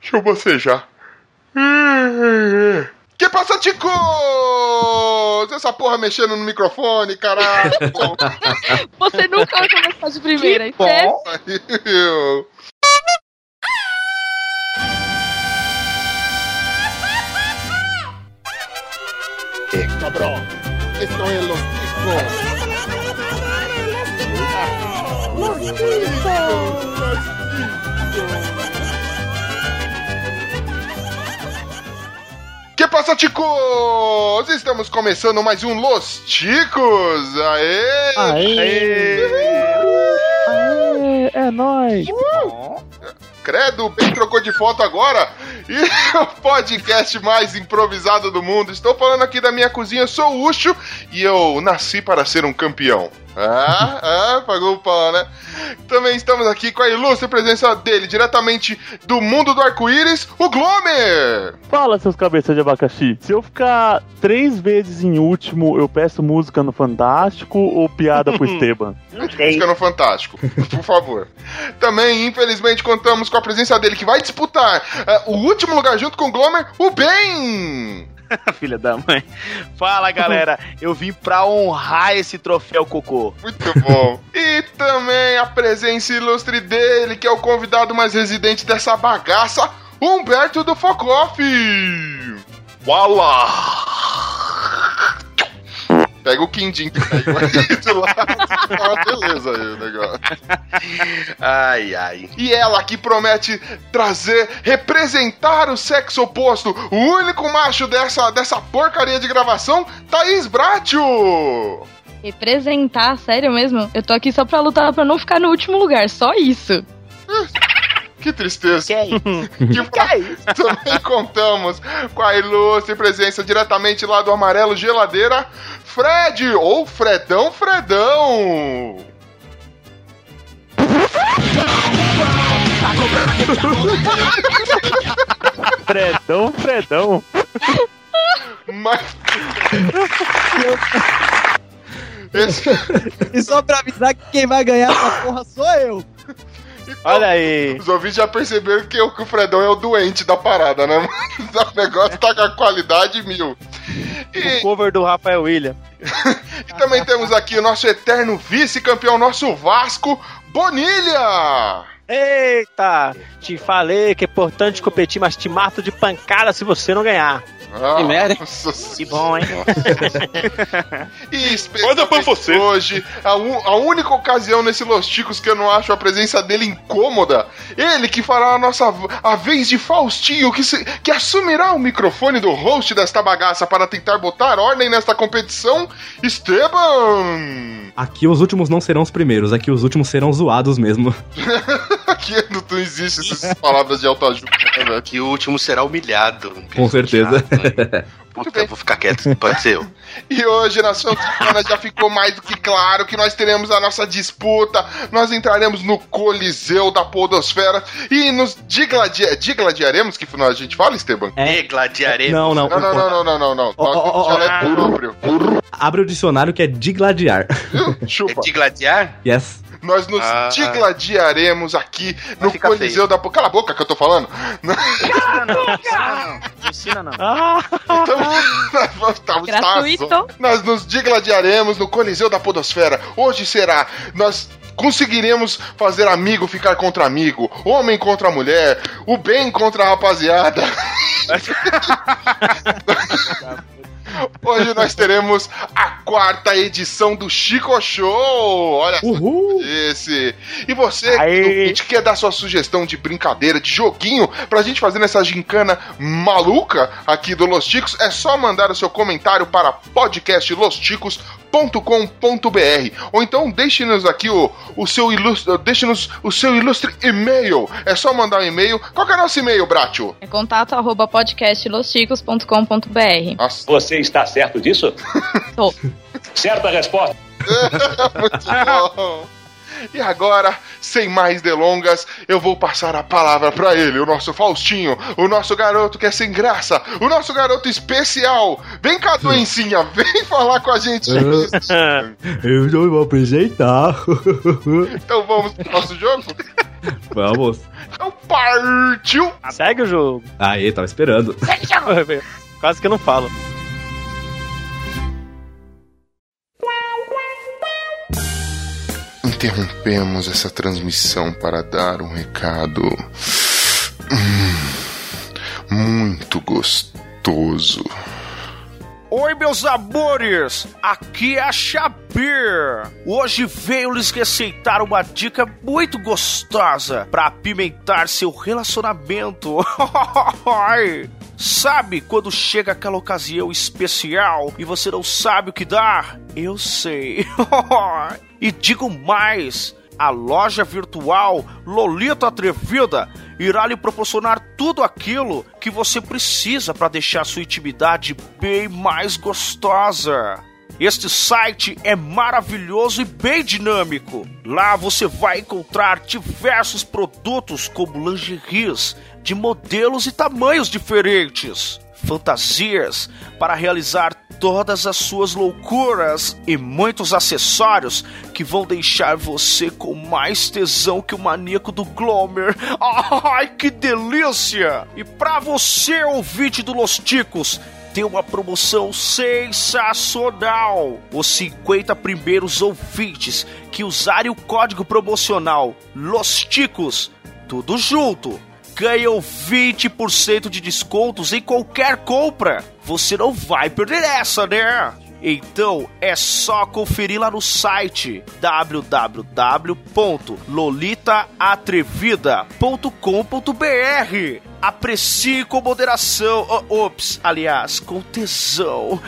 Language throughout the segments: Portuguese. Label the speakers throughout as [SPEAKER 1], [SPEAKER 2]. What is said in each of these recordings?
[SPEAKER 1] Deixa eu bocejar. Que passa, Ticos? Essa porra mexendo no microfone, caralho.
[SPEAKER 2] Você nunca vai começar de primeira,
[SPEAKER 3] Que bom.
[SPEAKER 2] entende?
[SPEAKER 1] Pariu.
[SPEAKER 4] Cabrón, esto es los discos.
[SPEAKER 1] Que passa, Ticos? Estamos começando mais um Los Ticos. Aê!
[SPEAKER 5] Aê, é nóis!
[SPEAKER 1] Credo, bem trocou de foto agora. E o podcast mais improvisado do mundo. Estou falando aqui da minha cozinha. Eu sou o Ucho e eu nasci para ser um campeão. Ah, ah, pagou o pau, né? Também estamos aqui com a ilustre presença dele, diretamente do mundo do arco-íris, o Glomer!
[SPEAKER 5] Fala, seus cabeças de abacaxi. Se eu ficar três vezes em último, eu peço música no Fantástico ou piada pro Esteban?
[SPEAKER 3] Não sei.
[SPEAKER 1] Fica no Fantástico, por favor. Também, infelizmente, contamos com a presença dele, que vai disputar ah, o último lugar junto com o Glomer, o Ben!
[SPEAKER 3] Filha da mãe. Fala, galera. Eu vim pra honrar esse troféu é cocô.
[SPEAKER 1] Muito bom. e também a presença ilustre dele, que é o convidado mais residente dessa bagaça, Humberto do Focoff. Wala! Pega o quindim que caiu aí do lado. Tá uma beleza aí o negócio.
[SPEAKER 3] Ai, ai.
[SPEAKER 1] E ela que promete trazer, representar o sexo oposto, o único macho dessa, dessa porcaria de gravação, Thaís Bratio!
[SPEAKER 2] Representar, sério mesmo? Eu tô aqui só pra lutar pra não ficar no último lugar, só isso.
[SPEAKER 1] Que tristeza.
[SPEAKER 3] Que é isso?
[SPEAKER 1] Que
[SPEAKER 3] Que é isso?
[SPEAKER 1] Também contamos com a ilustre presença diretamente lá do Amarelo Geladeira, Fred, ou Fredão Fredão.
[SPEAKER 5] Fredão, Fredão.
[SPEAKER 1] Mas... Esse-
[SPEAKER 6] E só pra avisar que quem vai ganhar essa porra sou eu.
[SPEAKER 3] Olha aí.
[SPEAKER 1] Os ouvintes já perceberam que o, que o Fredão é o doente da parada, né? Mas o negócio tá com a qualidade mil.
[SPEAKER 3] O cover do Rafael William.
[SPEAKER 1] E também temos aqui o nosso eterno vice-campeão, nosso Vasco, Bonilha.
[SPEAKER 7] Eita! Te falei que é importante competir, mas te mato de pancada se você não ganhar.
[SPEAKER 1] Ah,
[SPEAKER 6] Que merda, hein?
[SPEAKER 1] nossa
[SPEAKER 7] Que bom, hein?
[SPEAKER 1] E especialmente
[SPEAKER 8] você.
[SPEAKER 1] hoje, a, un- a única ocasião nesse Los Ticos que eu não acho a presença dele incômoda, ele que fará a nossa v- a vez de Faustinho, que, se- que assumirá o microfone do host desta bagaça para tentar botar ordem nesta competição, Esteban!
[SPEAKER 9] Aqui os últimos não serão os primeiros, aqui os últimos serão zoados mesmo.
[SPEAKER 1] Aqui não, não existe essas palavras de autoajuda, né, velho?
[SPEAKER 10] Que o último será humilhado.
[SPEAKER 9] Com certeza.
[SPEAKER 10] Chato, hein? Puta, eu vou ficar quieto, pode ser eu.
[SPEAKER 1] E hoje, na sua semana, já ficou mais do que claro que nós teremos a nossa disputa. Nós entraremos no Coliseu da Podosfera e nos digladia... digladiaremos, que a gente fala, Esteban?
[SPEAKER 9] É.
[SPEAKER 10] Degladiaremos.
[SPEAKER 9] Não, não,
[SPEAKER 1] Não, não, não, não, não, não, não.
[SPEAKER 9] Ó, ó, ó, ó,
[SPEAKER 1] Dialeto próprio.
[SPEAKER 9] Abre o dicionário que é digladiar.
[SPEAKER 10] É
[SPEAKER 1] Chupa.
[SPEAKER 10] degladiar?
[SPEAKER 9] Yes.
[SPEAKER 1] Nós nos
[SPEAKER 10] Ah.
[SPEAKER 1] digladiaremos aqui no
[SPEAKER 10] ficar
[SPEAKER 1] Coliseu da da... Po- Cala a boca que eu tô falando.
[SPEAKER 3] Ensina não. Ensina não. Ensina não.
[SPEAKER 7] Ah,
[SPEAKER 1] Então, nós vamos- tá- tá-
[SPEAKER 2] Gratuito.
[SPEAKER 1] Nós nos digladiaremos no Coliseu da Podosfera. Hoje será. Nós conseguiremos fazer amigo ficar contra amigo, homem contra mulher, o bem contra a rapaziada. Hoje nós teremos a quarta edição do Chico Show. Olha só
[SPEAKER 9] Uhul!
[SPEAKER 1] esse. E você,
[SPEAKER 7] Aê.
[SPEAKER 1] ouvinte, quer dar sua sugestão de brincadeira, de joguinho, pra gente fazer nessa gincana maluca aqui do Los Ticos, é só mandar o seu comentário para podcastlosticos.com.br ou então deixe-nos aqui o, o seu ilustre, deixe-nos o seu ilustre e-mail. É só mandar um e-mail. Qual que é o nosso e-mail, Bratio?
[SPEAKER 2] É contato arroba podcastlosticos.com.br.
[SPEAKER 1] Nossa,
[SPEAKER 8] Você está certo disso?
[SPEAKER 2] Tô.
[SPEAKER 8] Certa resposta.
[SPEAKER 1] muito bom. E agora, sem mais delongas, eu vou passar a palavra pra ele, o nosso Faustinho, o nosso garoto que é sem graça, o nosso garoto especial. Vem cá, doencinha, vem falar com a gente.
[SPEAKER 9] Eu não vou apresentar.
[SPEAKER 1] Então vamos pro nosso jogo?
[SPEAKER 9] Vamos.
[SPEAKER 1] Então partiu!
[SPEAKER 7] Segue o jogo.
[SPEAKER 9] Aê, tava esperando.
[SPEAKER 7] Quase que eu não falo.
[SPEAKER 1] Interrompemos essa transmissão para dar um recado. hum, Muito gostoso.
[SPEAKER 3] Oi, meus amores! Aqui é a Xabir! Hoje veio lhes receitar uma dica muito gostosa para apimentar seu relacionamento. Ai. Sabe quando chega aquela ocasião especial e você não sabe o que dar? Eu sei. e digo mais: a loja virtual Lolita Atrevida irá lhe proporcionar tudo aquilo que você precisa para deixar sua intimidade bem mais gostosa. Este site é maravilhoso e bem dinâmico. Lá você vai encontrar diversos produtos como lingeries de modelos e tamanhos diferentes, fantasias para realizar todas as suas loucuras e muitos acessórios que vão deixar você com mais tesão que o maníaco do Glomer. Ai, que delícia! E para você, ouvinte do Los Ticos, tem uma promoção sensacional. Os 50 primeiros ouvintes que usarem o código promocional Los Ticos, tudo junto ganham 20% de descontos em qualquer compra. Você não vai perder essa, né? Então é só conferir lá no site www.lolitaatrevida.com.br. Aprecie com moderação, oh, ops, aliás, com tesão.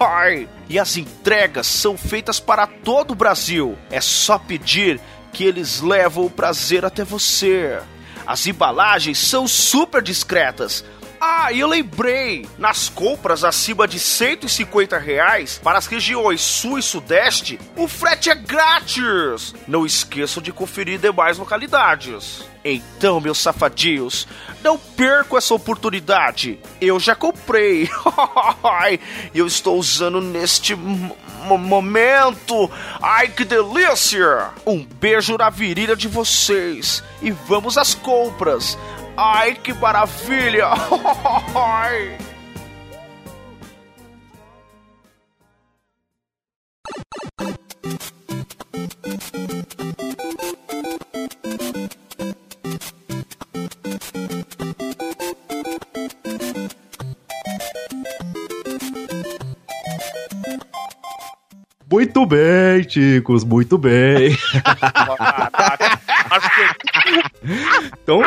[SPEAKER 3] Ai! E as entregas são feitas para todo o Brasil. É só pedir que eles levam o prazer até você. As embalagens são super discretas. Ah, e eu lembrei! Nas compras acima de 150 reais para as regiões sul e sudeste, o frete é grátis! Não esqueçam de conferir demais localidades. Então, meus safadios, não percam essa oportunidade. Eu já comprei. E eu estou usando neste m- m- momento. Ai, que delícia! Um beijo na virilha de vocês. E vamos às compras. Ai, que maravilha!
[SPEAKER 9] Muito bem, chicos, muito bem.
[SPEAKER 2] Ah, tá.
[SPEAKER 9] Então,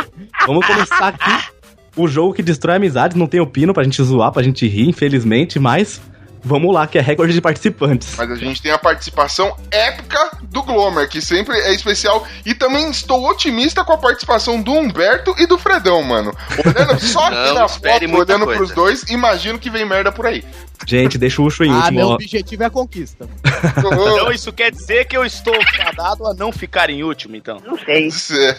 [SPEAKER 9] vamos começar aqui. O jogo que destrói amizades, não tem o pino pra gente zoar, pra gente rir, infelizmente, mas vamos lá, que é recorde de participantes.
[SPEAKER 1] Mas a gente tem a participação épica do Glomer, que sempre é especial. E também estou otimista com a participação do Humberto e do Fredão, mano. Olhando só aqui
[SPEAKER 10] Não,
[SPEAKER 1] na
[SPEAKER 10] espere
[SPEAKER 1] foto,
[SPEAKER 10] muita
[SPEAKER 1] olhando
[SPEAKER 10] coisa.
[SPEAKER 1] pros dois, imagino que vem merda por aí.
[SPEAKER 9] Gente, deixa o Ucho em
[SPEAKER 6] Ah,
[SPEAKER 9] último.
[SPEAKER 6] meu
[SPEAKER 9] ó.
[SPEAKER 6] objetivo é a conquista.
[SPEAKER 1] Ô,
[SPEAKER 3] Então isso quer dizer que eu estou fadado a não ficar em último, então.
[SPEAKER 1] cê-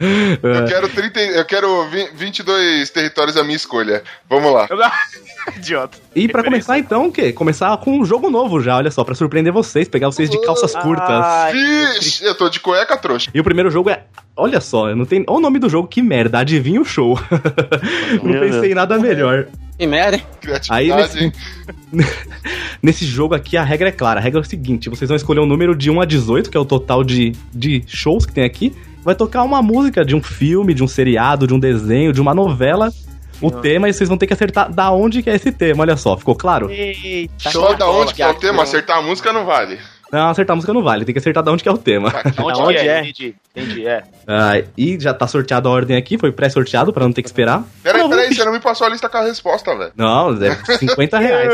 [SPEAKER 1] é. Eu quero, 30, e- eu quero vi- 22 territórios à minha escolha. Vamos lá.
[SPEAKER 3] Idiota.
[SPEAKER 9] E pra começar então, o quê? Começar com um jogo novo já, olha só, pra surpreender vocês, pegar vocês de calças curtas.
[SPEAKER 7] Ai,
[SPEAKER 1] Vixe, eu tô de cueca, trouxa.
[SPEAKER 9] E o primeiro jogo é. Olha só, não tem. Olha o nome do jogo, que merda, adivinha o show. não
[SPEAKER 5] Meu
[SPEAKER 9] pensei em nada melhor.
[SPEAKER 7] que merda, hein?
[SPEAKER 9] Aí
[SPEAKER 1] Criatividade.
[SPEAKER 9] nesse-
[SPEAKER 1] hein?
[SPEAKER 9] Nesse jogo aqui a regra é clara. A regra é o seguinte: vocês vão escolher um número de 1 a 18, que é o total de, de shows que tem aqui. Vai tocar uma música de um filme, de um seriado, de um desenho, de uma novela. O tema, e vocês vão ter que acertar da onde que é esse tema, olha só, ficou claro?
[SPEAKER 7] Eita,
[SPEAKER 1] Só da onde que é o
[SPEAKER 7] Gato.
[SPEAKER 1] tema? Acertar a música não vale.
[SPEAKER 9] Não, acertar a música não vale, tem que acertar da onde que é o tema.
[SPEAKER 1] Tá, que-
[SPEAKER 3] Onde,
[SPEAKER 7] Aonde
[SPEAKER 3] que é?
[SPEAKER 7] é?
[SPEAKER 3] Entendi. Entendi, é.
[SPEAKER 9] Ah, e já tá sorteado a ordem aqui, foi pré-sorteado pra não ter que esperar.
[SPEAKER 1] Peraí,
[SPEAKER 9] Não,
[SPEAKER 1] peraí, você não me passou a lista com a resposta, velho.
[SPEAKER 9] Não, é 50 reais.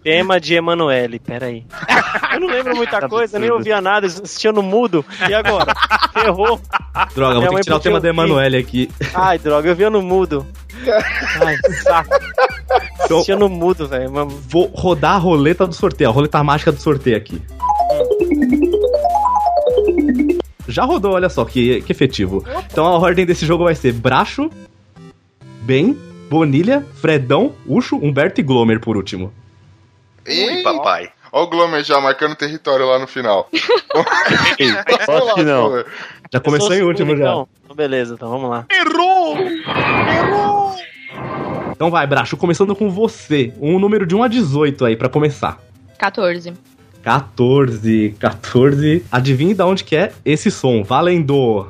[SPEAKER 7] Tema de Emanuele, peraí. Tá Eu não lembro muita coisa, nem ouvia nada, assistia no mudo. E agora? Ferrou.
[SPEAKER 9] Droga, vou
[SPEAKER 7] Minha
[SPEAKER 9] ter
[SPEAKER 7] mãe
[SPEAKER 9] que tirar o tema da
[SPEAKER 7] podia ouvir.
[SPEAKER 9] Emanuele aqui.
[SPEAKER 7] Ai, droga, eu via no mudo. Ai, saco.
[SPEAKER 9] Então,
[SPEAKER 7] Assistia no mudo, velho. Mas-
[SPEAKER 9] vou rodar a roleta do sorteio, a roleta mágica do sorteio aqui. Já rodou, olha só que, que efetivo. Então a ordem desse jogo vai ser Bracho, Ben, Bonilha, Fredão, Ucho, Humberto e Glomer por último.
[SPEAKER 10] Ui,
[SPEAKER 1] Ih,
[SPEAKER 10] papai.
[SPEAKER 1] Ó o Glomer já marcando território lá no final.
[SPEAKER 5] Acho que não.
[SPEAKER 1] Glomer.
[SPEAKER 9] Já começou em último, já.
[SPEAKER 7] Então, Então, beleza, então vamos lá.
[SPEAKER 3] Errou!
[SPEAKER 9] Então vai, Bracho, começando com você. Um número de 1 a 18 aí, pra começar.
[SPEAKER 2] 14.
[SPEAKER 9] 14, 14. Adivinhe da onde que é esse som. Valendo!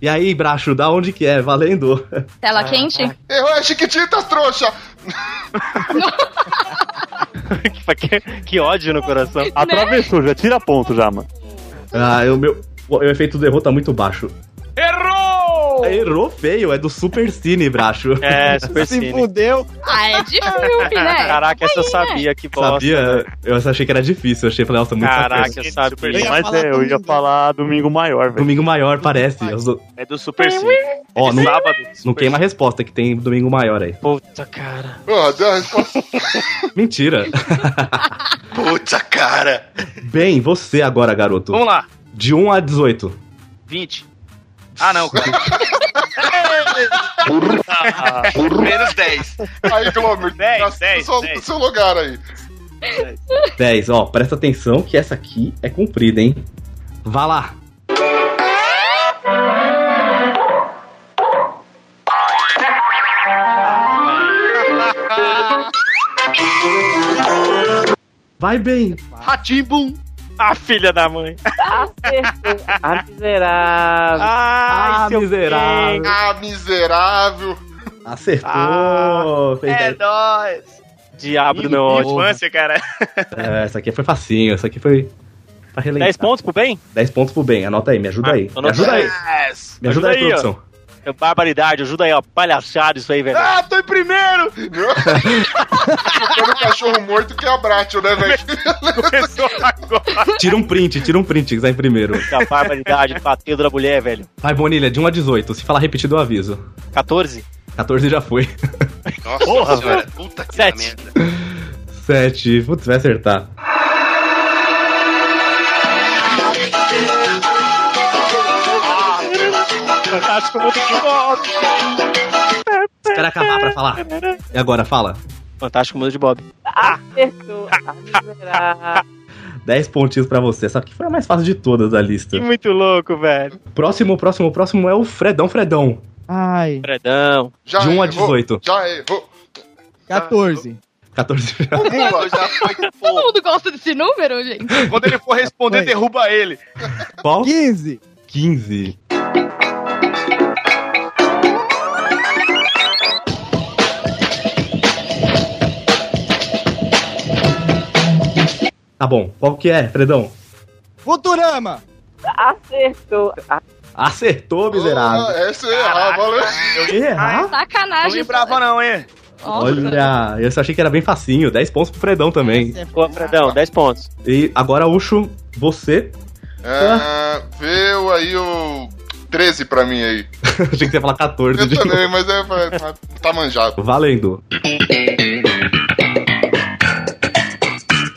[SPEAKER 9] E aí, Bracho, da onde que é? Valendo!
[SPEAKER 2] Tela quente?
[SPEAKER 1] Errou, é Chiquititas, trouxa!
[SPEAKER 7] que, que ódio no coração.
[SPEAKER 5] Atravessou, já tira ponto já, mano.
[SPEAKER 9] Ah, o meu. O efeito do erro tá muito baixo.
[SPEAKER 3] Errou!
[SPEAKER 9] Errou feio, é do Super Cine, Bracho. Assim,
[SPEAKER 7] É, super
[SPEAKER 6] Se
[SPEAKER 7] cine.
[SPEAKER 6] fudeu.
[SPEAKER 2] Ah, é de filme, né?
[SPEAKER 7] Caraca, essa eu sabia, que bosta. né?
[SPEAKER 9] Sabia? Eu achei que era difícil, eu achei, falei, nossa, muito
[SPEAKER 7] Caraca,
[SPEAKER 9] sacanagem.
[SPEAKER 7] eu sabia.
[SPEAKER 6] Eu ia
[SPEAKER 5] Mas
[SPEAKER 6] falar
[SPEAKER 5] é, eu ia
[SPEAKER 6] domingo.
[SPEAKER 5] falar domingo maior, velho.
[SPEAKER 9] Domingo maior, parece. Os-
[SPEAKER 7] É do Super Cine.
[SPEAKER 9] Ó, não,
[SPEAKER 7] Sábado.
[SPEAKER 9] não
[SPEAKER 7] Super
[SPEAKER 9] queima a resposta, que tem domingo maior aí.
[SPEAKER 7] Cine. Puta, cara.
[SPEAKER 1] Pô, deu a resposta.
[SPEAKER 9] Mentira.
[SPEAKER 10] Puta cara.
[SPEAKER 9] Bem, você agora, garoto.
[SPEAKER 3] Vamos lá.
[SPEAKER 9] De 1 a 18.
[SPEAKER 3] 20. Ah, não.
[SPEAKER 7] Ah.
[SPEAKER 10] Menos 10.
[SPEAKER 1] Aí, Glomer,
[SPEAKER 3] Dez,
[SPEAKER 1] já
[SPEAKER 3] dez,
[SPEAKER 1] seu,
[SPEAKER 3] dez.
[SPEAKER 1] seu lugar aí.
[SPEAKER 9] 10, ó, presta atenção que essa aqui é comprida, hein? Vá lá. Vai bem.
[SPEAKER 3] Ratimbum. A filha da mãe.
[SPEAKER 7] Acertou. Ah, miserável.
[SPEAKER 9] Ah,
[SPEAKER 7] é
[SPEAKER 9] miserável.
[SPEAKER 1] Ah, miserável.
[SPEAKER 9] Acertou.
[SPEAKER 3] Ah,
[SPEAKER 1] é,
[SPEAKER 9] fez dez.
[SPEAKER 3] nóis.
[SPEAKER 7] Diabo do meu ódio.
[SPEAKER 3] Infância, cara.
[SPEAKER 9] É, essa aqui foi facinho, essa aqui foi. Pra
[SPEAKER 7] 10
[SPEAKER 9] relembrar.
[SPEAKER 7] pontos pro bem?
[SPEAKER 9] 10 pontos pro bem, anota aí, me ajuda
[SPEAKER 7] Ah,
[SPEAKER 9] aí. Me
[SPEAKER 7] anota
[SPEAKER 9] ajuda aí.
[SPEAKER 3] Yes.
[SPEAKER 9] Me ajuda aí,
[SPEAKER 7] Ajuda aí, ó. É
[SPEAKER 9] produção.
[SPEAKER 7] Barbaridade, ajuda aí, ó. Palhaçada isso aí, velho. É
[SPEAKER 3] Ah, tô em primeiro.
[SPEAKER 1] Todo cachorro morto que é abrátil, né, velho?
[SPEAKER 3] Começou agora.
[SPEAKER 9] Tira um print, tira um print, que sai primeiro.
[SPEAKER 7] Da barbaridade, do patelo da mulher, velho.
[SPEAKER 9] Vai, Bonilha, de 1 a 18. Se falar repetido, eu aviso.
[SPEAKER 7] 14?
[SPEAKER 9] 14 já foi.
[SPEAKER 10] Nossa
[SPEAKER 7] Porra,
[SPEAKER 10] senhora. Puta que
[SPEAKER 7] Sete.
[SPEAKER 10] merda.
[SPEAKER 9] 7. Putz, vai acertar.
[SPEAKER 7] Fantástico mundo de Bob.
[SPEAKER 9] Espera acabar pra falar. E agora, fala.
[SPEAKER 7] Fantástico mundo de Bob.
[SPEAKER 9] 10 pontinhos pra você. Essa aqui foi a mais fácil de todas da lista.
[SPEAKER 7] muito louco, velho.
[SPEAKER 9] Próximo, próximo, próximo é o Fredão Fredão.
[SPEAKER 6] Ai,
[SPEAKER 7] Fredão.
[SPEAKER 1] Já
[SPEAKER 9] De 1 a
[SPEAKER 1] errou,
[SPEAKER 9] 18.
[SPEAKER 1] Já errou.
[SPEAKER 6] 14.
[SPEAKER 9] 14 já.
[SPEAKER 1] Pula.
[SPEAKER 10] Já foi.
[SPEAKER 2] Todo mundo gosta desse número, gente.
[SPEAKER 3] Quando ele for responder,
[SPEAKER 6] Foi.
[SPEAKER 3] derruba ele.
[SPEAKER 9] Qual?
[SPEAKER 6] 15.
[SPEAKER 9] 15. Tá bom, qual que é, Fredão?
[SPEAKER 6] Futurama. Ah,
[SPEAKER 9] Acertou, miserável.
[SPEAKER 1] Ah, essa é errar, valeu.
[SPEAKER 9] Errar?
[SPEAKER 2] Sacanagem.
[SPEAKER 3] Não lembrava não, hein?
[SPEAKER 2] Nossa.
[SPEAKER 9] Olha, eu só achei que era bem facinho. 10 pontos pro Fredão também.
[SPEAKER 7] Ô, Fredão, 10 pontos.
[SPEAKER 9] E agora, Ucho, você.
[SPEAKER 1] É, Veio aí o 13 pra mim aí.
[SPEAKER 9] achei que você ia falar 14
[SPEAKER 1] Eu
[SPEAKER 9] de novo.
[SPEAKER 1] também, mas é, tá- tá manjado.
[SPEAKER 9] Valendo.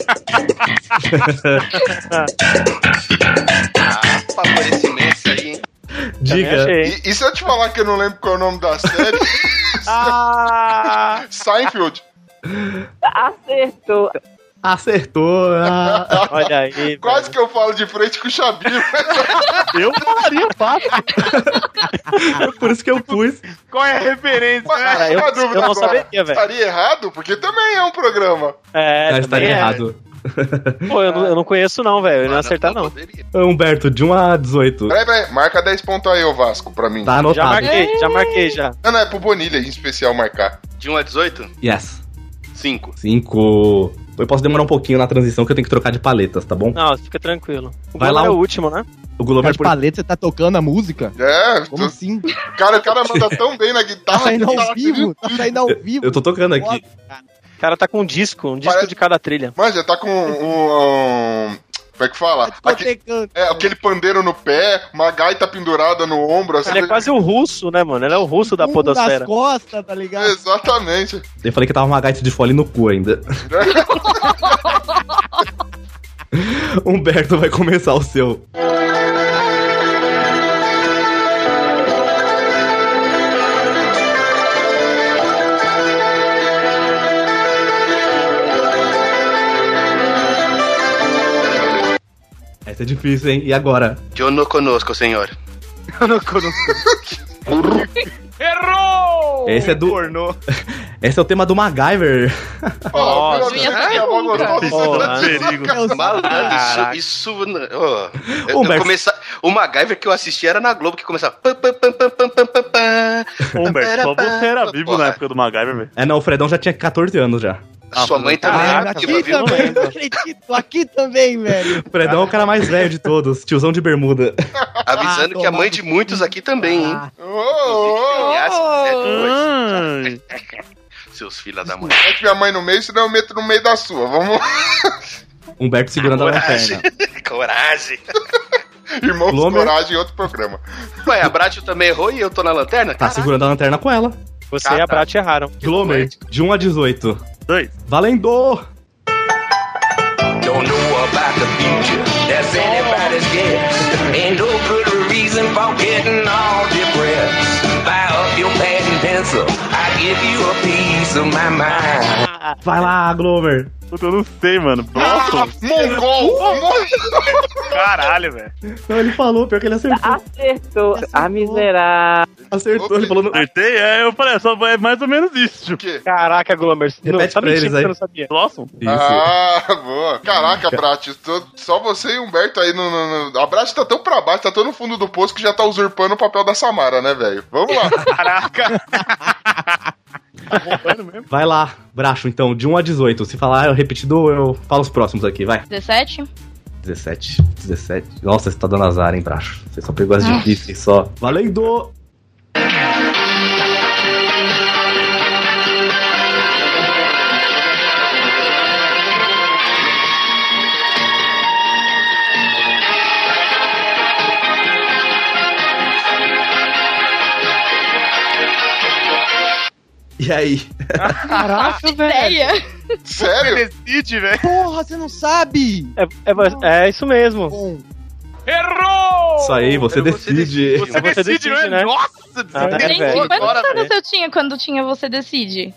[SPEAKER 10] Tá Ah, favorecimento aí, hein?
[SPEAKER 7] Também
[SPEAKER 9] Diga.
[SPEAKER 7] achei, hein?
[SPEAKER 1] E, e se eu te falar que eu não lembro qual é o nome da série?
[SPEAKER 7] Ah,
[SPEAKER 1] Seinfeld.
[SPEAKER 9] Acertou. ah.
[SPEAKER 7] olha aí.
[SPEAKER 1] Quase
[SPEAKER 7] velho.
[SPEAKER 1] que eu falo de frente com o Xabi.
[SPEAKER 5] Eu falaria fácil.
[SPEAKER 9] Por isso que eu pus.
[SPEAKER 3] Qual é a referência?
[SPEAKER 1] Mas
[SPEAKER 7] Cara, eu,
[SPEAKER 1] uma dúvida
[SPEAKER 7] eu não
[SPEAKER 1] agora.
[SPEAKER 7] saberia, velho.
[SPEAKER 1] Estaria errado? Porque também é um programa.
[SPEAKER 7] É,
[SPEAKER 9] Ah,
[SPEAKER 7] também
[SPEAKER 9] estaria
[SPEAKER 7] é.
[SPEAKER 9] errado.
[SPEAKER 7] Pô, eu não, eu não conheço não, velho. Eu não ia
[SPEAKER 10] Mas
[SPEAKER 7] acertar não.
[SPEAKER 10] poderia.
[SPEAKER 9] Humberto, de 1 a 18.
[SPEAKER 1] Peraí, peraí. Marca 10 pontos aí, ô Vasco, pra mim.
[SPEAKER 9] Tá
[SPEAKER 7] Já
[SPEAKER 9] anotado.
[SPEAKER 7] marquei, já marquei, já.
[SPEAKER 1] Não, não, é pro Bonilha em especial marcar.
[SPEAKER 10] De 1 a 18?
[SPEAKER 9] Yes.
[SPEAKER 10] 5.
[SPEAKER 9] 5. Eu posso demorar um pouquinho na transição que eu tenho que trocar de paletas, tá bom?
[SPEAKER 7] Não, fica tranquilo. O
[SPEAKER 9] Vai
[SPEAKER 7] Vai
[SPEAKER 9] lá,
[SPEAKER 7] é o
[SPEAKER 9] um-
[SPEAKER 7] último, né?
[SPEAKER 9] O
[SPEAKER 6] Tá
[SPEAKER 9] Glover
[SPEAKER 6] de
[SPEAKER 9] por...
[SPEAKER 6] paleta, você tá tocando a música?
[SPEAKER 1] É,
[SPEAKER 6] Como
[SPEAKER 1] o
[SPEAKER 6] assim?
[SPEAKER 1] cara, o cara manda tão bem na
[SPEAKER 6] Tá
[SPEAKER 1] guitarra.
[SPEAKER 6] saindo
[SPEAKER 1] que
[SPEAKER 6] ao
[SPEAKER 1] tá-
[SPEAKER 6] vivo? Tá saindo ao vivo?
[SPEAKER 9] Eu tô tocando aqui.
[SPEAKER 7] O cara tá com um disco, um disco
[SPEAKER 1] Parece-
[SPEAKER 7] de cada trilha.
[SPEAKER 1] Mas já tá com um. um- Como é que fala?
[SPEAKER 6] Tô
[SPEAKER 1] Aque-
[SPEAKER 6] tecando.
[SPEAKER 1] é, aquele pandeiro no pé, uma gaita pendurada no ombro, assim.
[SPEAKER 7] Ele é quase o russo, né, mano? Ele é o russo da
[SPEAKER 6] Um das
[SPEAKER 7] podosfera.
[SPEAKER 6] costas, tá ligado?
[SPEAKER 1] Exatamente.
[SPEAKER 9] Eu falei que tava uma gaita de fole no cu ainda. Humberto vai começar o seu. Essa é difícil, hein? E agora?
[SPEAKER 10] Eu não conosco, senhor.
[SPEAKER 7] Eu não conosco.
[SPEAKER 3] Errou!
[SPEAKER 9] Esse é do-
[SPEAKER 3] Pornô.
[SPEAKER 9] Esse é o tema do MacGyver.
[SPEAKER 1] Ó, pelo menos
[SPEAKER 2] Nossa.
[SPEAKER 1] que a mão gostosa, você tá
[SPEAKER 7] Porra.
[SPEAKER 1] perigo.
[SPEAKER 10] Malandro,
[SPEAKER 7] Caraca.
[SPEAKER 10] isso. isso não- ô. eu, eu
[SPEAKER 9] Ô, Bex.
[SPEAKER 10] começa- o MacGyver que eu assisti era na Globo que começava. pam, pam, pam, pam, pam, pam, pam, pam.
[SPEAKER 5] Humberto, só você era vivo
[SPEAKER 10] Porra.
[SPEAKER 5] na época do MacGyver, velho.
[SPEAKER 9] É, não, o Fredão já tinha 14 anos já.
[SPEAKER 10] Sua mãe também era
[SPEAKER 7] Ah,
[SPEAKER 6] Caralho,
[SPEAKER 10] ativa,
[SPEAKER 6] Ah, é, aqui
[SPEAKER 10] viu?
[SPEAKER 6] também, não acredito. Aqui também, velho.
[SPEAKER 9] O Fredão é o cara mais velho de todos, tiozão de bermuda.
[SPEAKER 10] Avisando
[SPEAKER 6] Ah,
[SPEAKER 10] que a
[SPEAKER 6] tomado.
[SPEAKER 10] mãe de muitos aqui também, hein?
[SPEAKER 6] Ah,
[SPEAKER 1] Ô, ô, ô.
[SPEAKER 10] Aliás, né,
[SPEAKER 5] Ai,
[SPEAKER 10] depois, seus filha da mãe.
[SPEAKER 1] Mete minha mãe no meio, senão eu meto no meio da sua. Vamos lá.
[SPEAKER 9] Humberto Um segurando a
[SPEAKER 10] Coragem.
[SPEAKER 9] lanterna. Tá
[SPEAKER 10] Coragem.
[SPEAKER 1] Irmãos
[SPEAKER 9] Glomer.
[SPEAKER 1] Coragem em outro programa.
[SPEAKER 10] Ué, a Bratio também errou e eu tô na lanterna? Ah, tá.
[SPEAKER 9] Tá é segurando a lanterna com ela.
[SPEAKER 7] Você e a Brat erraram.
[SPEAKER 9] Glomer, de 1 a 18.
[SPEAKER 5] dois.
[SPEAKER 9] Valendo!
[SPEAKER 8] Don't know about the future. That's anybody's guess. Ain't no good reason for getting all depressed. Buy up your pad and pencil. I give you a piece of my mind.
[SPEAKER 9] Vai lá, Glomer.
[SPEAKER 5] Puta, eu não sei, mano.
[SPEAKER 1] Ah,
[SPEAKER 5] Bronson.
[SPEAKER 1] Mongol!
[SPEAKER 7] Ah, Caralho, velho.
[SPEAKER 9] Não, ele falou, pior que ele acertou.
[SPEAKER 11] Acertou.
[SPEAKER 6] Ah,
[SPEAKER 11] miserável.
[SPEAKER 9] Acertou, ele falou. no-
[SPEAKER 5] Acertei? É, eu falei, só é mais ou menos isso, tipo.
[SPEAKER 1] Que?
[SPEAKER 7] Caraca, Glomer. Você
[SPEAKER 9] Repete
[SPEAKER 7] tá
[SPEAKER 9] pra
[SPEAKER 7] mentindo
[SPEAKER 9] eles
[SPEAKER 7] que
[SPEAKER 9] aí.
[SPEAKER 7] você não sabia.
[SPEAKER 5] Blossom?
[SPEAKER 9] Isso.
[SPEAKER 1] Ah, boa. Caraca, Brat, tô- só você e o Humberto aí no. no- no- A Brat tá tão pra baixo, tá tão no fundo do poço que já tá usurpando o papel da Samara, né, velho? Vamos lá.
[SPEAKER 7] Caraca.
[SPEAKER 9] Vai lá, Bracho, então, de 1 a 18. Se falar eu repetido, eu falo os próximos aqui, vai.
[SPEAKER 2] 17?
[SPEAKER 9] 17, 17. Nossa, você tá dando azar, hein, Bracho? Você só pegou as difíceis só. Valendo! E aí?
[SPEAKER 6] Caraca, velho.
[SPEAKER 2] Ideia.
[SPEAKER 1] Sério?
[SPEAKER 7] Decide, velho.
[SPEAKER 6] Porra, você não sabe.
[SPEAKER 7] É, é- é isso mesmo.
[SPEAKER 6] Bom,
[SPEAKER 3] Errou!
[SPEAKER 9] Isso aí, você decide.
[SPEAKER 7] Você, você decide, né?
[SPEAKER 3] Nossa,
[SPEAKER 7] Ah,
[SPEAKER 3] você
[SPEAKER 7] é,
[SPEAKER 2] Gente,
[SPEAKER 7] velho.
[SPEAKER 2] quantos
[SPEAKER 7] Agora,
[SPEAKER 2] anos
[SPEAKER 7] velho.
[SPEAKER 2] eu tinha quando tinha Você Decide?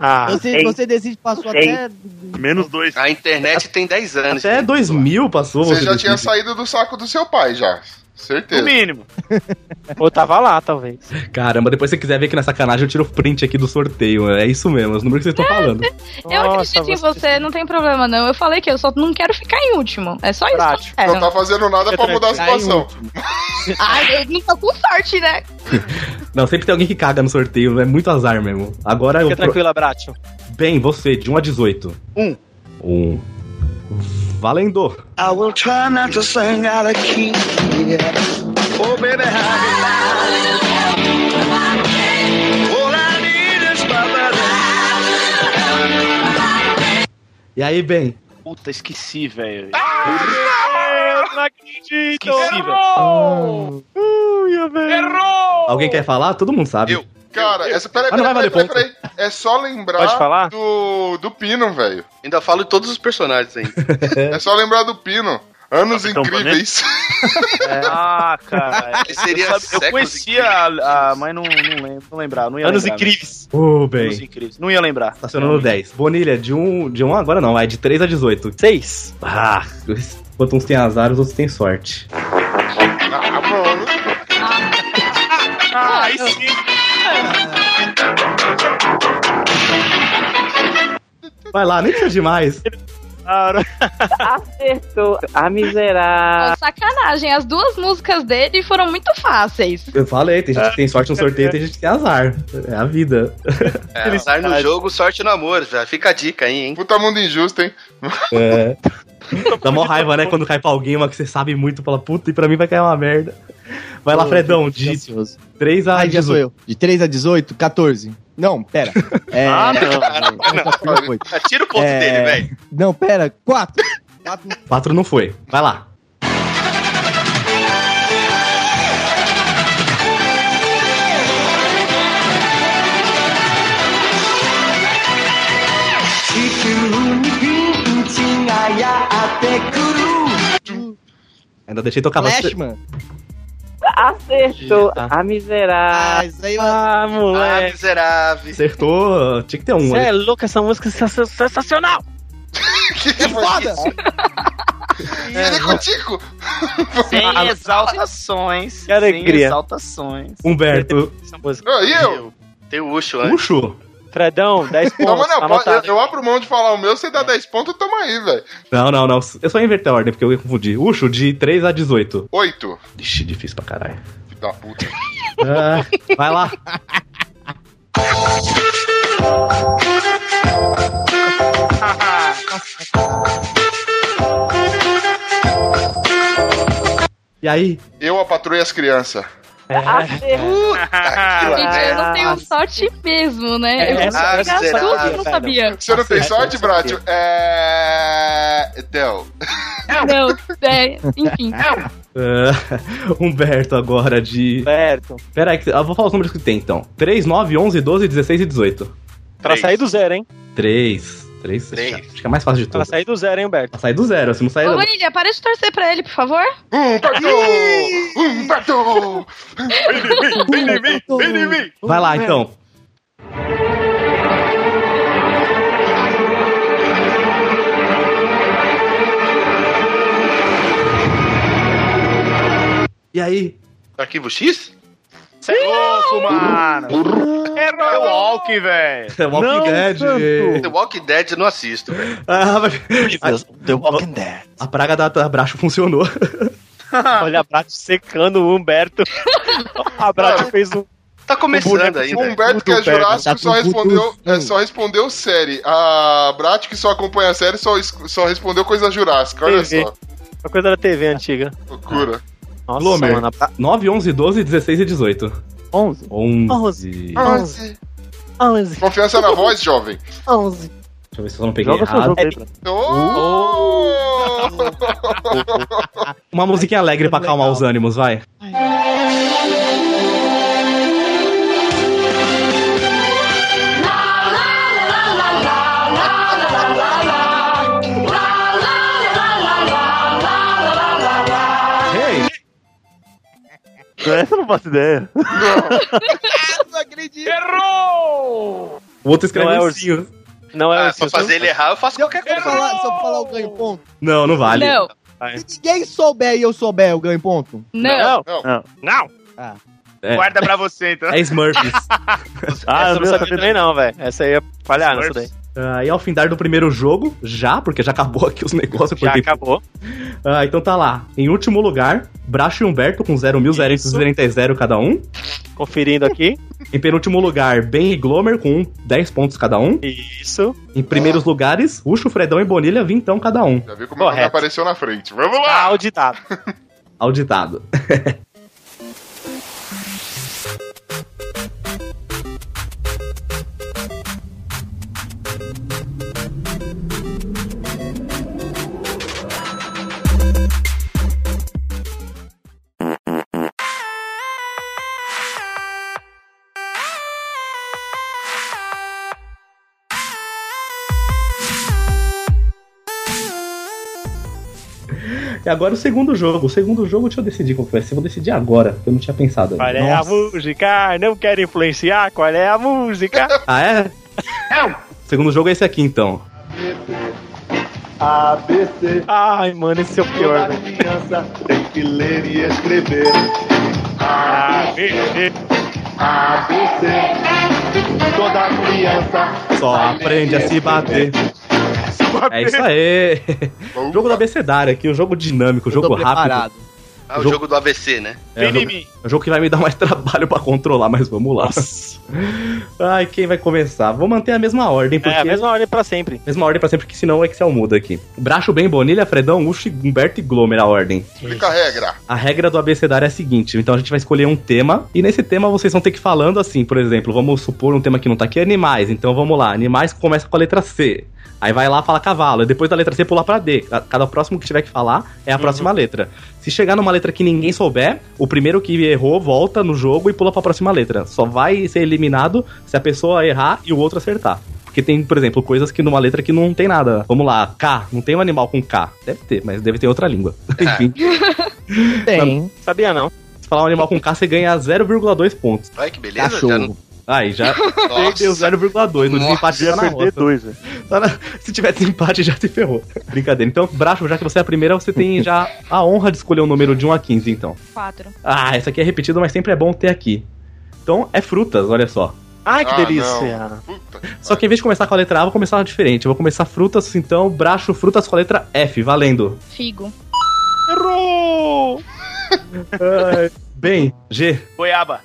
[SPEAKER 7] Ah,
[SPEAKER 2] é
[SPEAKER 6] você,
[SPEAKER 11] sei.
[SPEAKER 6] você decide, passou
[SPEAKER 11] Sei.
[SPEAKER 6] até...
[SPEAKER 5] Menos dois.
[SPEAKER 10] A internet tem 10 anos.
[SPEAKER 9] Até 2000 passou.
[SPEAKER 1] Você já tinha
[SPEAKER 9] decide.
[SPEAKER 1] saído do saco do seu pai, já.
[SPEAKER 3] No
[SPEAKER 1] Certeza.
[SPEAKER 3] mínimo.
[SPEAKER 7] ou tava lá, talvez.
[SPEAKER 9] Caramba, depois se você quiser ver aqui na sacanagem, eu tiro o print aqui do sorteio. É isso mesmo, é os números que vocês estão falando.
[SPEAKER 2] eu acredito em você, não tem problema não. Eu falei que eu só não quero ficar em último. É só isso
[SPEAKER 7] Prático.
[SPEAKER 2] que eu
[SPEAKER 1] Não
[SPEAKER 2] quero.
[SPEAKER 1] tá fazendo nada pra mudar a situação.
[SPEAKER 2] Ai, eu não tô com sorte, né?
[SPEAKER 9] Não, sempre tem alguém que caga no sorteio, é muito azar mesmo. Agora eu.
[SPEAKER 7] Fica tranquila, Bratio.
[SPEAKER 9] Bem, você, de 1 a 18.
[SPEAKER 7] Um.
[SPEAKER 9] Um. Valendo!
[SPEAKER 8] I will try not to sing out of key. Oh, baby, how you like it? All I need is my brother.
[SPEAKER 9] E aí, bem?
[SPEAKER 7] Puta, esqueci, velho. eu não acredito! Esqueci, velho.
[SPEAKER 3] Errou! Errou!
[SPEAKER 9] Alguém quer falar? Todo mundo sabe.
[SPEAKER 10] Eu.
[SPEAKER 1] Cara, essa. Peraí,
[SPEAKER 9] Ah, não
[SPEAKER 1] peraí,
[SPEAKER 9] vai
[SPEAKER 1] peraí,
[SPEAKER 9] valer
[SPEAKER 1] peraí, peraí. É só lembrar
[SPEAKER 7] Pode falar?
[SPEAKER 1] Do, do Pino, velho.
[SPEAKER 10] Ainda falo todos os personagens aí.
[SPEAKER 1] É só lembrar do Pino. Anos incríveis.
[SPEAKER 2] É,
[SPEAKER 3] Ah, cara.
[SPEAKER 10] Seria
[SPEAKER 3] eu, sabia- eu
[SPEAKER 10] séculos
[SPEAKER 3] conhecia a, a- mas não, não lembro, não lembrava. Não ia
[SPEAKER 7] Anos
[SPEAKER 5] né?
[SPEAKER 3] lembrar,
[SPEAKER 7] incríveis.
[SPEAKER 9] Ô,
[SPEAKER 3] velho. Anos
[SPEAKER 9] bem.
[SPEAKER 3] incríveis. Não ia lembrar.
[SPEAKER 6] Tá
[SPEAKER 9] Estacionando 10. Bonilha, de 1 um, de um agora não, é de 3 a 18.
[SPEAKER 7] Seis.
[SPEAKER 9] Ah, enquanto uns têm azar, os outros têm sorte.
[SPEAKER 1] Ah, mano.
[SPEAKER 3] Ah, aí sim.
[SPEAKER 9] Vai lá, nem precisa de mais.
[SPEAKER 11] Acertou. A miserável.
[SPEAKER 2] Pô, Tá sacanagem, as duas músicas dele foram muito fáceis.
[SPEAKER 9] Eu falei, tem gente que tem sorte no sorteio, tem gente que tem azar. É a vida.
[SPEAKER 10] É, azar no jogo, sorte no amor. Já fica a dica aí, hein?
[SPEAKER 1] Puta mundo injusto, hein?
[SPEAKER 9] É. Dá mó raiva, né? Quando cai pra alguém, uma que você sabe muito, fala, puta, e pra mim vai cair uma merda. Vai lá, Fredão, de
[SPEAKER 6] Ansioso.
[SPEAKER 9] 3 a
[SPEAKER 6] Ai, já sou
[SPEAKER 9] 18.
[SPEAKER 6] eu. De 3 a 18, 14. Não, pera. É,
[SPEAKER 5] Ah, não.
[SPEAKER 6] não, foi.
[SPEAKER 10] Tira o ponto
[SPEAKER 6] É.
[SPEAKER 10] dele, velho.
[SPEAKER 6] não, pera. 4. 4
[SPEAKER 9] 4 não foi. Vai lá. Ainda deixei tocar
[SPEAKER 6] Flash,
[SPEAKER 9] bastante.
[SPEAKER 6] mano.
[SPEAKER 11] Acertou.
[SPEAKER 9] Tá.
[SPEAKER 11] A miserável.
[SPEAKER 6] Ah, isso aí eu...
[SPEAKER 7] Ah,
[SPEAKER 10] Ah,
[SPEAKER 7] moleque.
[SPEAKER 10] miserável.
[SPEAKER 9] Acertou. Tinha que ter um.
[SPEAKER 7] Você
[SPEAKER 9] né?
[SPEAKER 7] é louco, essa música é sensa- sensacional!
[SPEAKER 6] é foda.
[SPEAKER 1] Tico!
[SPEAKER 12] Sem exaltações.
[SPEAKER 7] Que alegria.
[SPEAKER 12] Sem exaltações.
[SPEAKER 9] Humberto.
[SPEAKER 1] e eu?
[SPEAKER 10] Tem o Ucho
[SPEAKER 9] Puxo.
[SPEAKER 7] Fredão, 10
[SPEAKER 1] Não,
[SPEAKER 7] pontos.
[SPEAKER 1] mas não, pode, eu,
[SPEAKER 7] tá anotado.
[SPEAKER 1] eu abro mão de falar o meu, você dá 10 pontos, toma aí, velho.
[SPEAKER 9] Não, não, não. Eu só invertei a ordem, porque eu ia confundir. Ucho, de 3 a 18.
[SPEAKER 1] 8.
[SPEAKER 9] Ixi, difícil pra caralho.
[SPEAKER 1] Filho da puta.
[SPEAKER 9] Ah, vai lá. E aí?
[SPEAKER 1] Eu a patroei as crianças.
[SPEAKER 2] Gente, eu não tenho sorte mesmo, né?
[SPEAKER 1] é
[SPEAKER 2] Eu vou
[SPEAKER 10] Ah,
[SPEAKER 2] pegar tudo que eu não sabia.
[SPEAKER 1] Você não tem sorte, Bratio? É. Então.
[SPEAKER 2] Não, é, enfim.
[SPEAKER 9] Ah, Humberto agora de. Humberto. Pera aí, que- eu vou falar os números que tem então: 3, 9, 11, 12, 16 e 18.
[SPEAKER 7] Pra sair do zero, hein?
[SPEAKER 9] 3. 3. Acho que é mais fácil de tudo.
[SPEAKER 7] Pra sair do zero, hein, Humberto?
[SPEAKER 9] Pra sair do zero, se não sair.
[SPEAKER 2] Ô, Marília, para de torcer pra ele, por favor.
[SPEAKER 1] Humberto! Um Humberto!
[SPEAKER 2] Vem em mim, vem em mim!
[SPEAKER 9] Vai lá então. E aí?
[SPEAKER 10] Arquivo X?
[SPEAKER 12] Cê é louco, mano. É o Walk, velho.
[SPEAKER 9] The Walking Dead.
[SPEAKER 10] The Walking Dead eu não assisto, velho.
[SPEAKER 9] Ah, mas... The Walking Dead. A praga da Tabracho funcionou.
[SPEAKER 7] Olha a Brat secando o Humberto. A Brat fez um.
[SPEAKER 10] Tá
[SPEAKER 7] um boneco com
[SPEAKER 1] O Humberto, que é
[SPEAKER 7] tá
[SPEAKER 1] jurássico, só respondeu,
[SPEAKER 9] um
[SPEAKER 1] é, só respondeu série. A Brat, que só acompanha a série, só, es- só respondeu coisa jurássica. Olha
[SPEAKER 7] TV.
[SPEAKER 1] só.
[SPEAKER 7] Uma coisa da TV antiga.
[SPEAKER 1] Loucura.
[SPEAKER 7] Nossa,
[SPEAKER 9] Lomer,
[SPEAKER 7] mano.
[SPEAKER 9] 9, 11, 12, 16 e 18.
[SPEAKER 7] 11.
[SPEAKER 9] 11.
[SPEAKER 1] Onze. Confiança na voz, jovem.
[SPEAKER 7] 11.
[SPEAKER 9] Deixa eu ver se eu não peguei
[SPEAKER 7] Joga seu
[SPEAKER 9] errado. É,
[SPEAKER 7] jogo aí, Brat.
[SPEAKER 9] Uma musiquinha alegre pra acalmar os ânimos, vai. Ei!
[SPEAKER 5] Essa eu não faço ideia.
[SPEAKER 12] Não acredito. Errou!
[SPEAKER 9] O outro
[SPEAKER 7] Não
[SPEAKER 9] escreveu assim,
[SPEAKER 7] é
[SPEAKER 9] ursinho.
[SPEAKER 7] Não é
[SPEAKER 10] Ah, pra fazer ele errar, eu faço qualquer
[SPEAKER 6] Se eu
[SPEAKER 10] coisa.
[SPEAKER 6] falar, se eu falar eu ganho ponto.
[SPEAKER 9] Não, não vale.
[SPEAKER 6] Não. Se ninguém souber e eu souber, eu ganho ponto.
[SPEAKER 12] Não.
[SPEAKER 1] Não.
[SPEAKER 5] Não.
[SPEAKER 12] Não.
[SPEAKER 9] É.
[SPEAKER 12] Guarda pra você, então.
[SPEAKER 9] É Smurfs.
[SPEAKER 7] Ah, eu
[SPEAKER 9] eu
[SPEAKER 7] não
[SPEAKER 9] não
[SPEAKER 7] sabia também não, velho. Essa aí ia falhar nessa daí.
[SPEAKER 9] Aí Ah, ao findar do primeiro jogo, já, porque já acabou aqui os negócios. eu
[SPEAKER 7] Já
[SPEAKER 9] cortei.
[SPEAKER 7] acabou.
[SPEAKER 9] Ah, então tá lá. Em último lugar, Bracho e Humberto com 0.000 cada um.
[SPEAKER 7] Conferindo aqui.
[SPEAKER 9] Em penúltimo lugar, Ben e Glomer com 10 pontos cada um.
[SPEAKER 7] Isso.
[SPEAKER 9] Em primeiros lugares, Ucho, Fredão e Bonilha, vintão cada um.
[SPEAKER 1] Já viu como é ele apareceu na frente. Vamos lá!
[SPEAKER 7] Auditado.
[SPEAKER 9] Auditado. E agora o segundo jogo. O segundo jogo, deixa eu decidir qual que vai ser. Eu Vou decidir agora, porque eu não tinha pensado.
[SPEAKER 7] Qual
[SPEAKER 9] ainda.
[SPEAKER 7] é a
[SPEAKER 9] Nossa.
[SPEAKER 7] música? Não quero influenciar. Qual é a música?
[SPEAKER 9] Ah, é?
[SPEAKER 12] um
[SPEAKER 9] O segundo jogo é esse aqui, então.
[SPEAKER 7] ABC. Ai, mano, esse é o pior, velho.
[SPEAKER 4] criança tem que ler e escrever.
[SPEAKER 7] ABC.
[SPEAKER 4] ABC. Toda criança.
[SPEAKER 9] Só aprende a se bater. É isso aí. jogo da abecedário aqui, um jogo dinâmico, um
[SPEAKER 10] Eu tô
[SPEAKER 9] jogo rápido.
[SPEAKER 10] preparado. Ah, o jogo... do AVC, né?
[SPEAKER 9] É, um jogo, é um jogo que vai me dar mais trabalho pra controlar, mas vamos lá. Ai, quem vai começar? Vou manter a mesma ordem, porque...
[SPEAKER 7] É, a mesma ordem pra sempre.
[SPEAKER 9] Mesma ordem pra sempre, que senão o Excel muda aqui. Bracho, Ben, Bonilha, Fredão, Uchi, Humberto e Glomer a ordem.
[SPEAKER 1] Explica a regra.
[SPEAKER 9] A regra do abecedário é a seguinte, então a gente vai escolher um tema, e nesse tema vocês vão ter que ir falando assim, por exemplo, vamos supor um tema que não tá aqui, animais, então vamos lá, animais começa com a letra C, aí vai lá fala cavalo, e depois da letra C pular pra D, Ca- cada próximo que tiver que falar é a próxima letra. Se chegar numa letra que ninguém souber, o primeiro que errou volta no jogo e pula pra próxima letra, só vai ser eliminado se a pessoa errar e o outro acertar. Porque tem, por exemplo, coisas que numa letra que não tem nada. Vamos lá, K. Não tem um animal com K. Deve ter, mas deve ter outra língua. Enfim.
[SPEAKER 7] Tem. Sabia não.
[SPEAKER 9] Se falar um animal com K, você ganha 0,2 pontos.
[SPEAKER 10] Ai, que beleza.
[SPEAKER 9] Cachorro.
[SPEAKER 10] Já não,
[SPEAKER 9] Aí já
[SPEAKER 5] Nossa.
[SPEAKER 9] perdeu 0,2. No desempate
[SPEAKER 5] Ia
[SPEAKER 9] já na
[SPEAKER 5] perder
[SPEAKER 9] roça.
[SPEAKER 5] dois, velho.
[SPEAKER 9] Tá na- Se tiver desempate, já se ferrou. Brincadeira. Então, Bracho, já que você é a primeira, você tem já a honra de escolher o número de 1 a 15, então.
[SPEAKER 2] Quatro.
[SPEAKER 9] Ah, essa aqui é repetida, mas sempre é bom ter aqui. Então, é frutas, olha só.
[SPEAKER 7] Ai, que delícia.
[SPEAKER 9] Só que em vez de começar com a letra A, eu vou começar diferente. Eu vou começar frutas, então, Bracho, frutas com a letra F, valendo.
[SPEAKER 2] Figo.
[SPEAKER 3] Errou!
[SPEAKER 9] Ai. Bem, G,
[SPEAKER 3] Goiaba.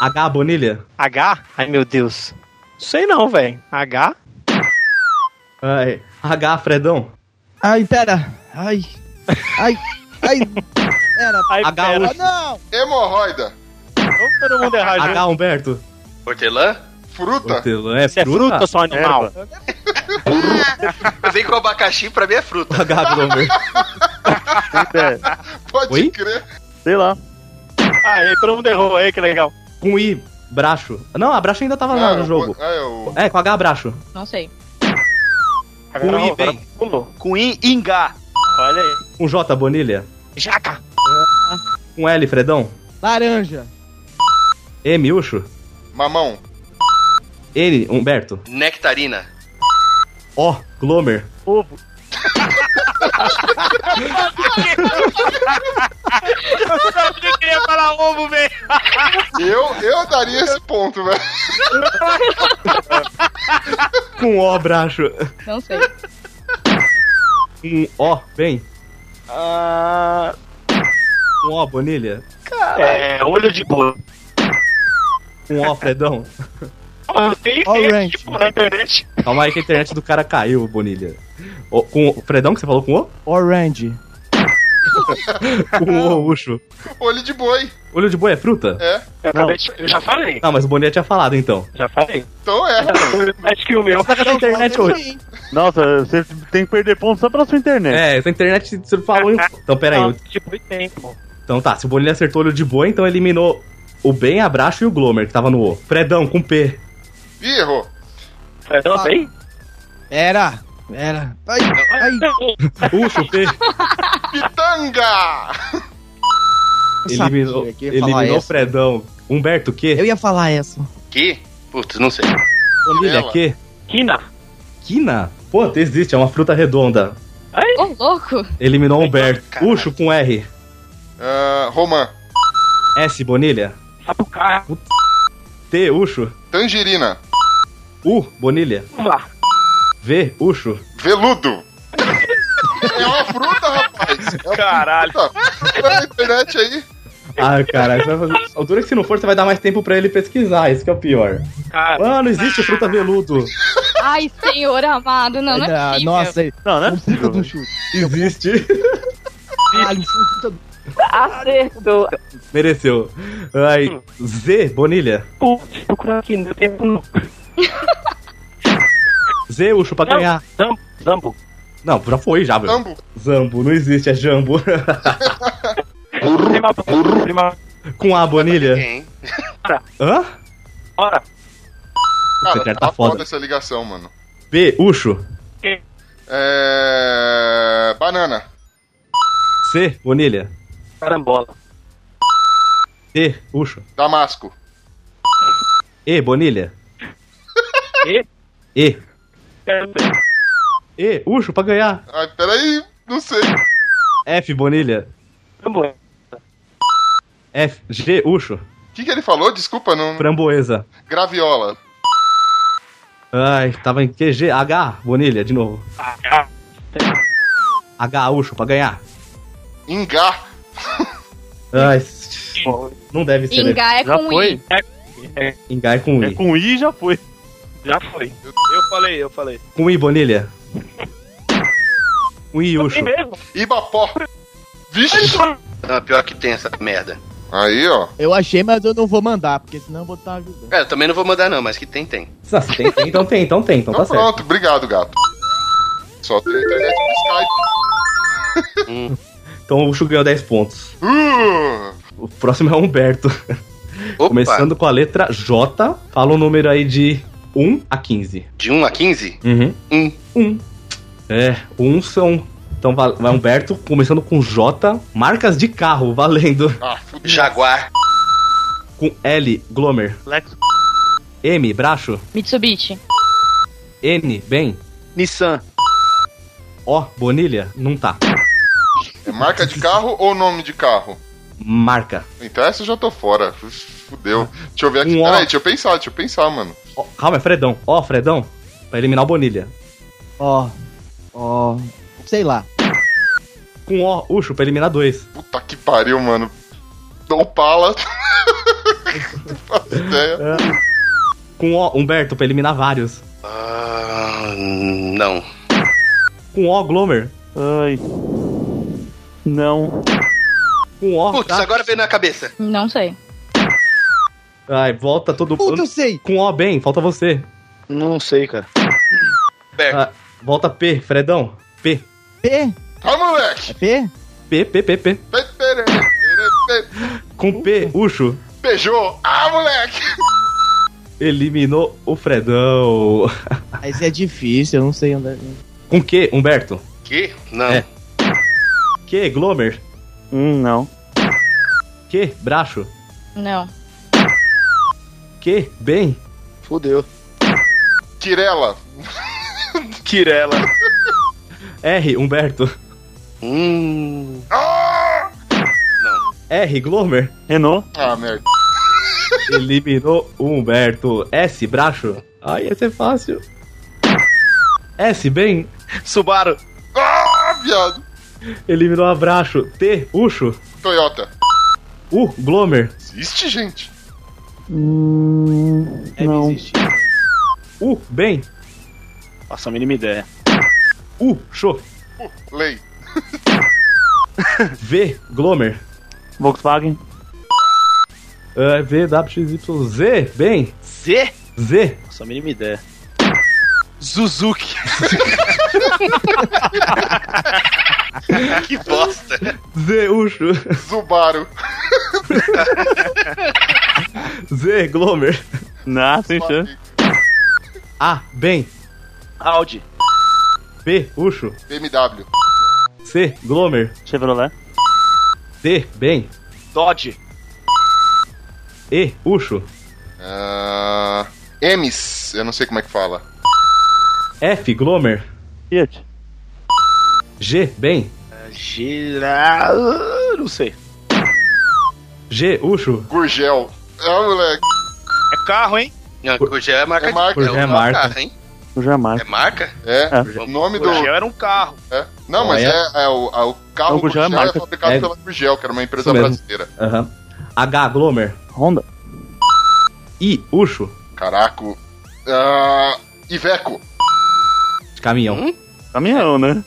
[SPEAKER 9] H, Bonilha.
[SPEAKER 7] H? Ai, meu Deus. Sei não, velho. H?
[SPEAKER 9] Ai, H, Fredão.
[SPEAKER 6] Ai, pera. Ai. Ai. Ai. Pera.
[SPEAKER 7] Ai,
[SPEAKER 2] um.
[SPEAKER 6] Ah, não!
[SPEAKER 1] Hemorroida.
[SPEAKER 7] Vamos todo mundo errar
[SPEAKER 9] H, um. Humberto.
[SPEAKER 10] Hortelã?
[SPEAKER 1] Fruta?
[SPEAKER 9] Hortelã é
[SPEAKER 10] Isso é
[SPEAKER 9] fruta?
[SPEAKER 10] fruta, seu animal.
[SPEAKER 9] Erva.
[SPEAKER 10] Eu venho com abacaxi, pra mim é fruta.
[SPEAKER 9] H, Glover.
[SPEAKER 1] Pode
[SPEAKER 9] Oi?
[SPEAKER 1] crer.
[SPEAKER 9] Sei lá.
[SPEAKER 7] Aí, todo mundo Ah, errou aí, que legal.
[SPEAKER 9] Com I, Bracho. Não, a Bracho ainda tava lá
[SPEAKER 10] Ah,
[SPEAKER 9] no jogo.
[SPEAKER 1] É, o...
[SPEAKER 9] É, com H, Bracho.
[SPEAKER 2] Não sei.
[SPEAKER 9] Com I, bem.
[SPEAKER 3] Com I, Ingá.
[SPEAKER 7] Olha aí.
[SPEAKER 9] Com J, Bonilha.
[SPEAKER 3] Jaca.
[SPEAKER 9] Com L, Fredão.
[SPEAKER 6] Laranja.
[SPEAKER 9] M, Ucho.
[SPEAKER 1] Mamão.
[SPEAKER 9] N, Humberto.
[SPEAKER 10] Nectarina.
[SPEAKER 9] O, Glomer.
[SPEAKER 7] Ovo.
[SPEAKER 12] Eu sabia que ia falar ovo, velho.
[SPEAKER 1] Eu, eu daria esse ponto, velho.
[SPEAKER 9] Com O, Bracho.
[SPEAKER 2] Não sei.
[SPEAKER 9] Com O, bem.
[SPEAKER 7] Ah,
[SPEAKER 9] Com O, Bonilha.
[SPEAKER 7] é, olho de boi.
[SPEAKER 9] Com O, Fredão.
[SPEAKER 7] Ó, Tem tem, tipo, na internet.
[SPEAKER 9] Calma aí que a internet do cara caiu, Bonilha. O, com o Fredão que você falou com O?
[SPEAKER 6] Orange.
[SPEAKER 9] com O, Ucho.
[SPEAKER 1] Olho de boi.
[SPEAKER 9] Olho de boi é fruta?
[SPEAKER 1] É.
[SPEAKER 7] Eu, acabei de- eu já falei.
[SPEAKER 9] Não, mas o Bonilha tinha falado então.
[SPEAKER 7] Já falei.
[SPEAKER 1] Então é.
[SPEAKER 7] Acho que o meu.
[SPEAKER 9] da internet hoje.
[SPEAKER 5] Nossa, você tem que perder ponto só pela sua internet.
[SPEAKER 9] É, essa internet você falou. em- Então, peraí.
[SPEAKER 7] Não,
[SPEAKER 9] eu-
[SPEAKER 7] tipo, tem, pô.
[SPEAKER 9] Então tá, se o Bonilha acertou olho de boi, então eliminou o Ben, Abraço e o Glomer, que tava no O. Fredão, com P.
[SPEAKER 1] Ih, errou.
[SPEAKER 7] Fredão, bem?
[SPEAKER 6] Era. Era. Ai. Ai.
[SPEAKER 9] Ucho, P.
[SPEAKER 1] Pitanga!
[SPEAKER 9] Eliminou,
[SPEAKER 6] que ia falar
[SPEAKER 9] eliminou o
[SPEAKER 6] essa.
[SPEAKER 9] Fredão. Humberto, Q. Eu
[SPEAKER 6] ia falar essa.
[SPEAKER 10] Que? Putz, não sei.
[SPEAKER 9] Bonilha,
[SPEAKER 10] Ela.
[SPEAKER 9] Q.
[SPEAKER 7] Quina.
[SPEAKER 9] Quina? Pô, existe, é uma fruta redonda.
[SPEAKER 2] Ô, louco.
[SPEAKER 9] Eliminou o Humberto. Ucho, com R.
[SPEAKER 1] Ah, Romã.
[SPEAKER 9] S, Bonilha.
[SPEAKER 7] Sapucaia.
[SPEAKER 9] T, Ucho.
[SPEAKER 1] Tangerina.
[SPEAKER 9] U, Bonilha.
[SPEAKER 7] Uva.
[SPEAKER 9] V, Ucho.
[SPEAKER 1] Veludo. É uma fruta, rapaz. É uma
[SPEAKER 3] Caralho.
[SPEAKER 1] Fruta. Olha na internet aí.
[SPEAKER 9] Ah, cara, isso vai fazer- o duro é que se não for, você vai dar mais tempo pra ele pesquisar, isso que é o pior. Mano, existe fruta veludo.
[SPEAKER 2] Ai, senhor amado. Não, não é
[SPEAKER 6] Ah,
[SPEAKER 2] possível.
[SPEAKER 6] nossa,
[SPEAKER 5] não,
[SPEAKER 6] não é possível. Do chute.
[SPEAKER 9] Existe.
[SPEAKER 6] Caralho, puta do-
[SPEAKER 11] Acertou.
[SPEAKER 9] Mereceu. Ai, Z, Bonilha.
[SPEAKER 7] Putz, procura aqui, não deu tempo não.
[SPEAKER 9] Z, Ucho, pra ganhar.
[SPEAKER 7] Zambo. Zambo.
[SPEAKER 9] Não, já foi, já. velho.
[SPEAKER 1] Tambo.
[SPEAKER 9] Zambo, não existe, é jambo.
[SPEAKER 7] Prima, prima.
[SPEAKER 9] Com A, Bonilha.
[SPEAKER 10] Quem?
[SPEAKER 9] Hã?
[SPEAKER 7] Ora.
[SPEAKER 1] Cara,
[SPEAKER 9] Secretário
[SPEAKER 1] tá,
[SPEAKER 9] tá
[SPEAKER 1] foda.
[SPEAKER 9] foda.
[SPEAKER 1] essa ligação, mano.
[SPEAKER 9] B, Ucho.
[SPEAKER 1] É... Banana.
[SPEAKER 9] C, Bonilha.
[SPEAKER 7] Carambola.
[SPEAKER 9] T, Ucho.
[SPEAKER 1] Damasco.
[SPEAKER 9] E, Bonilha.
[SPEAKER 7] E?
[SPEAKER 9] E. E, Ucho, pra ganhar.
[SPEAKER 1] Ai, peraí. Não sei.
[SPEAKER 9] F, Bonilha.
[SPEAKER 7] Zambo.
[SPEAKER 9] F, G, Ucho.
[SPEAKER 1] O que, que ele falou? Desculpa, não...
[SPEAKER 9] Framboesa.
[SPEAKER 1] Graviola.
[SPEAKER 9] Ai, tava em QG. H, Bonilha, de novo.
[SPEAKER 7] Ah,
[SPEAKER 9] H, Ucho, pra ganhar.
[SPEAKER 1] Ingá.
[SPEAKER 9] Ai, não deve ser. né?
[SPEAKER 2] Ingá é com I.
[SPEAKER 7] É,
[SPEAKER 9] Ingá é com I.
[SPEAKER 5] Com I já foi.
[SPEAKER 7] já foi.
[SPEAKER 3] Eu falei, eu falei.
[SPEAKER 9] Com I, Bonilha. Com I, Ucho.
[SPEAKER 7] mesmo.
[SPEAKER 1] Ibapó. Vixe.
[SPEAKER 10] Não, Ah, pior que tem essa merda.
[SPEAKER 1] Aí, ó.
[SPEAKER 6] Eu achei, mas eu não vou mandar, porque senão eu vou estar ajudando.
[SPEAKER 10] É, eu também não vou mandar não, mas que tem, tem.
[SPEAKER 9] Ah, se tem, tem, então tem, então tem, então
[SPEAKER 1] Então
[SPEAKER 9] tá certo.
[SPEAKER 1] pronto. Obrigado, gato. Só tem internet no Skype.
[SPEAKER 10] Hum.
[SPEAKER 9] Então o Ucho ganhou 10 pontos.
[SPEAKER 1] Uh,
[SPEAKER 9] O próximo é o Humberto. Começando com a letra J. Fala um número aí de 1 a 15.
[SPEAKER 10] De 1 a 15?
[SPEAKER 9] Uhum.
[SPEAKER 10] 1.
[SPEAKER 9] 1. É, 1 são. Então va- vai Humberto, começando com J. Marcas de carro, valendo.
[SPEAKER 1] Ah, fudeu.
[SPEAKER 10] Jaguar.
[SPEAKER 9] Com L, Glomer.
[SPEAKER 7] Lex.
[SPEAKER 9] M, Bracho.
[SPEAKER 2] Mitsubishi.
[SPEAKER 9] N, Bem. Nissan. O, Bonilha. Não tá.
[SPEAKER 1] É marca de carro ou nome de carro?
[SPEAKER 9] Marca.
[SPEAKER 1] Então essa eu já tô fora. Fudeu. Deixa eu ver aqui. Peraí, deixa eu pensar, deixa eu pensar, mano.
[SPEAKER 9] Ó, calma, é Fredão. Ó, Fredão. Pra eliminar o Bonilha.
[SPEAKER 6] Ó. Ó. Sei lá.
[SPEAKER 9] Com O, Ucho, pra eliminar dois.
[SPEAKER 1] Puta Tá que pariu, mano. Opala.
[SPEAKER 9] É. Com O, Humberto, pra eliminar vários.
[SPEAKER 10] Ah, não.
[SPEAKER 9] Com O, Glomer.
[SPEAKER 5] Ai. Não.
[SPEAKER 9] Com O.
[SPEAKER 10] Putz, agora veio na cabeça.
[SPEAKER 2] Não sei.
[SPEAKER 9] Ai, volta todo mundo.
[SPEAKER 10] Puta, eu
[SPEAKER 9] sei. Com O, Bem. Falta você. Não sei, cara. volta P, Fredão. P.
[SPEAKER 6] P?
[SPEAKER 1] Ah, moleque!
[SPEAKER 6] É P?
[SPEAKER 9] P, P, P, P. Com P, Ucho.
[SPEAKER 1] Beijou. Ah, moleque!
[SPEAKER 9] Eliminou o Fredão.
[SPEAKER 6] Mas é difícil, eu não sei onde.
[SPEAKER 9] Com que, Humberto?
[SPEAKER 10] Que? Não.
[SPEAKER 9] É. Que, Glomer?
[SPEAKER 5] Hum, não.
[SPEAKER 9] Que, Bracho?
[SPEAKER 2] Não.
[SPEAKER 9] Que, Bem?
[SPEAKER 12] Fudeu.
[SPEAKER 1] Quirela.
[SPEAKER 12] Quirela.
[SPEAKER 9] R, Humberto? Hum. R, Glomer?
[SPEAKER 5] Renault?
[SPEAKER 1] Ah, merda.
[SPEAKER 9] Eliminou o Humberto. S, Bracho? Ai, ia ser fácil. S, Bem?
[SPEAKER 12] Subaru.
[SPEAKER 1] Ah, viado.
[SPEAKER 9] Eliminou a Bracho. T, Ucho?
[SPEAKER 1] Toyota.
[SPEAKER 9] U, Glomer?
[SPEAKER 1] Existe, gente.
[SPEAKER 5] Hum,
[SPEAKER 13] É
[SPEAKER 5] não.
[SPEAKER 9] U, Uh, Bem?
[SPEAKER 13] Nossa, a mínima ideia.
[SPEAKER 9] U, show.
[SPEAKER 1] Lei.
[SPEAKER 9] V, Glomer.
[SPEAKER 5] Volkswagen.
[SPEAKER 9] Uh, v, W, X, Y, Z, bem.
[SPEAKER 13] Z?
[SPEAKER 9] Z.
[SPEAKER 13] Nossa, a mínima ideia.
[SPEAKER 12] Suzuki.
[SPEAKER 10] que bosta.
[SPEAKER 9] Z, Ucho.
[SPEAKER 1] Subaru.
[SPEAKER 9] Z, Glomer.
[SPEAKER 5] Não, sem chance.
[SPEAKER 9] A, bem.
[SPEAKER 13] Audi.
[SPEAKER 9] B, Ucho.
[SPEAKER 1] BMW.
[SPEAKER 9] C, Glomer.
[SPEAKER 5] Chevrolet.
[SPEAKER 9] D, bem.
[SPEAKER 13] Dodge.
[SPEAKER 9] E, Ucho.
[SPEAKER 1] Ah, M's. Eu não sei como é que fala.
[SPEAKER 9] F, Glomer.
[SPEAKER 5] Fiat.
[SPEAKER 9] G, bem.
[SPEAKER 13] Gira... Não sei.
[SPEAKER 9] G, Ucho.
[SPEAKER 1] Gurgel. Ah, moleque.
[SPEAKER 12] É carro, hein?
[SPEAKER 10] Não, Gurgel é marca.
[SPEAKER 1] É marca.
[SPEAKER 10] de-
[SPEAKER 1] Gurgel é
[SPEAKER 10] um
[SPEAKER 1] marca.
[SPEAKER 10] carro, hein?
[SPEAKER 5] Eu já marco.
[SPEAKER 10] É marca?
[SPEAKER 1] É, o nome do.
[SPEAKER 12] Gurgel era um carro.
[SPEAKER 1] É. Não, mas
[SPEAKER 9] Olha.
[SPEAKER 1] é, é o, é o carro
[SPEAKER 5] Não, Gurgel é
[SPEAKER 1] Gurgel é,
[SPEAKER 5] marca.
[SPEAKER 1] fabricado
[SPEAKER 9] É.
[SPEAKER 1] pela Gurgel, que era uma
[SPEAKER 9] Isso
[SPEAKER 1] empresa
[SPEAKER 9] mesmo.
[SPEAKER 1] brasileira.
[SPEAKER 9] Aham. H, Glomer.
[SPEAKER 5] Honda.
[SPEAKER 9] I, Ucho.
[SPEAKER 1] Caraca. Ah, Iveco.
[SPEAKER 9] De caminhão.
[SPEAKER 1] Hum?
[SPEAKER 12] Hum?
[SPEAKER 5] Caminhão, né?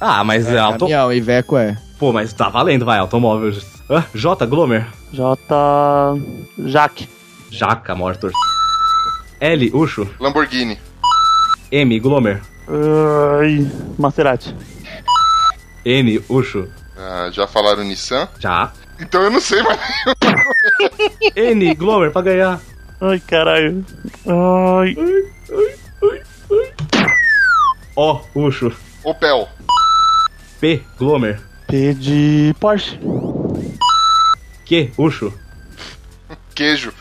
[SPEAKER 9] Ah, mas é, auto...
[SPEAKER 6] Caminhão, Iveco é.
[SPEAKER 9] Pô, mas tá valendo, vai, automóvel. Ah, J, Glomer.
[SPEAKER 5] J. Jaque.
[SPEAKER 9] Jaca, Mortor. L, Ucho.
[SPEAKER 1] Lamborghini.
[SPEAKER 9] M, Glomer.
[SPEAKER 5] Ai, Maserati.
[SPEAKER 9] N, Ucho.
[SPEAKER 1] Ah, já falaram Nissan?
[SPEAKER 9] Já.
[SPEAKER 1] Então eu não sei mais.
[SPEAKER 9] N, Glomer, pra ganhar.
[SPEAKER 5] Ai, caralho. Ai.
[SPEAKER 9] O, Ucho.
[SPEAKER 1] Opel.
[SPEAKER 9] P, Glomer.
[SPEAKER 5] P de Porsche.
[SPEAKER 9] Q, Ucho.
[SPEAKER 1] Queijo.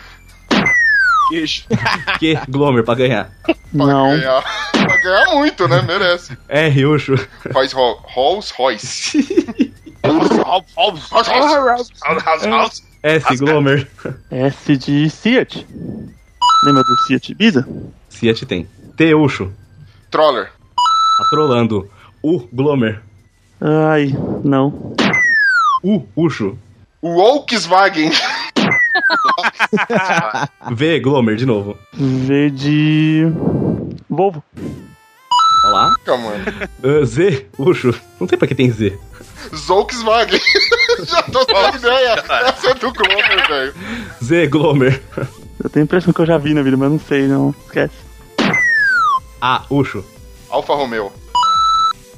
[SPEAKER 12] Queijo.
[SPEAKER 9] Q, Glomer, pra ganhar.
[SPEAKER 5] Não.
[SPEAKER 1] Ganhar. É, Vai ganhar muito, né? Merece.
[SPEAKER 9] R, Ucho.
[SPEAKER 1] Faz Ro- Rolls Royce.
[SPEAKER 9] S, Glomer.
[SPEAKER 5] S de Fiat. Lembra do Fiat Ibiza?
[SPEAKER 9] Fiat tem. T, Ucho.
[SPEAKER 1] Troller.
[SPEAKER 9] Tá trolando. U, Glomer.
[SPEAKER 5] Ai, não.
[SPEAKER 9] U, Ucho.
[SPEAKER 1] O Volkswagen.
[SPEAKER 9] V, Glomer, de novo.
[SPEAKER 5] V de Volvo.
[SPEAKER 9] Olá.
[SPEAKER 1] Fica, mano.
[SPEAKER 9] Ah, Z, Ucho. Não sei pra que tem Z.
[SPEAKER 1] Volkswagen. já tô sem ideia. Essa é do Glover, velho.
[SPEAKER 9] Z, Glomer.
[SPEAKER 5] Eu tenho a impressão que eu já vi na vida, mas não sei, não. Esquece.
[SPEAKER 9] A, Ucho.
[SPEAKER 1] Alfa Romeo.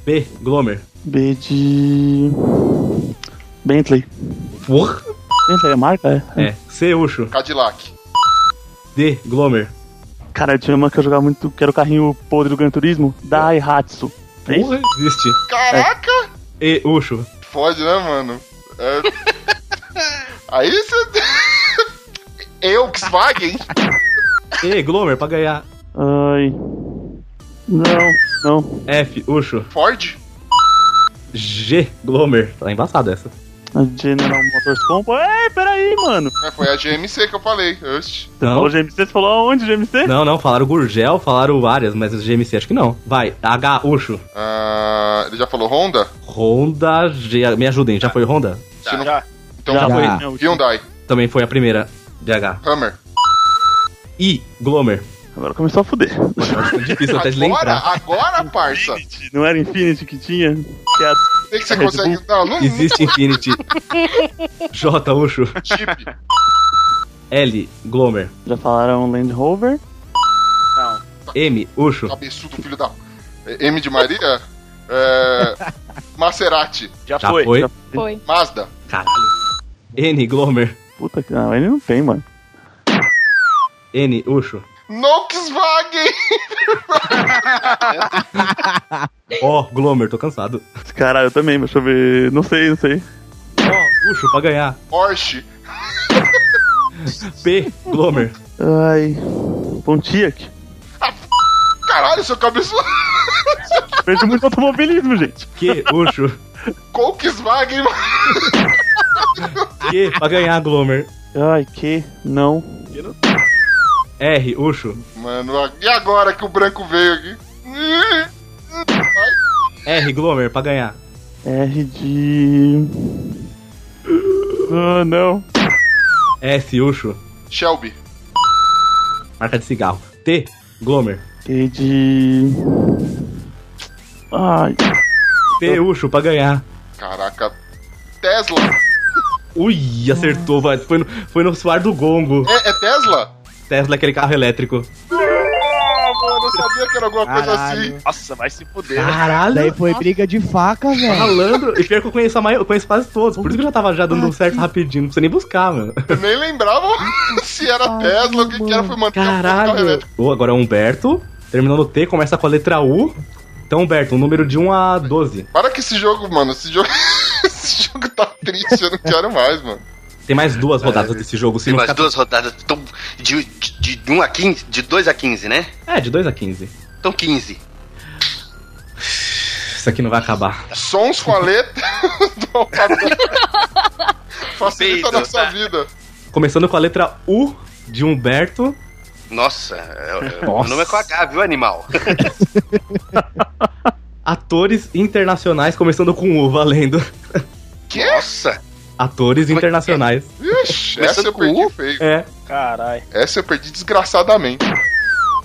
[SPEAKER 9] B, Glomer.
[SPEAKER 5] B de Bentley.
[SPEAKER 9] Porra.
[SPEAKER 5] Bentley é marca? É.
[SPEAKER 9] É. C, Ucho.
[SPEAKER 1] Cadillac.
[SPEAKER 9] D, Glomer.
[SPEAKER 5] Cara, tinha uma que eu jogava muito, que era o carrinho podre do Gran Turismo. Daihatsu. É isso?
[SPEAKER 9] Porra, existe. É.
[SPEAKER 1] Caraca.
[SPEAKER 9] E, Ucho.
[SPEAKER 1] Fode, né, mano? É... Aí você. Volkswagen.
[SPEAKER 9] Ei, Glomer, pra ganhar.
[SPEAKER 5] Ai. Não, não.
[SPEAKER 9] F, Ucho.
[SPEAKER 1] Ford?
[SPEAKER 9] G, Glomer. Tá embaçado essa.
[SPEAKER 5] A General Motors Company. Ei, peraí, mano.
[SPEAKER 1] É, foi a GMC que eu falei. Oxi.
[SPEAKER 9] Não.
[SPEAKER 5] O GMC, você falou aonde, GMC?
[SPEAKER 9] Não, não, falaram Gurgel, falaram várias, mas os GMC acho que não. Vai, H, Ucho.
[SPEAKER 1] Ah, ele já falou Honda?
[SPEAKER 9] Honda, G, me ajudem, já foi Honda?
[SPEAKER 1] Se não- Então
[SPEAKER 9] Tá, Já.
[SPEAKER 1] já
[SPEAKER 9] Já.
[SPEAKER 1] foi. Hyundai.
[SPEAKER 9] Também foi a primeira, DH.
[SPEAKER 1] Hammer.
[SPEAKER 9] I, Glomer.
[SPEAKER 5] Agora começou a fuder.
[SPEAKER 9] é Difícil até de
[SPEAKER 1] Agora,
[SPEAKER 9] lembrar.
[SPEAKER 1] agora, parça.
[SPEAKER 5] Não era Infinity que tinha? Que é
[SPEAKER 1] O que, que você consegue. Não, não.
[SPEAKER 9] Existe Infinity. J, Ucho.
[SPEAKER 1] Chip.
[SPEAKER 9] L, Glomer.
[SPEAKER 5] Já falaram Land Rover?
[SPEAKER 1] Não.
[SPEAKER 9] M, Ucho.
[SPEAKER 1] Cabeçudo, filho da. É, M de Maria? É... Maserati.
[SPEAKER 9] Já foi. foi.
[SPEAKER 2] Foi.
[SPEAKER 1] Mazda.
[SPEAKER 9] Caralho. N, Glomer.
[SPEAKER 5] Puta que. Não, ele não tem, mano.
[SPEAKER 9] N, Ucho.
[SPEAKER 1] Volkswagen!
[SPEAKER 9] Ó, Glomer, tô cansado.
[SPEAKER 5] Caralho, eu também, mas deixa eu ver. Não sei, não sei.
[SPEAKER 9] Ó, Ucho, pra ganhar.
[SPEAKER 1] Porsche.
[SPEAKER 9] P, Glomer.
[SPEAKER 5] Ai. Pontiac.
[SPEAKER 1] Ah, Caralho, seu cabeçudo.
[SPEAKER 5] Vejo muito automobilismo, gente.
[SPEAKER 9] Q, Ucho.
[SPEAKER 1] Volkswagen.
[SPEAKER 9] Q, pra ganhar, Glomer.
[SPEAKER 5] Ai, que. Não.
[SPEAKER 9] R, Ucho.
[SPEAKER 1] Mano, e agora que o branco veio aqui?
[SPEAKER 9] R, Glomer, pra ganhar.
[SPEAKER 5] R de. Ah, não.
[SPEAKER 9] S, Ucho.
[SPEAKER 1] Shelby.
[SPEAKER 9] Marca de cigarro. T, Glomer.
[SPEAKER 5] T de. Ai.
[SPEAKER 9] T, Ucho, pra ganhar.
[SPEAKER 1] Caraca. Tesla.
[SPEAKER 9] Ui, acertou, vai. Foi no, foi no suar do gongo.
[SPEAKER 1] É, é Tesla?
[SPEAKER 9] Tesla, é aquele carro elétrico.
[SPEAKER 1] Ah, mano, eu sabia que era alguma coisa
[SPEAKER 6] Caralho.
[SPEAKER 1] assim.
[SPEAKER 13] Nossa, vai se fuder.
[SPEAKER 9] Caralho.
[SPEAKER 6] Daí foi briga de faca, velho.
[SPEAKER 9] Malandro, e pior que eu conheço, a mai- eu conheço quase todos, por isso que eu já tava já dando um certo rapidinho, não precisa nem buscar, mano.
[SPEAKER 1] Eu nem lembrava se era Tesla, o É, que, que era, foi manter o
[SPEAKER 9] Caralho! Ô, agora é Humberto, terminando o T, começa com a letra U. Então, Humberto, um número de 1 a 12.
[SPEAKER 1] Para que esse jogo, mano, esse jogo. esse jogo tá triste, eu não quero mais, mano.
[SPEAKER 9] Tem mais duas rodadas desse jogo, se
[SPEAKER 10] Tem
[SPEAKER 9] não
[SPEAKER 10] mais
[SPEAKER 9] ficar-
[SPEAKER 10] duas rodadas. Então, de, de, de 1 a 15, de 2 a 15, né?
[SPEAKER 9] É, de 2 a 15.
[SPEAKER 10] Então 15.
[SPEAKER 9] Isso aqui não vai acabar.
[SPEAKER 1] Sons com a letra do alfabeto. Facilita a
[SPEAKER 10] Peido,
[SPEAKER 1] nossa
[SPEAKER 10] tá.
[SPEAKER 1] vida.
[SPEAKER 9] Começando com a letra U de Humberto.
[SPEAKER 10] Nossa, é- é-
[SPEAKER 9] Nossa.
[SPEAKER 10] o nome é com H, viu, animal?
[SPEAKER 9] Atores internacionais, começando com U, valendo.
[SPEAKER 1] Que?
[SPEAKER 10] Nossa! é
[SPEAKER 9] Atores internacionais.
[SPEAKER 1] Ixi, essa
[SPEAKER 10] Começando
[SPEAKER 1] eu
[SPEAKER 10] com
[SPEAKER 1] perdi
[SPEAKER 10] U?
[SPEAKER 1] feio.
[SPEAKER 9] É,
[SPEAKER 13] Caralho.
[SPEAKER 1] Essa eu perdi desgraçadamente.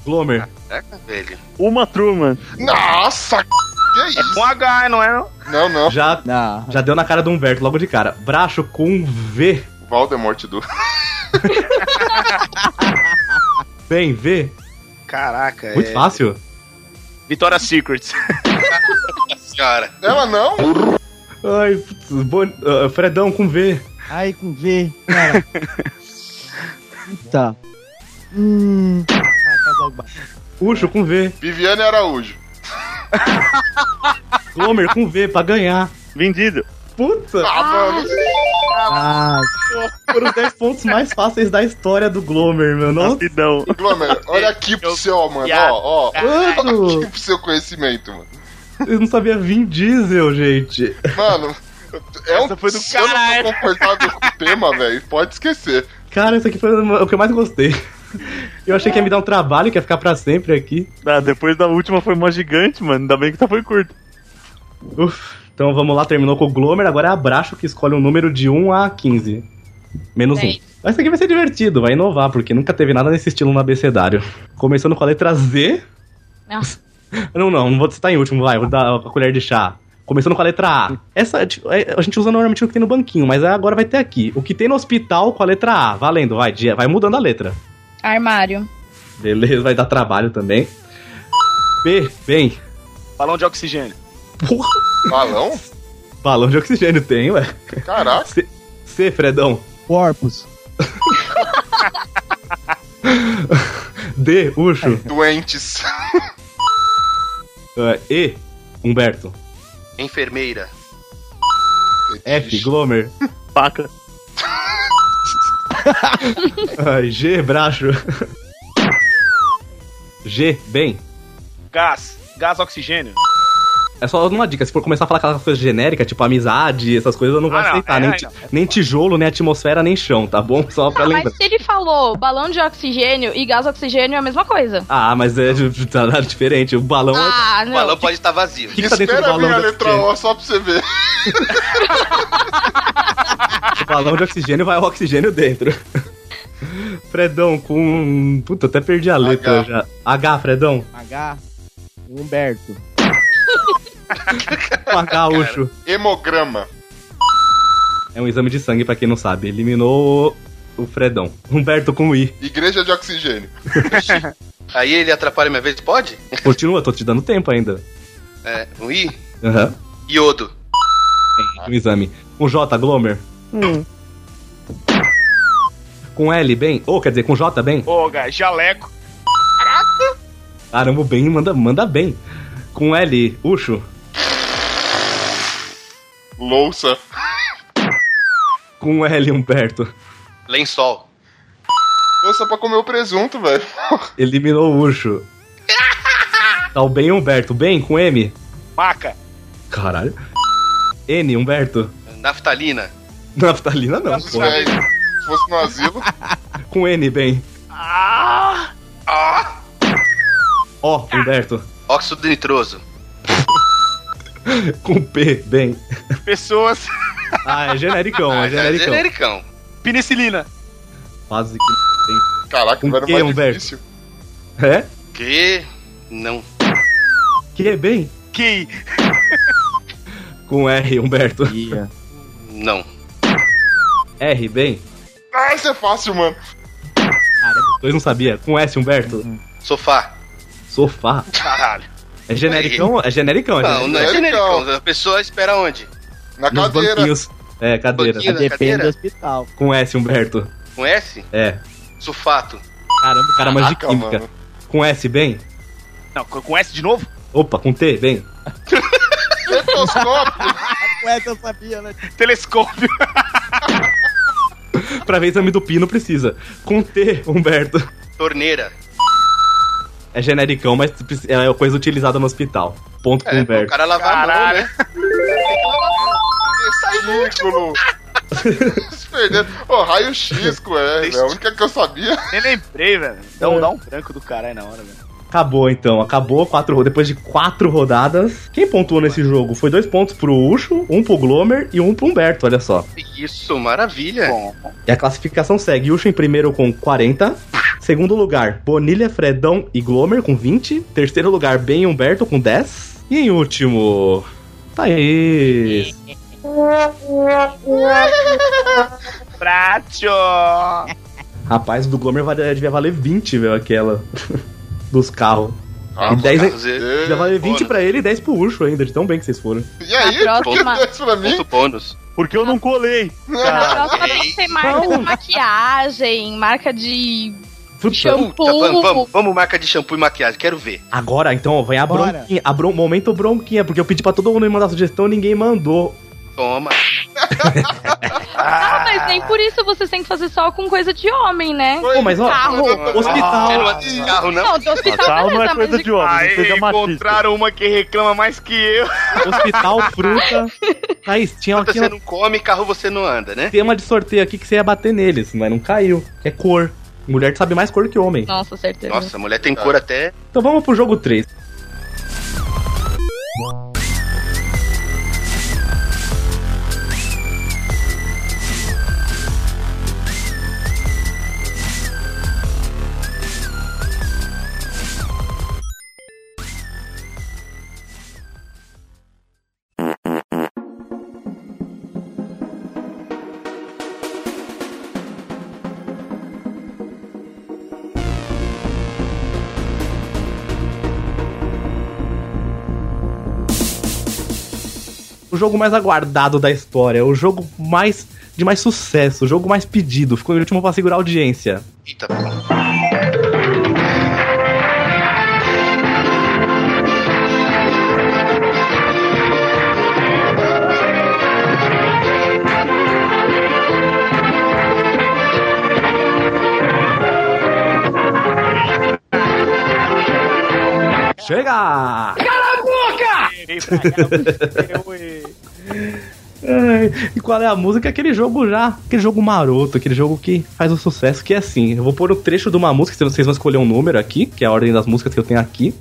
[SPEAKER 9] Glomer.
[SPEAKER 10] Caraca, velho.
[SPEAKER 5] Uma Truman.
[SPEAKER 1] Nossa, que é isso?
[SPEAKER 13] Com H, não é? Não?
[SPEAKER 1] Não, não.
[SPEAKER 9] Já,
[SPEAKER 6] Não.
[SPEAKER 9] já deu na cara do Humberto logo de cara. Bracho com V.
[SPEAKER 1] Valdemort do.
[SPEAKER 9] Bem, V.
[SPEAKER 13] Caraca,
[SPEAKER 9] Muito
[SPEAKER 13] é.
[SPEAKER 9] fácil.
[SPEAKER 13] Vitória Secrets.
[SPEAKER 10] Senhora.
[SPEAKER 1] Ela não?
[SPEAKER 9] Ai, putz, bon- ah, Fredão com V.
[SPEAKER 6] Ai, com V, cara. Puta. Hum. Vai, faz logo baixo.
[SPEAKER 9] Ucho com V.
[SPEAKER 1] Viviane Araújo.
[SPEAKER 9] Glomer com V pra ganhar.
[SPEAKER 5] Vendido.
[SPEAKER 9] Puta!
[SPEAKER 1] Ah, mano.
[SPEAKER 6] Ah,
[SPEAKER 9] Foram os 10 pontos mais fáceis da história do Glomer, meu. Nossa,
[SPEAKER 5] Rapidão.
[SPEAKER 1] Glomer, olha aqui pro seu, ó, mano. Ó, ó. Olha aqui
[SPEAKER 9] mano!
[SPEAKER 1] pro seu conhecimento, mano.
[SPEAKER 9] Eu não sabia Vin Diesel, gente.
[SPEAKER 1] Mano, é um.
[SPEAKER 13] Essa foi do
[SPEAKER 1] se eu não
[SPEAKER 13] caralho.
[SPEAKER 1] tô confortável com o tema, velho, pode esquecer.
[SPEAKER 9] Cara, isso aqui foi o que eu mais gostei. Eu achei que ia me dar um trabalho, que ia ficar pra sempre aqui.
[SPEAKER 5] Ah, depois da última foi uma gigante, mano. Ainda bem que só foi curto.
[SPEAKER 9] Uf. Então vamos lá, terminou com o Glomer, agora é a Bracho que escolhe um número de 1 a 15. Menos 1.
[SPEAKER 2] Dez.
[SPEAKER 9] Mas isso aqui vai ser divertido, vai inovar, porque nunca teve nada nesse estilo no abecedário. Começando com a letra Z.
[SPEAKER 2] Nossa.
[SPEAKER 9] Não, não, não vou citar em último, vai, vou dar a colher de chá. Começando com a letra A. Essa tipo, é, a gente usa normalmente o que tem no banquinho, mas agora vai ter aqui. O que tem no hospital com a letra A. Valendo, vai, dia- vai mudando a letra.
[SPEAKER 2] Armário.
[SPEAKER 9] Beleza, vai dar trabalho também. B, bem.
[SPEAKER 13] Balão de oxigênio.
[SPEAKER 9] Porra,
[SPEAKER 1] Balão?
[SPEAKER 9] balão de oxigênio tem, ué.
[SPEAKER 1] Caraca.
[SPEAKER 9] C, C Fredão.
[SPEAKER 6] corpus.
[SPEAKER 9] D, Ucho.
[SPEAKER 1] Doentes.
[SPEAKER 9] Uh, e, Humberto.
[SPEAKER 10] Enfermeira.
[SPEAKER 9] F, Glomer.
[SPEAKER 5] Paca.
[SPEAKER 9] Uh, G, Bracho. G, bem.
[SPEAKER 13] Gás. Gás oxigênio.
[SPEAKER 9] É só uma dica, se for começar a falar aquelas coisas genéricas, tipo amizade, essas coisas, eu não vou
[SPEAKER 13] Ah, não,
[SPEAKER 9] aceitar.
[SPEAKER 13] é,
[SPEAKER 9] nem,
[SPEAKER 13] é,
[SPEAKER 9] ti-
[SPEAKER 13] não.
[SPEAKER 9] nem tijolo, nem atmosfera, nem chão, tá bom? Só pra
[SPEAKER 2] Ah,
[SPEAKER 9] lembrar.
[SPEAKER 2] mas se ele falou balão de oxigênio e gás oxigênio é a mesma coisa.
[SPEAKER 9] Ah, mas é de- de- tá diferente. O balão é-
[SPEAKER 2] Ah,
[SPEAKER 10] O
[SPEAKER 2] não.
[SPEAKER 10] balão pode estar vazio.
[SPEAKER 9] O que que tá dentro do Espera balão vir a da letra oxigênio?
[SPEAKER 1] só pra você ver.
[SPEAKER 9] O balão de oxigênio vai o oxigênio dentro. Fredão, com. Puta, até perdi a letra já. H, Fredão.
[SPEAKER 6] H. Humberto.
[SPEAKER 9] Com H, Ucho.
[SPEAKER 1] Hemograma.
[SPEAKER 9] É um exame de sangue, pra quem não sabe. Eliminou o Fredão. Humberto com I.
[SPEAKER 1] Igreja de oxigênio.
[SPEAKER 10] Aí ele atrapalha minha vez, pode?
[SPEAKER 9] Continua, tô te dando tempo ainda.
[SPEAKER 10] É, um I?
[SPEAKER 9] Aham.
[SPEAKER 10] Iodo.
[SPEAKER 9] Um exame. Com J, Glomer. Com L, bem. Ou, quer dizer, com J, bem.
[SPEAKER 13] Ô, gás, jaleco.
[SPEAKER 9] Caramba, o bem manda, manda bem. Com L, Ucho.
[SPEAKER 1] Louça.
[SPEAKER 9] Com L, Humberto.
[SPEAKER 10] Lençol.
[SPEAKER 1] Louça pra comer o presunto, velho.
[SPEAKER 9] Eliminou o Ucho. Tá o bem, Humberto. Bem, com M.
[SPEAKER 13] Maca.
[SPEAKER 9] Caralho. N, Humberto.
[SPEAKER 10] Naftalina.
[SPEAKER 9] Naftalina não,
[SPEAKER 1] Se
[SPEAKER 9] pô.
[SPEAKER 1] fosse no asilo.
[SPEAKER 9] Com N, bem.
[SPEAKER 13] Ah!
[SPEAKER 10] Ah!
[SPEAKER 9] O, Humberto.
[SPEAKER 10] Óxido nitroso.
[SPEAKER 9] Com P, bem.
[SPEAKER 13] Pessoas.
[SPEAKER 9] Ah, é genericão, é
[SPEAKER 10] tá,
[SPEAKER 9] genericão.
[SPEAKER 10] Genericão.
[SPEAKER 13] Penicilina.
[SPEAKER 9] Quase que tem.
[SPEAKER 1] Caraca,
[SPEAKER 9] com
[SPEAKER 1] vai
[SPEAKER 9] Q, um
[SPEAKER 1] mais
[SPEAKER 9] Humberto.
[SPEAKER 1] difícil.
[SPEAKER 9] É?
[SPEAKER 10] Que? Não.
[SPEAKER 9] Que, é bem.
[SPEAKER 13] Que?
[SPEAKER 9] Com R, Humberto.
[SPEAKER 10] Não.
[SPEAKER 9] R, bem.
[SPEAKER 1] Ah, isso é fácil, mano.
[SPEAKER 9] Dois não sabia. Com S, Humberto.
[SPEAKER 10] Sofá.
[SPEAKER 9] Sofá.
[SPEAKER 10] Caralho.
[SPEAKER 9] É genericão? É genericão, é
[SPEAKER 10] Não,
[SPEAKER 9] genericão.
[SPEAKER 10] não é genericão. A pessoa espera onde?
[SPEAKER 1] Na
[SPEAKER 9] Nos banquinhos. É, cadeira.
[SPEAKER 10] Banquinho, né, Depende cadeira? do
[SPEAKER 9] hospital. Com S, Humberto.
[SPEAKER 10] Com S?
[SPEAKER 9] É.
[SPEAKER 10] Sulfato.
[SPEAKER 9] Caramba, cara, mas de
[SPEAKER 1] Ah,
[SPEAKER 10] Caraca,
[SPEAKER 9] química.
[SPEAKER 10] mano.
[SPEAKER 9] Com S, bem.
[SPEAKER 13] Não, com com S de novo?
[SPEAKER 9] Opa, com T, bem.
[SPEAKER 1] Telescópio.
[SPEAKER 6] Com essa eu sabia, né?
[SPEAKER 13] Telescópio.
[SPEAKER 9] pra ver exame do P não precisa. Com T, Humberto.
[SPEAKER 10] Torneira.
[SPEAKER 9] É genericão, mas preci- é coisa utilizada no hospital. Ponto com
[SPEAKER 10] É, O
[SPEAKER 9] Humberto.
[SPEAKER 10] cara lava a mão, né?
[SPEAKER 1] Círculo. Se Tá tipo, perdendo. Ô, raio-x, é, é a única que eu sabia.
[SPEAKER 13] Nem lembrei, velho.
[SPEAKER 9] É.
[SPEAKER 13] Não, dá um branco do caralho na hora, velho.
[SPEAKER 9] Acabou então, acabou quatro, ro- depois de quatro rodadas. Quem pontuou nesse jogo foi dois pontos pro Ucho, um pro Glomer e um pro Humberto, olha só.
[SPEAKER 10] Isso, maravilha.
[SPEAKER 9] E a classificação segue: Ucho em primeiro com 40. Segundo lugar, Bonilha, Fredão e Glomer com 20. Terceiro lugar, Ben e Humberto com 10. E em último, Thaís.
[SPEAKER 13] Prático.
[SPEAKER 9] Rapaz, o do Glomer vale- devia valer 20, velho, aquela. Dos carros.
[SPEAKER 1] Ah,
[SPEAKER 9] e
[SPEAKER 1] mano,
[SPEAKER 9] 10
[SPEAKER 1] carros, é-
[SPEAKER 9] devia valer 20 pra ele e 10 pro Ucho ainda, de tão bem que vocês foram.
[SPEAKER 1] E aí,
[SPEAKER 2] Na
[SPEAKER 1] por que
[SPEAKER 2] próxima-
[SPEAKER 1] desse pra mim?
[SPEAKER 10] Ponto bônus.
[SPEAKER 5] Porque eu não colei.
[SPEAKER 10] Tá.
[SPEAKER 2] Na próxima tem que ter tá marca de
[SPEAKER 10] Não.
[SPEAKER 2] maquiagem, marca de
[SPEAKER 10] Puta,
[SPEAKER 2] shampoo.
[SPEAKER 10] vamos, vamos, vamos marca de shampoo e maquiagem, quero ver.
[SPEAKER 9] Agora, então, vem a
[SPEAKER 10] Bora.
[SPEAKER 9] bronquinha. A bron- momento bronquinha, porque eu pedi pra todo mundo me mandar sugestão ninguém mandou.
[SPEAKER 10] Toma.
[SPEAKER 2] Ah, mas nem por isso vocês têm que fazer só com coisa de homem, né?
[SPEAKER 9] Pô, mas ó,
[SPEAKER 2] carro.
[SPEAKER 9] hospital.
[SPEAKER 10] Você não anda de carro, não?
[SPEAKER 2] Não, do hospital, tá
[SPEAKER 5] Carro não é
[SPEAKER 2] beleza,
[SPEAKER 5] coisa
[SPEAKER 2] mas
[SPEAKER 5] de homem, não
[SPEAKER 13] Aí,
[SPEAKER 5] seja machista.
[SPEAKER 13] encontraram uma que reclama mais que eu.
[SPEAKER 9] Hospital, fruta. Thaís, tinha
[SPEAKER 10] Puta,
[SPEAKER 9] aqui
[SPEAKER 10] Você não come, carro você não anda, né?
[SPEAKER 9] tema de sorteio aqui que você ia bater neles, mas não caiu. Que é cor. Mulher sabe mais cor que homem.
[SPEAKER 2] Nossa, certeza.
[SPEAKER 10] Nossa, a mulher tem cor até.
[SPEAKER 9] Então vamos pro jogo 3. O jogo mais aguardado da história. O jogo mais de mais sucesso. O jogo mais pedido. Ficou em último pra segurar a audiência.
[SPEAKER 10] Eita,
[SPEAKER 9] Chega!
[SPEAKER 4] Cala a boca!
[SPEAKER 9] Ai, E qual é a música? Aquele jogo já, aquele jogo maroto, aquele jogo que faz um sucesso, que é assim. Eu vou pôr o trecho de uma música, vocês vão escolher um número aqui, que é a ordem das músicas que eu tenho aqui.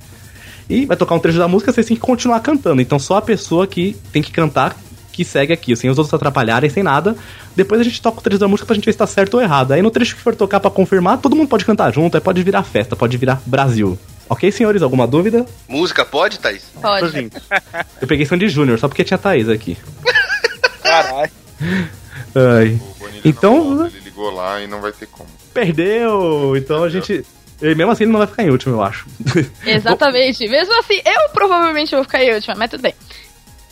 [SPEAKER 9] E vai tocar um trecho da música, vocês têm que continuar cantando. Então só a pessoa que tem que cantar que segue aqui, sem os outros atrapalharem, sem nada. Depois a gente toca o trecho da música pra gente ver se tá certo ou errado. Aí no trecho que for tocar pra confirmar, todo mundo pode cantar junto, aí pode virar festa, pode virar Brasil. Ok, senhores? Alguma dúvida?
[SPEAKER 10] Música pode, Thaís?
[SPEAKER 2] Pode.
[SPEAKER 9] Tipo assim, Eu peguei Sandy Júnior, só porque tinha Thaís aqui.
[SPEAKER 10] Caralho.
[SPEAKER 9] Ai. Então,
[SPEAKER 1] Ele ligou lá e não vai ter como.
[SPEAKER 9] perdeu. Então a gente. E mesmo assim ele não vai ficar em último, eu acho.
[SPEAKER 2] Exatamente. Mesmo assim, eu provavelmente vou ficar em última, mas tudo bem.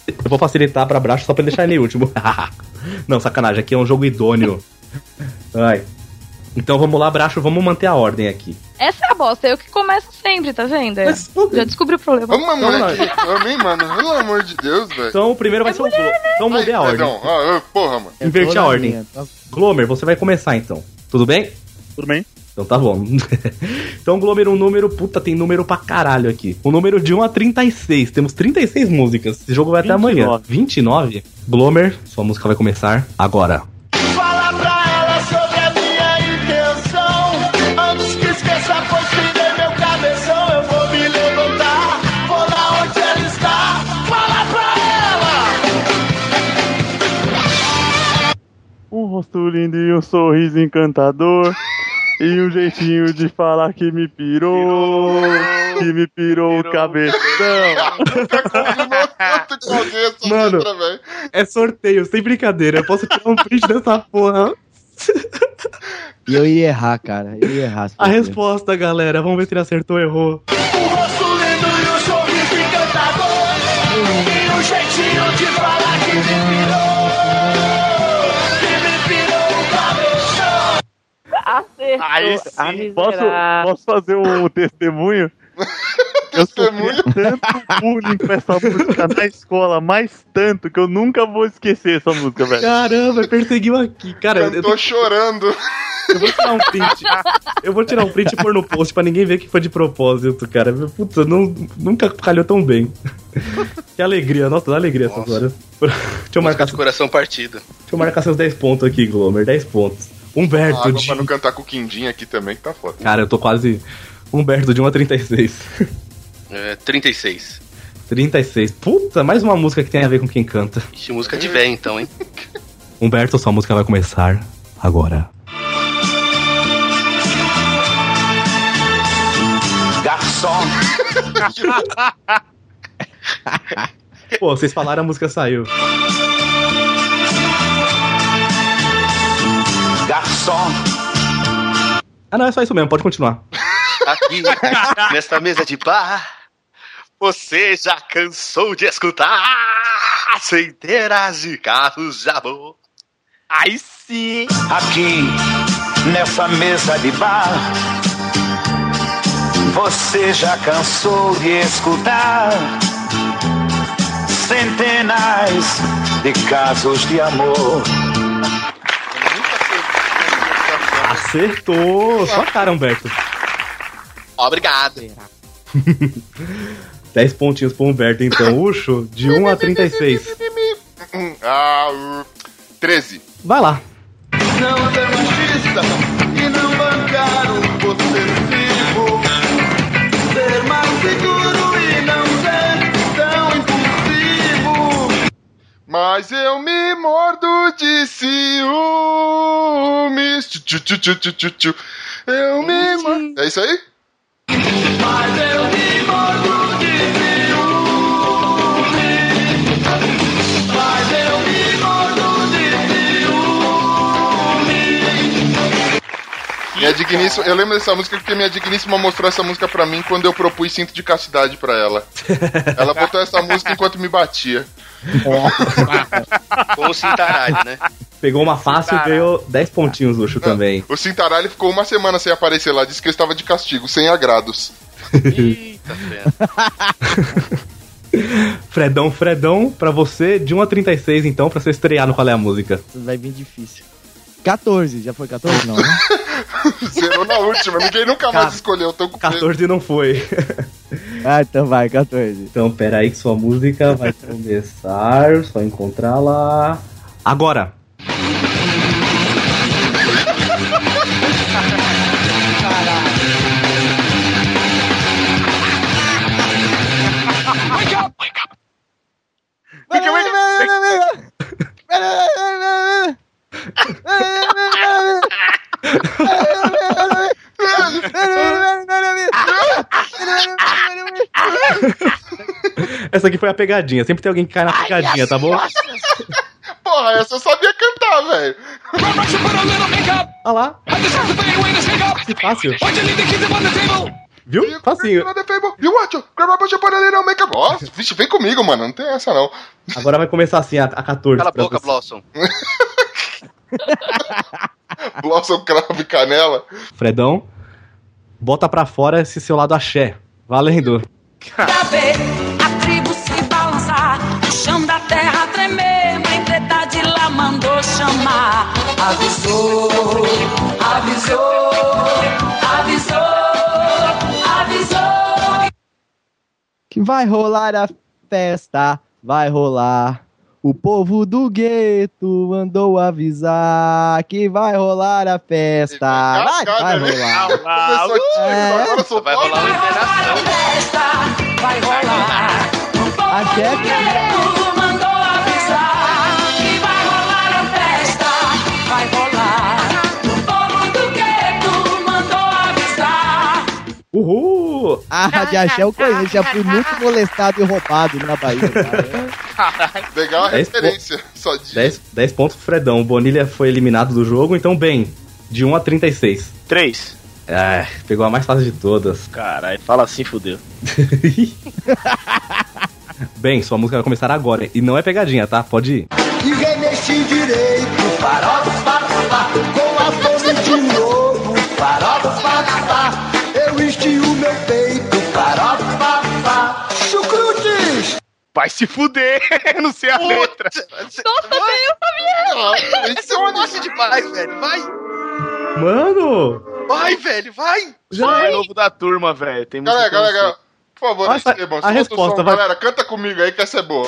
[SPEAKER 9] Eu vou facilitar pra baixo só pra ele deixar ele em último. não, sacanagem, aqui é um jogo idôneo. Ai. Então vamos lá, Bracho, vamos manter a ordem aqui.
[SPEAKER 2] Essa é a bosta, eu que começo sempre, tá vendo? Já descobri o
[SPEAKER 9] Tá
[SPEAKER 2] problema.
[SPEAKER 1] Vamos, moleque. Amém, mano. Pelo amor de Deus, velho. né?
[SPEAKER 9] Então o primeiro vai ser o Glomer. Então mudei a ordem.
[SPEAKER 1] Perdão. Ah, ah, porra, mano.
[SPEAKER 9] Inverti a ordem.
[SPEAKER 13] tá?
[SPEAKER 9] Glomer, você vai começar então. Tudo bem?
[SPEAKER 1] Tudo bem.
[SPEAKER 9] Então tá bom. então, Glomer, um número. Puta, tem número pra caralho aqui. O número de 1 a 36. Temos 36 músicas. Esse jogo vai até amanhã. 29? Glomer, sua música vai começar agora.
[SPEAKER 4] Fala pra ela sobre a minha intenção. Antes que esqueça, pois se der meu cabeção, eu vou me levantar. Vou lá onde ela está. Fala pra
[SPEAKER 5] Um rosto lindo e um sorriso encantador. E um jeitinho de falar que me pirou. Que me pirou, o cabeção.
[SPEAKER 13] um
[SPEAKER 9] Mano, é sorteio, sem brincadeira. Eu posso tirar um print dessa porra.
[SPEAKER 6] E eu ia errar, cara. Eu ia errar. se
[SPEAKER 9] A
[SPEAKER 6] fosse eu.
[SPEAKER 9] resposta, galera. Vamos ver se ele acertou ou errou.
[SPEAKER 4] ela. Um rosto lindo e um sorriso encantador. E um jeitinho de falar que me pirou. Que me pirou o cabeção.
[SPEAKER 11] Acertou.
[SPEAKER 5] Aí
[SPEAKER 11] sim.
[SPEAKER 5] Posso, posso fazer um testemunho? Eu sofri tanto bullying com essa música na escola, mas tanto que eu nunca vou esquecer essa música, velho.
[SPEAKER 9] Caramba, perseguiu aqui, cara.
[SPEAKER 1] Eu tô chorando.
[SPEAKER 9] Eu vou tirar um print. Eu vou tirar um print e pôr no post pra ninguém ver que foi de propósito, cara. Puta, não- nunca calhou tão bem. Que alegria, nossa, dá alegria essas horas. Deixa eu, marcar,
[SPEAKER 10] De coração partido.
[SPEAKER 9] deixa eu marcar seus 10 pontos aqui, Glomer. 10 pontos.
[SPEAKER 1] Ah,
[SPEAKER 9] Humberto
[SPEAKER 1] Água
[SPEAKER 9] de.
[SPEAKER 1] pra não cantar com o Quindim aqui também, que tá foda.
[SPEAKER 9] Cara, eu tô quase. Humberto de 1 a 36.
[SPEAKER 10] É, 36.
[SPEAKER 9] 36. Puta, mais uma música que tem a ver com quem canta.
[SPEAKER 10] Ixi, música de véia, então, hein?
[SPEAKER 9] Humberto, sua música vai começar agora.
[SPEAKER 8] Garçom.
[SPEAKER 9] Pô, vocês falaram, a música saiu.
[SPEAKER 8] Garçom.
[SPEAKER 9] Ah, não, é só isso mesmo, pode continuar.
[SPEAKER 10] Aqui, nesta mesa de bar, você já cansou de escutar centenas de carros de amor.
[SPEAKER 8] Aí sim. Aqui, nessa mesa de bar, você já cansou de escutar centenas de casos de amor.
[SPEAKER 9] Acertou! Sua cara, Humberto.
[SPEAKER 10] Obrigado.
[SPEAKER 9] 10 pontinhos pro Humberto, então. Ucho, de 1 a 36.
[SPEAKER 1] Ah, o é 13.
[SPEAKER 9] Vai lá.
[SPEAKER 4] Não ser machista e não bancar o possessivo. Ser mais seguro e não ser tão impulsivo.
[SPEAKER 1] Mas eu me mordo de ciúmes. Tchu, tchu, tchu, tchu, tchu, tchu, tchu. Eu me mordo. É isso aí?
[SPEAKER 4] Mas eu me mordo de ciúme. Mas eu me mordo de ciúme.
[SPEAKER 1] Minha digníssima, eu lembro dessa música porque minha digníssima mostrou essa música pra mim quando eu propus cinto de castidade pra ela. Ela botou essa música enquanto me batia.
[SPEAKER 10] Com o cintaralho, né?
[SPEAKER 9] Pegou uma fácil e ganhou 10 pontinhos, Ucho, também.
[SPEAKER 1] O cintaralho ficou uma semana sem aparecer lá, disse que eu estava de castigo, sem agrados.
[SPEAKER 9] Fredão, Fredão, pra você, de 1 a 36, então, pra você estrear no Qual é a Música.
[SPEAKER 6] Vai vir difícil. 14, já foi 14? Não, né?
[SPEAKER 1] Zerou na última, ninguém nunca mais escolheu, tô com
[SPEAKER 9] 14 não foi.
[SPEAKER 6] Ah, então vai, 14.
[SPEAKER 9] Então, pera aí que sua música vai começar. Só encontrar lá. Agora! Essa aqui foi a pegadinha. Sempre tem alguém que cai na pegadinha,
[SPEAKER 1] assim,
[SPEAKER 9] tá bom?
[SPEAKER 1] Porra, essa eu sabia cantar, velho.
[SPEAKER 9] Olha lá.
[SPEAKER 1] assim,
[SPEAKER 9] Que fácil.
[SPEAKER 1] é
[SPEAKER 9] Viu? Facinho.
[SPEAKER 1] You want to grab a bunch of banana and make up? Ó, vixe, vem comigo, mano. Não tem essa, não.
[SPEAKER 9] Agora vai começar assim, a, a 14.
[SPEAKER 10] Cala a
[SPEAKER 9] pra
[SPEAKER 10] boca,
[SPEAKER 9] você.
[SPEAKER 10] Blossom.
[SPEAKER 1] Blossom, cravo e canela.
[SPEAKER 9] Fredão, bota pra fora esse seu lado axé. Valendo.
[SPEAKER 14] Pra ver a tribo se balançar, o chão da terra tremer, mãe preta de lá mandou chamar. Avisou, avisou, avisou, avisou.
[SPEAKER 6] Que vai rolar a festa, vai rolar. O povo do gueto mandou avisar que vai rolar a festa. Vai, vai rolar. É.
[SPEAKER 1] Começou Ah, tímido, agora sou Vai rolar
[SPEAKER 14] Vai rolar.
[SPEAKER 6] Axé,
[SPEAKER 14] O gueto mandou avisar que vai rolar a festa, vai rolar. O povo do gueto mandou avisar.
[SPEAKER 9] Uhul!
[SPEAKER 6] A Rádio Axé eu conheço, já fui muito molestado e roubado na Bahia. cara. É
[SPEAKER 1] Legal a
[SPEAKER 12] É
[SPEAKER 9] Dez po-
[SPEAKER 1] referência. Só diz.
[SPEAKER 9] 10, 10 pontos pro Fredão. O Bonilha foi eliminado do jogo, então bem. De 1 a 36.
[SPEAKER 3] 3.
[SPEAKER 9] É, pegou a mais fácil de todas.
[SPEAKER 3] Caralho, fala assim, fudeu.
[SPEAKER 9] Bem, sua música vai começar agora. E não é pegadinha, tá? Pode ir.
[SPEAKER 4] Ninguém mexe direito, farofa, pá, com a fome de novo, farofa, pá, eu estio meu peito, farofa, pá, chucrutes!
[SPEAKER 12] Vai se fuder, eu não sei a letra.
[SPEAKER 2] Nossa, bem, eu
[SPEAKER 12] sabia.
[SPEAKER 10] Isso é uma noite demais, velho. Vai,
[SPEAKER 9] Mano!
[SPEAKER 10] vai, velho, vai.
[SPEAKER 12] Já é novo da turma, velho. Tem
[SPEAKER 1] Galera,
[SPEAKER 12] música assim. que eu não sei.
[SPEAKER 1] galera, por favor,
[SPEAKER 12] Nossa,
[SPEAKER 1] Esteban,
[SPEAKER 12] a
[SPEAKER 1] é solta o
[SPEAKER 12] resposta,
[SPEAKER 1] som,
[SPEAKER 12] vai.
[SPEAKER 1] galera, canta comigo aí que essa é boa.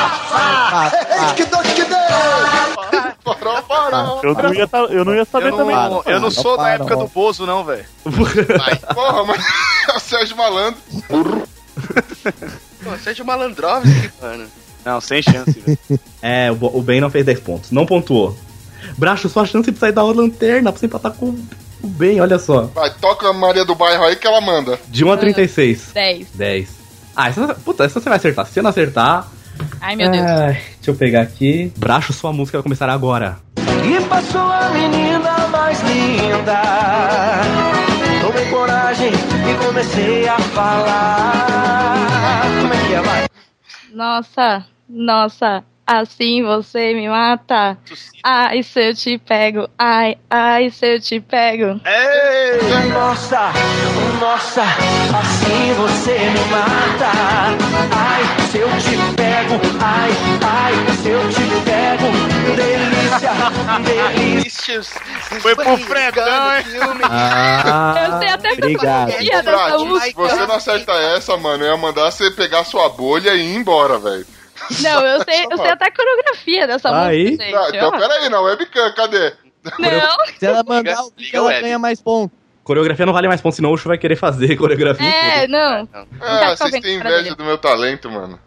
[SPEAKER 4] Eis que dois que deu!
[SPEAKER 1] Farol, farol.
[SPEAKER 5] Eu não ia, tá- eu não ia saber
[SPEAKER 12] Eu não,
[SPEAKER 5] também.
[SPEAKER 12] eu não sou
[SPEAKER 6] Ah,
[SPEAKER 12] da época do Bozo, não, velho.
[SPEAKER 1] Porra, mas é o Sérgio Malandro.
[SPEAKER 10] Pô, seja malandrovski, mano.
[SPEAKER 3] Não, sem chance, velho.
[SPEAKER 9] É, o, Bo- o Ben não fez 10 pontos. Não pontuou. Bracho, sua chance de sair da lanterna pra você empatar com o Ben, olha só.
[SPEAKER 1] Vai, toca a Maria do Bairro aí que ela manda.
[SPEAKER 9] De 1 a 36.
[SPEAKER 2] 10.
[SPEAKER 9] 10. Ah, essa, puta, essa você vai acertar. Se você não acertar.
[SPEAKER 2] Ai, meu Deus.
[SPEAKER 9] Ai, deixa eu pegar aqui. Bracho, sua música vai começar agora.
[SPEAKER 4] E passou a menina mais linda. Tomei coragem e comecei a falar. Como é que é, vai?
[SPEAKER 2] Nossa, nossa, assim você me mata. Ai, se eu te pego, ai, ai, se eu te pego.
[SPEAKER 4] Ei! Nossa, nossa, assim você me mata. Ai, se eu te pego, ai, ai, se eu te pego, delícia, delícia. Foi pro Fredão, hein?
[SPEAKER 9] Ah,
[SPEAKER 2] eu sei até
[SPEAKER 6] obrigado.
[SPEAKER 2] Ia dessa
[SPEAKER 1] Brat, se
[SPEAKER 2] música.
[SPEAKER 1] você não acertar essa, mano, eu ia mandar você pegar sua bolha e ir embora, velho.
[SPEAKER 2] Não, eu sei, eu sei até a coreografia dessa
[SPEAKER 9] Aí.
[SPEAKER 2] música, gente.
[SPEAKER 1] Tá, então
[SPEAKER 2] ó.
[SPEAKER 1] peraí, na webcam, cadê?
[SPEAKER 2] Não,
[SPEAKER 6] Se ela mandar o que
[SPEAKER 9] liga
[SPEAKER 6] ela
[SPEAKER 9] o L.
[SPEAKER 6] ganha mais ponto.
[SPEAKER 9] Coreografia não vale mais ponto, senão o Ucho vai querer fazer coreografia.
[SPEAKER 2] é, não. tá
[SPEAKER 1] Ah, vocês têm inveja do meu talento, mano.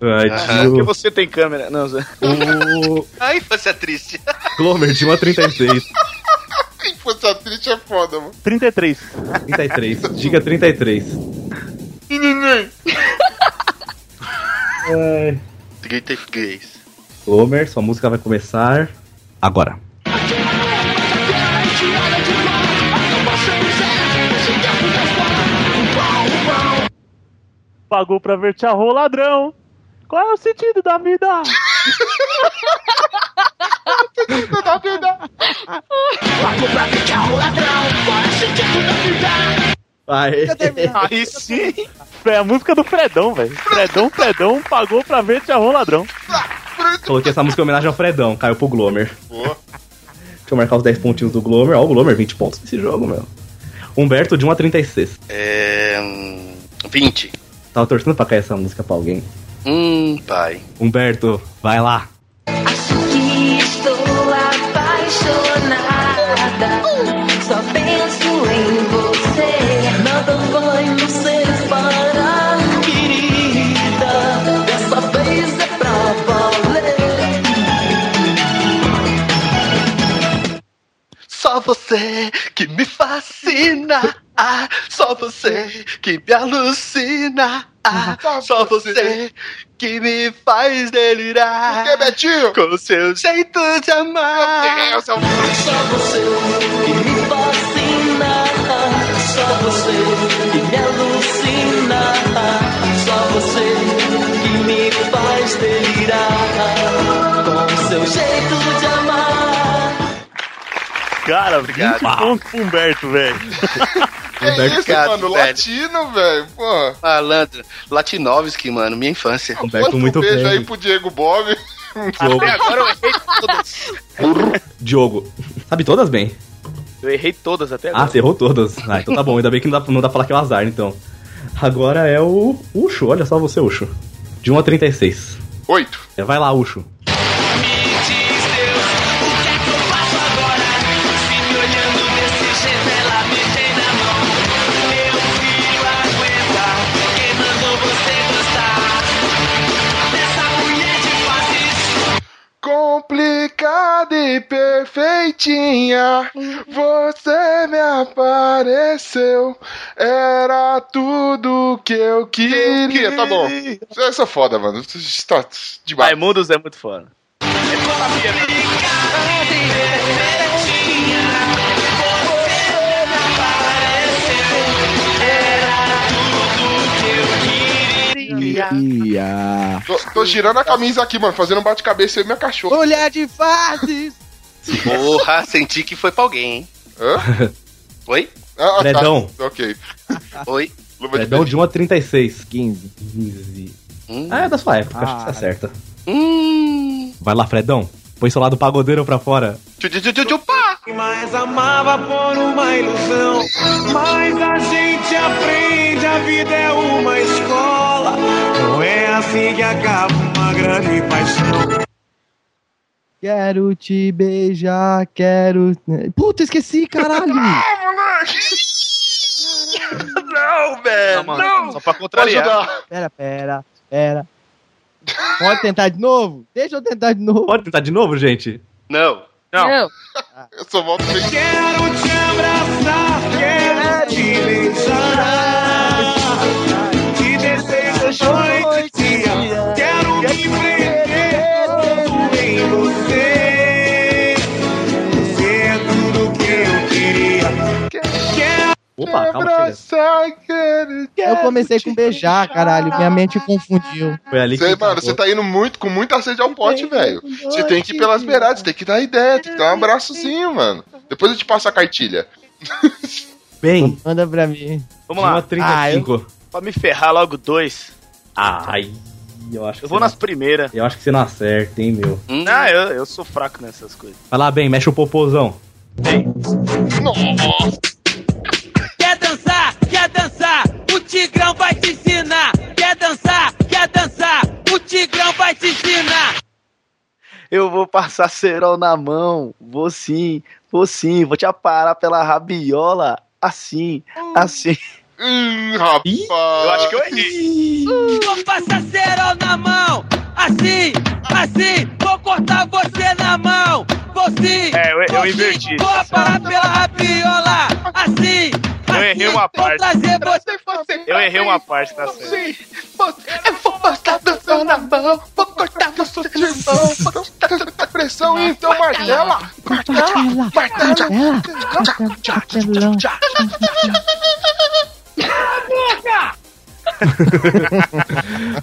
[SPEAKER 9] Ai,
[SPEAKER 3] Ah, porque
[SPEAKER 9] tio.
[SPEAKER 3] você tem câmera. Não, Zé.
[SPEAKER 9] O
[SPEAKER 10] A infância triste.
[SPEAKER 9] Glomer, de 1 a 36.
[SPEAKER 1] Infância triste é foda, mano.
[SPEAKER 5] 33.
[SPEAKER 9] 33. Diga 33. Ai.
[SPEAKER 10] Grita gays.
[SPEAKER 9] Glomer, sua música vai começar agora.
[SPEAKER 5] Pagou pra ver tia Rô, ladrão. Qual é o sentido da vida?
[SPEAKER 4] da vida. Pago pra ficar o ladrão, fora sentido da vida.
[SPEAKER 9] Aí,
[SPEAKER 5] Aí sim. É a música do Fredão, velho. Fredão, Fredão, pagou pra ver tia Rô, ladrão.
[SPEAKER 9] Coloquei essa música em homenagem ao Fredão, caiu pro Glomer.
[SPEAKER 1] Boa.
[SPEAKER 9] Se eu marcar os 10 pontinhos do Glomer, ó, o Glomer, 20 pontos nesse jogo, meu. Humberto, de 1 a 36.
[SPEAKER 10] É. hum, 20.
[SPEAKER 9] Tava torcendo pra cair essa música pra alguém.
[SPEAKER 10] Hum, pai.
[SPEAKER 9] Humberto, vai lá.
[SPEAKER 14] Que estou apaixonada. Só penso em você. Nada vai nos separar, querida. Dessa vez é pra valer.
[SPEAKER 10] Só você que me fascina. Ah, só você que me alucina. Ah, só você que me faz delirar. Que Betinho? Com seu jeito de amar.
[SPEAKER 1] É,
[SPEAKER 10] Meu
[SPEAKER 14] Só
[SPEAKER 10] Deus,
[SPEAKER 14] você que me fascina. Só você que me alucina. Só você que me faz delirar. Com seu jeito de amar.
[SPEAKER 5] Cara, 20 pontos pro Humberto, velho.
[SPEAKER 1] Que isso, mano? Latino, velho. Porra.
[SPEAKER 10] Malandro. Latinovski, mano. Minha infância.
[SPEAKER 1] Manda um beijo aí pro Diego Bob.
[SPEAKER 9] Diogo.
[SPEAKER 12] Agora eu errei todas.
[SPEAKER 9] Diogo, sabe todas bem?
[SPEAKER 12] Eu errei todas
[SPEAKER 10] É,
[SPEAKER 12] até agora.
[SPEAKER 9] Ah, você errou todas. Ah, então tá bom, ainda bem que não dá, não dá pra falar que é o azar, então. Agora é o Ucho, olha só você, Ucho. De 1 a 36.
[SPEAKER 1] 8.
[SPEAKER 9] É, vai lá, Ucho.
[SPEAKER 1] Complicada e perfeitinha, você me apareceu. Era tudo que eu queria. Tá bom. Essa é foda, mano. Está demais.
[SPEAKER 13] Raimundos é muito foda.
[SPEAKER 6] Ia.
[SPEAKER 1] Tô, tô girando a camisa aqui, mano, fazendo um bate-cabeça e minha cachorra.
[SPEAKER 6] Olhar de fases.
[SPEAKER 10] Porra, senti que foi pra alguém, hein?
[SPEAKER 1] Hã?
[SPEAKER 10] Oi?
[SPEAKER 1] Ah, tá.
[SPEAKER 9] Fredão.
[SPEAKER 1] Ok.
[SPEAKER 10] Oi?
[SPEAKER 9] Perdão, de 1 a 36.
[SPEAKER 6] 15.
[SPEAKER 9] 15.
[SPEAKER 1] Hum.
[SPEAKER 9] Ah, é da sua época, acho que você
[SPEAKER 10] Ah.
[SPEAKER 9] acerta.
[SPEAKER 10] Hum.
[SPEAKER 9] Vai lá, Fredão. Põe seu lado pagodeiro pra fora.
[SPEAKER 10] Tchutchutchutchupá!
[SPEAKER 4] Mas amava por uma ilusão. Mas a gente aprende, a vida é uma escola. Não é assim que acaba uma grande paixão.
[SPEAKER 6] Quero te beijar, quero. né? Puta, esqueci, caralho!
[SPEAKER 10] Não, velho!
[SPEAKER 6] Não,
[SPEAKER 10] Não,
[SPEAKER 6] mano,
[SPEAKER 10] Só pra contrariar.
[SPEAKER 6] Pera, pera, pera. Pode tentar de novo? Deixa eu tentar de novo.
[SPEAKER 9] Pode tentar de novo, gente?
[SPEAKER 10] Não.
[SPEAKER 1] Não. Eu só volto bem.
[SPEAKER 4] Quero te abraçar, quero te beijar. Te desejo noite e dia. Quero me prender todo em você. Você é tudo que eu queria. Quero
[SPEAKER 9] Opa, calma, chega.
[SPEAKER 1] abraçar, quero
[SPEAKER 6] Eu comecei com beijar, caralho. Minha mente confundiu.
[SPEAKER 9] Foi ali
[SPEAKER 1] Cê, mano, você tá indo muito, com muita sede ao pote, velho. Você tem que ir pelas beiradas, tem que dar ideia, tem que dar um abraçozinho, mano. Depois eu te passo a cartilha.
[SPEAKER 9] Bem,
[SPEAKER 6] Manda pra mim. Ah,
[SPEAKER 13] Vamos lá.
[SPEAKER 9] de 1 a 35.
[SPEAKER 13] Pra me ferrar logo dois.
[SPEAKER 9] Ai, eu acho que
[SPEAKER 13] Eu vou
[SPEAKER 9] você
[SPEAKER 13] nas primeiras.
[SPEAKER 9] não- Eu acho que você não acerta, hein, meu.
[SPEAKER 13] Ah, eu, eu sou fraco nessas coisas.
[SPEAKER 9] Vai lá, bem, mexe o popozão.
[SPEAKER 4] Quer dançar, quer dançar, o Tigrão vai te ensinar. Quer dançar, quer dançar, o Tigrão vai te ensinar.
[SPEAKER 13] Eu vou passar cerol na mão. Vou sim, vou sim. Vou te aparar pela rabiola. Assim, assim.
[SPEAKER 1] Hum, rapaz. Eu
[SPEAKER 13] acho que eu errei.
[SPEAKER 4] Vou passar cerol na mão, assim, assim, vou cortar você na mão. Vou sim,
[SPEAKER 12] É, eu- eu
[SPEAKER 4] vou sim,
[SPEAKER 12] inverti.
[SPEAKER 4] Vou aparar pela rabiola, assim,
[SPEAKER 12] Eu errei uma
[SPEAKER 4] vou
[SPEAKER 12] parte.
[SPEAKER 4] trazer você.
[SPEAKER 12] Eu errei uma parte
[SPEAKER 4] tá
[SPEAKER 12] na série.
[SPEAKER 4] Eu vou
[SPEAKER 1] Tá
[SPEAKER 4] passar dançando na mão,
[SPEAKER 2] Tá,
[SPEAKER 4] vou cortar você na mão, vou cortar sua pressão e
[SPEAKER 2] tá,
[SPEAKER 4] então martela.
[SPEAKER 6] Martela, martela,
[SPEAKER 2] tá,
[SPEAKER 6] martelão.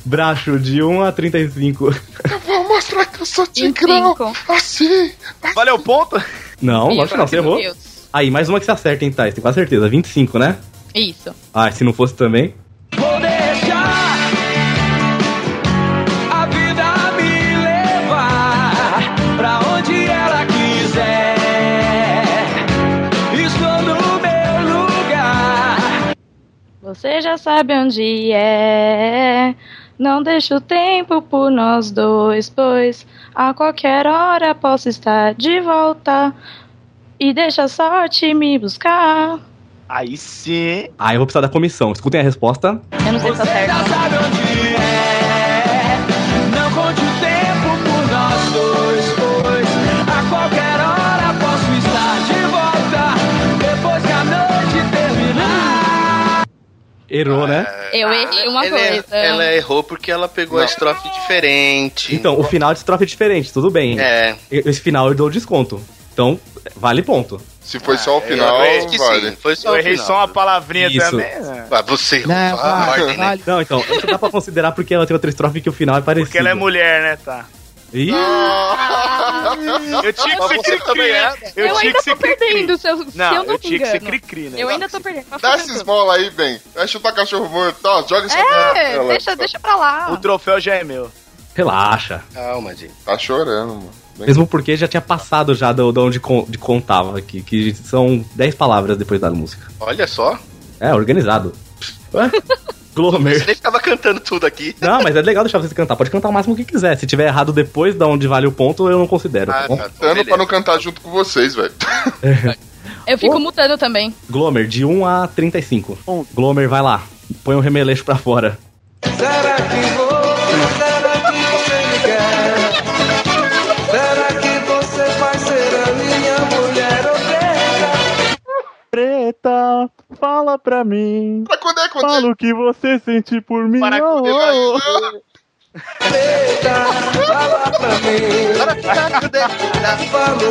[SPEAKER 9] Bracho, de 1 a 35.
[SPEAKER 1] Eu vou mostrar que eu sou Tigrão. Assim.
[SPEAKER 13] Valeu, ponto?
[SPEAKER 9] Não,
[SPEAKER 2] Ih,
[SPEAKER 9] lógico que não, você
[SPEAKER 2] meu
[SPEAKER 9] errou.
[SPEAKER 2] Deus.
[SPEAKER 9] Aí, mais uma que você acerta, hein, Thais? Tem quase certeza. 25, né?
[SPEAKER 2] Isso.
[SPEAKER 9] Ah, se não fosse também.
[SPEAKER 4] Vou deixar a vida me levar pra onde ela quiser.
[SPEAKER 2] Você já sabe onde é. Não deixa o tempo por nós dois, pois a qualquer hora posso estar de volta. E deixa a sorte me buscar.
[SPEAKER 13] Aí sim.
[SPEAKER 9] Aí Ah, eu vou precisar da comissão. Escutem a resposta.
[SPEAKER 2] Eu não sei se tá certo.
[SPEAKER 4] sabe onde é. Não conte o tempo por nós dois, pois a qualquer hora posso estar de volta depois que a noite terminar.
[SPEAKER 9] Errou,
[SPEAKER 10] Ah,
[SPEAKER 9] né?
[SPEAKER 2] Eu errei É uma
[SPEAKER 10] é- Ela,
[SPEAKER 2] coisa. né?
[SPEAKER 10] ela errou porque ela pegou a estrofe diferente.
[SPEAKER 9] Então, o final de estrofe é diferente, tudo bem.
[SPEAKER 10] É.
[SPEAKER 9] Esse final eu dou desconto. Então, vale ponto.
[SPEAKER 1] Se foi só o
[SPEAKER 10] final, eu acho que vale. sim, foi só
[SPEAKER 12] eu
[SPEAKER 10] o
[SPEAKER 12] errei
[SPEAKER 10] final.
[SPEAKER 12] só uma palavrinha
[SPEAKER 9] Isso.
[SPEAKER 12] também. né?
[SPEAKER 10] Ah, você
[SPEAKER 1] Então,
[SPEAKER 9] Não,
[SPEAKER 12] a vai, ordem, né? vale.
[SPEAKER 9] Não, então, isso dá pra considerar porque ela tem outra estrofe que o final é parecido.
[SPEAKER 12] Porque ela é mulher, né? Tá.
[SPEAKER 9] Ih,
[SPEAKER 13] Ah!
[SPEAKER 12] Eu tinha que
[SPEAKER 4] Mas
[SPEAKER 12] ser
[SPEAKER 4] você
[SPEAKER 12] cri-cri,
[SPEAKER 4] também
[SPEAKER 12] né?
[SPEAKER 4] é.
[SPEAKER 12] Eu,
[SPEAKER 2] Eu
[SPEAKER 12] tinha
[SPEAKER 2] ainda
[SPEAKER 12] que ser
[SPEAKER 2] tô perdendo, se eu, se
[SPEAKER 12] Não,
[SPEAKER 2] eu não
[SPEAKER 12] eu
[SPEAKER 2] me
[SPEAKER 12] tinha que ser
[SPEAKER 2] engano.
[SPEAKER 12] cri-cri, né?
[SPEAKER 2] Eu ainda tô perdendo. mas
[SPEAKER 1] Dá
[SPEAKER 2] fica
[SPEAKER 1] essa
[SPEAKER 2] tranquilo.
[SPEAKER 1] esmola aí, Ben. Vai chutar cachorro morto. Ó, joga isso
[SPEAKER 2] É, deixa, deixa pra lá.
[SPEAKER 12] O troféu já é meu.
[SPEAKER 9] relaxa.
[SPEAKER 10] Calma, gente.
[SPEAKER 1] Tá chorando, mano.
[SPEAKER 9] Mesmo porque já tinha passado já do, do onde con- de contava aqui, que são 10 palavras depois da música.
[SPEAKER 10] Olha só.
[SPEAKER 9] É, organizado. Ué?
[SPEAKER 10] Você
[SPEAKER 9] Glomer.
[SPEAKER 10] nem tava cantando tudo aqui.
[SPEAKER 9] Não, mas é legal deixar você cantar. Pode cantar o máximo que quiser. Se tiver errado depois da onde vale o ponto, eu não considero.
[SPEAKER 1] Ah,
[SPEAKER 9] tá bom?
[SPEAKER 1] Tando então, pra não cantar junto com vocês, velho.
[SPEAKER 2] Eu fico mutando também.
[SPEAKER 9] Glomer, de 1 a 35. Glomer, vai lá. Põe o remeleixo pra fora.
[SPEAKER 4] Será que você, será que você me quer? Será que você vai ser a minha mulher ou
[SPEAKER 5] Preta, fala pra mim.
[SPEAKER 1] Pra quando é
[SPEAKER 5] Fala o que você sente por mim. Oh, Para
[SPEAKER 1] né?
[SPEAKER 4] preta? Fala pra mim. Fala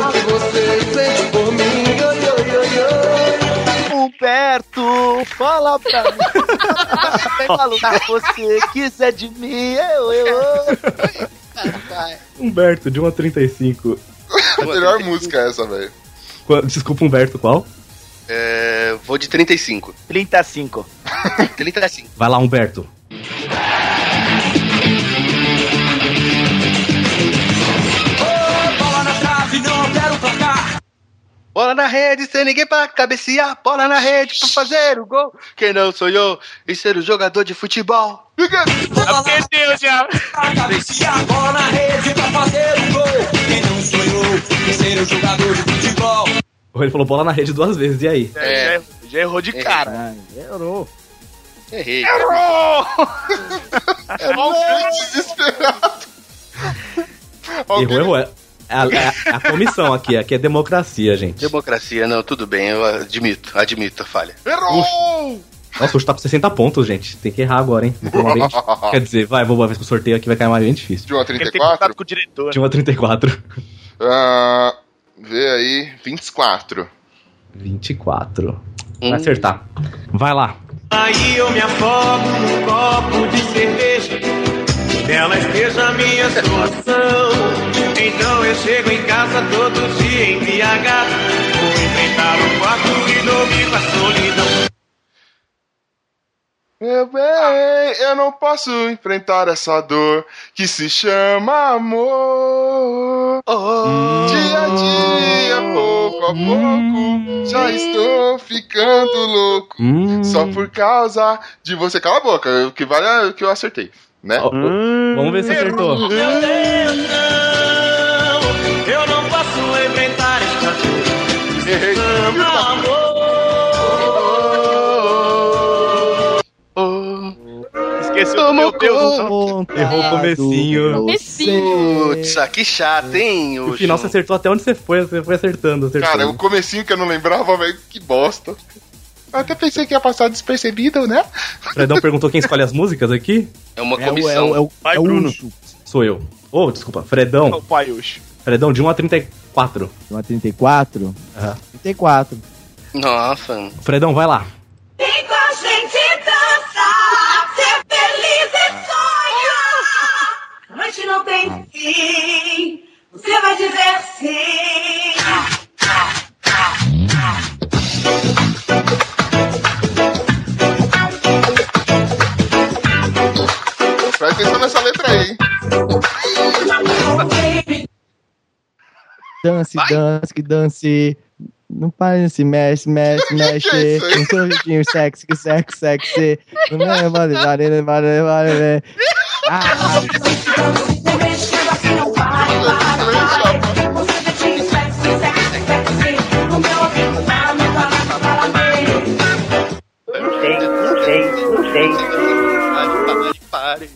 [SPEAKER 4] o que você sente por mim. Oi, oi, oi, oi.
[SPEAKER 13] Humberto, fala pra mim. Fala o que você quiser de mim. Eu, eu, eu.
[SPEAKER 9] Humberto, de 1 a 35.
[SPEAKER 1] A melhor música é essa, velho.
[SPEAKER 9] Qua- Desculpa, Humberto, qual?
[SPEAKER 10] É, vou de 35.
[SPEAKER 13] 35.
[SPEAKER 10] 35.
[SPEAKER 9] Vai lá, Humberto.
[SPEAKER 4] Bola na trave, não quero placar.
[SPEAKER 10] Bola na rede, sem ninguém pra cabecear. Bola na rede pra fazer o gol. Quem não sou eu em ser o jogador de futebol?
[SPEAKER 12] É
[SPEAKER 4] Bola perdeu já. Pra cabecear, bola na rede pra fazer o gol. Quem não sou eu em ser o jogador de futebol?
[SPEAKER 9] Ele falou bola na rede duas vezes, e aí?
[SPEAKER 12] É, Já, já errou de cara.
[SPEAKER 1] É
[SPEAKER 9] Errou.
[SPEAKER 10] Errei.
[SPEAKER 12] Errou!
[SPEAKER 1] Olha o grande desesperado.
[SPEAKER 9] Errou, errou. É a, é a comissão aqui, aqui é democracia, gente.
[SPEAKER 10] Democracia, não, tudo bem, eu admito, admito a falha.
[SPEAKER 1] Errou!
[SPEAKER 9] Nossa, hoje tá com 60 pontos, gente. Tem que errar agora, hein? Então, uma vez- Quer dizer, vai, vou uma vez com o sorteio aqui, vai cair mais bem difícil.
[SPEAKER 1] De 1 a 34?
[SPEAKER 12] com o diretor. né?
[SPEAKER 9] De 1 a 34.
[SPEAKER 1] Ah, vê aí, 24.
[SPEAKER 9] 24. Vai acertar. Vai lá.
[SPEAKER 4] Aí eu me afogo num copo de cerveja. Nela esteja a minha situação. Então eu chego em casa todo dia embriagado. Vou enfrentar o quarto e dormir com a solidão.
[SPEAKER 1] Meu bem, eu não posso enfrentar essa dor que se chama amor.
[SPEAKER 9] Oh.
[SPEAKER 1] Dia a dia, pouco a
[SPEAKER 9] Hum.
[SPEAKER 1] pouco, já estou ficando louco.
[SPEAKER 9] Hum.
[SPEAKER 1] Só por causa de você. Cala a boca, o que vale é o que eu acertei, né?
[SPEAKER 9] Vamos ver se acertou.
[SPEAKER 4] Meu Deus, não. Eu não posso enfrentar esta dor.
[SPEAKER 1] Errei.
[SPEAKER 4] Chama amor.
[SPEAKER 12] Esqueceu
[SPEAKER 10] do meu
[SPEAKER 9] Errou o comecinho.
[SPEAKER 10] Putz, ah, que chato, hein?
[SPEAKER 9] No final você acertou até onde você foi, você foi acertando, acertando.
[SPEAKER 1] Cara, o comecinho que eu não lembrava, velho, que bosta. Eu até pensei que ia passar despercebido, né?
[SPEAKER 9] O Fredão perguntou quem escolhe as músicas aqui?
[SPEAKER 10] É uma
[SPEAKER 9] comissão.
[SPEAKER 1] é o- é o-
[SPEAKER 12] Vai,
[SPEAKER 9] é o
[SPEAKER 12] Bruno.
[SPEAKER 9] Sou eu. Ô, desculpa,
[SPEAKER 10] É
[SPEAKER 9] Fredão.
[SPEAKER 12] O pai hoje.
[SPEAKER 9] Fredão, de 1 a 34.
[SPEAKER 6] 1 a 34? 34.
[SPEAKER 10] Nossa.
[SPEAKER 9] Fredão, vai lá.
[SPEAKER 4] Vem com a gente dançar, ser feliz e sonhar. Noite não tem fim, você vai dizer sim.
[SPEAKER 1] Presta atenção nessa letra aí, hein?
[SPEAKER 6] Dance, dance, que dance. Não para de se mexe, mexe, mexe.
[SPEAKER 4] é isso aí?
[SPEAKER 6] um sorrisinho sexy, sexy, sexy. Não é, vale, vale, vale, vale, vale. Ah,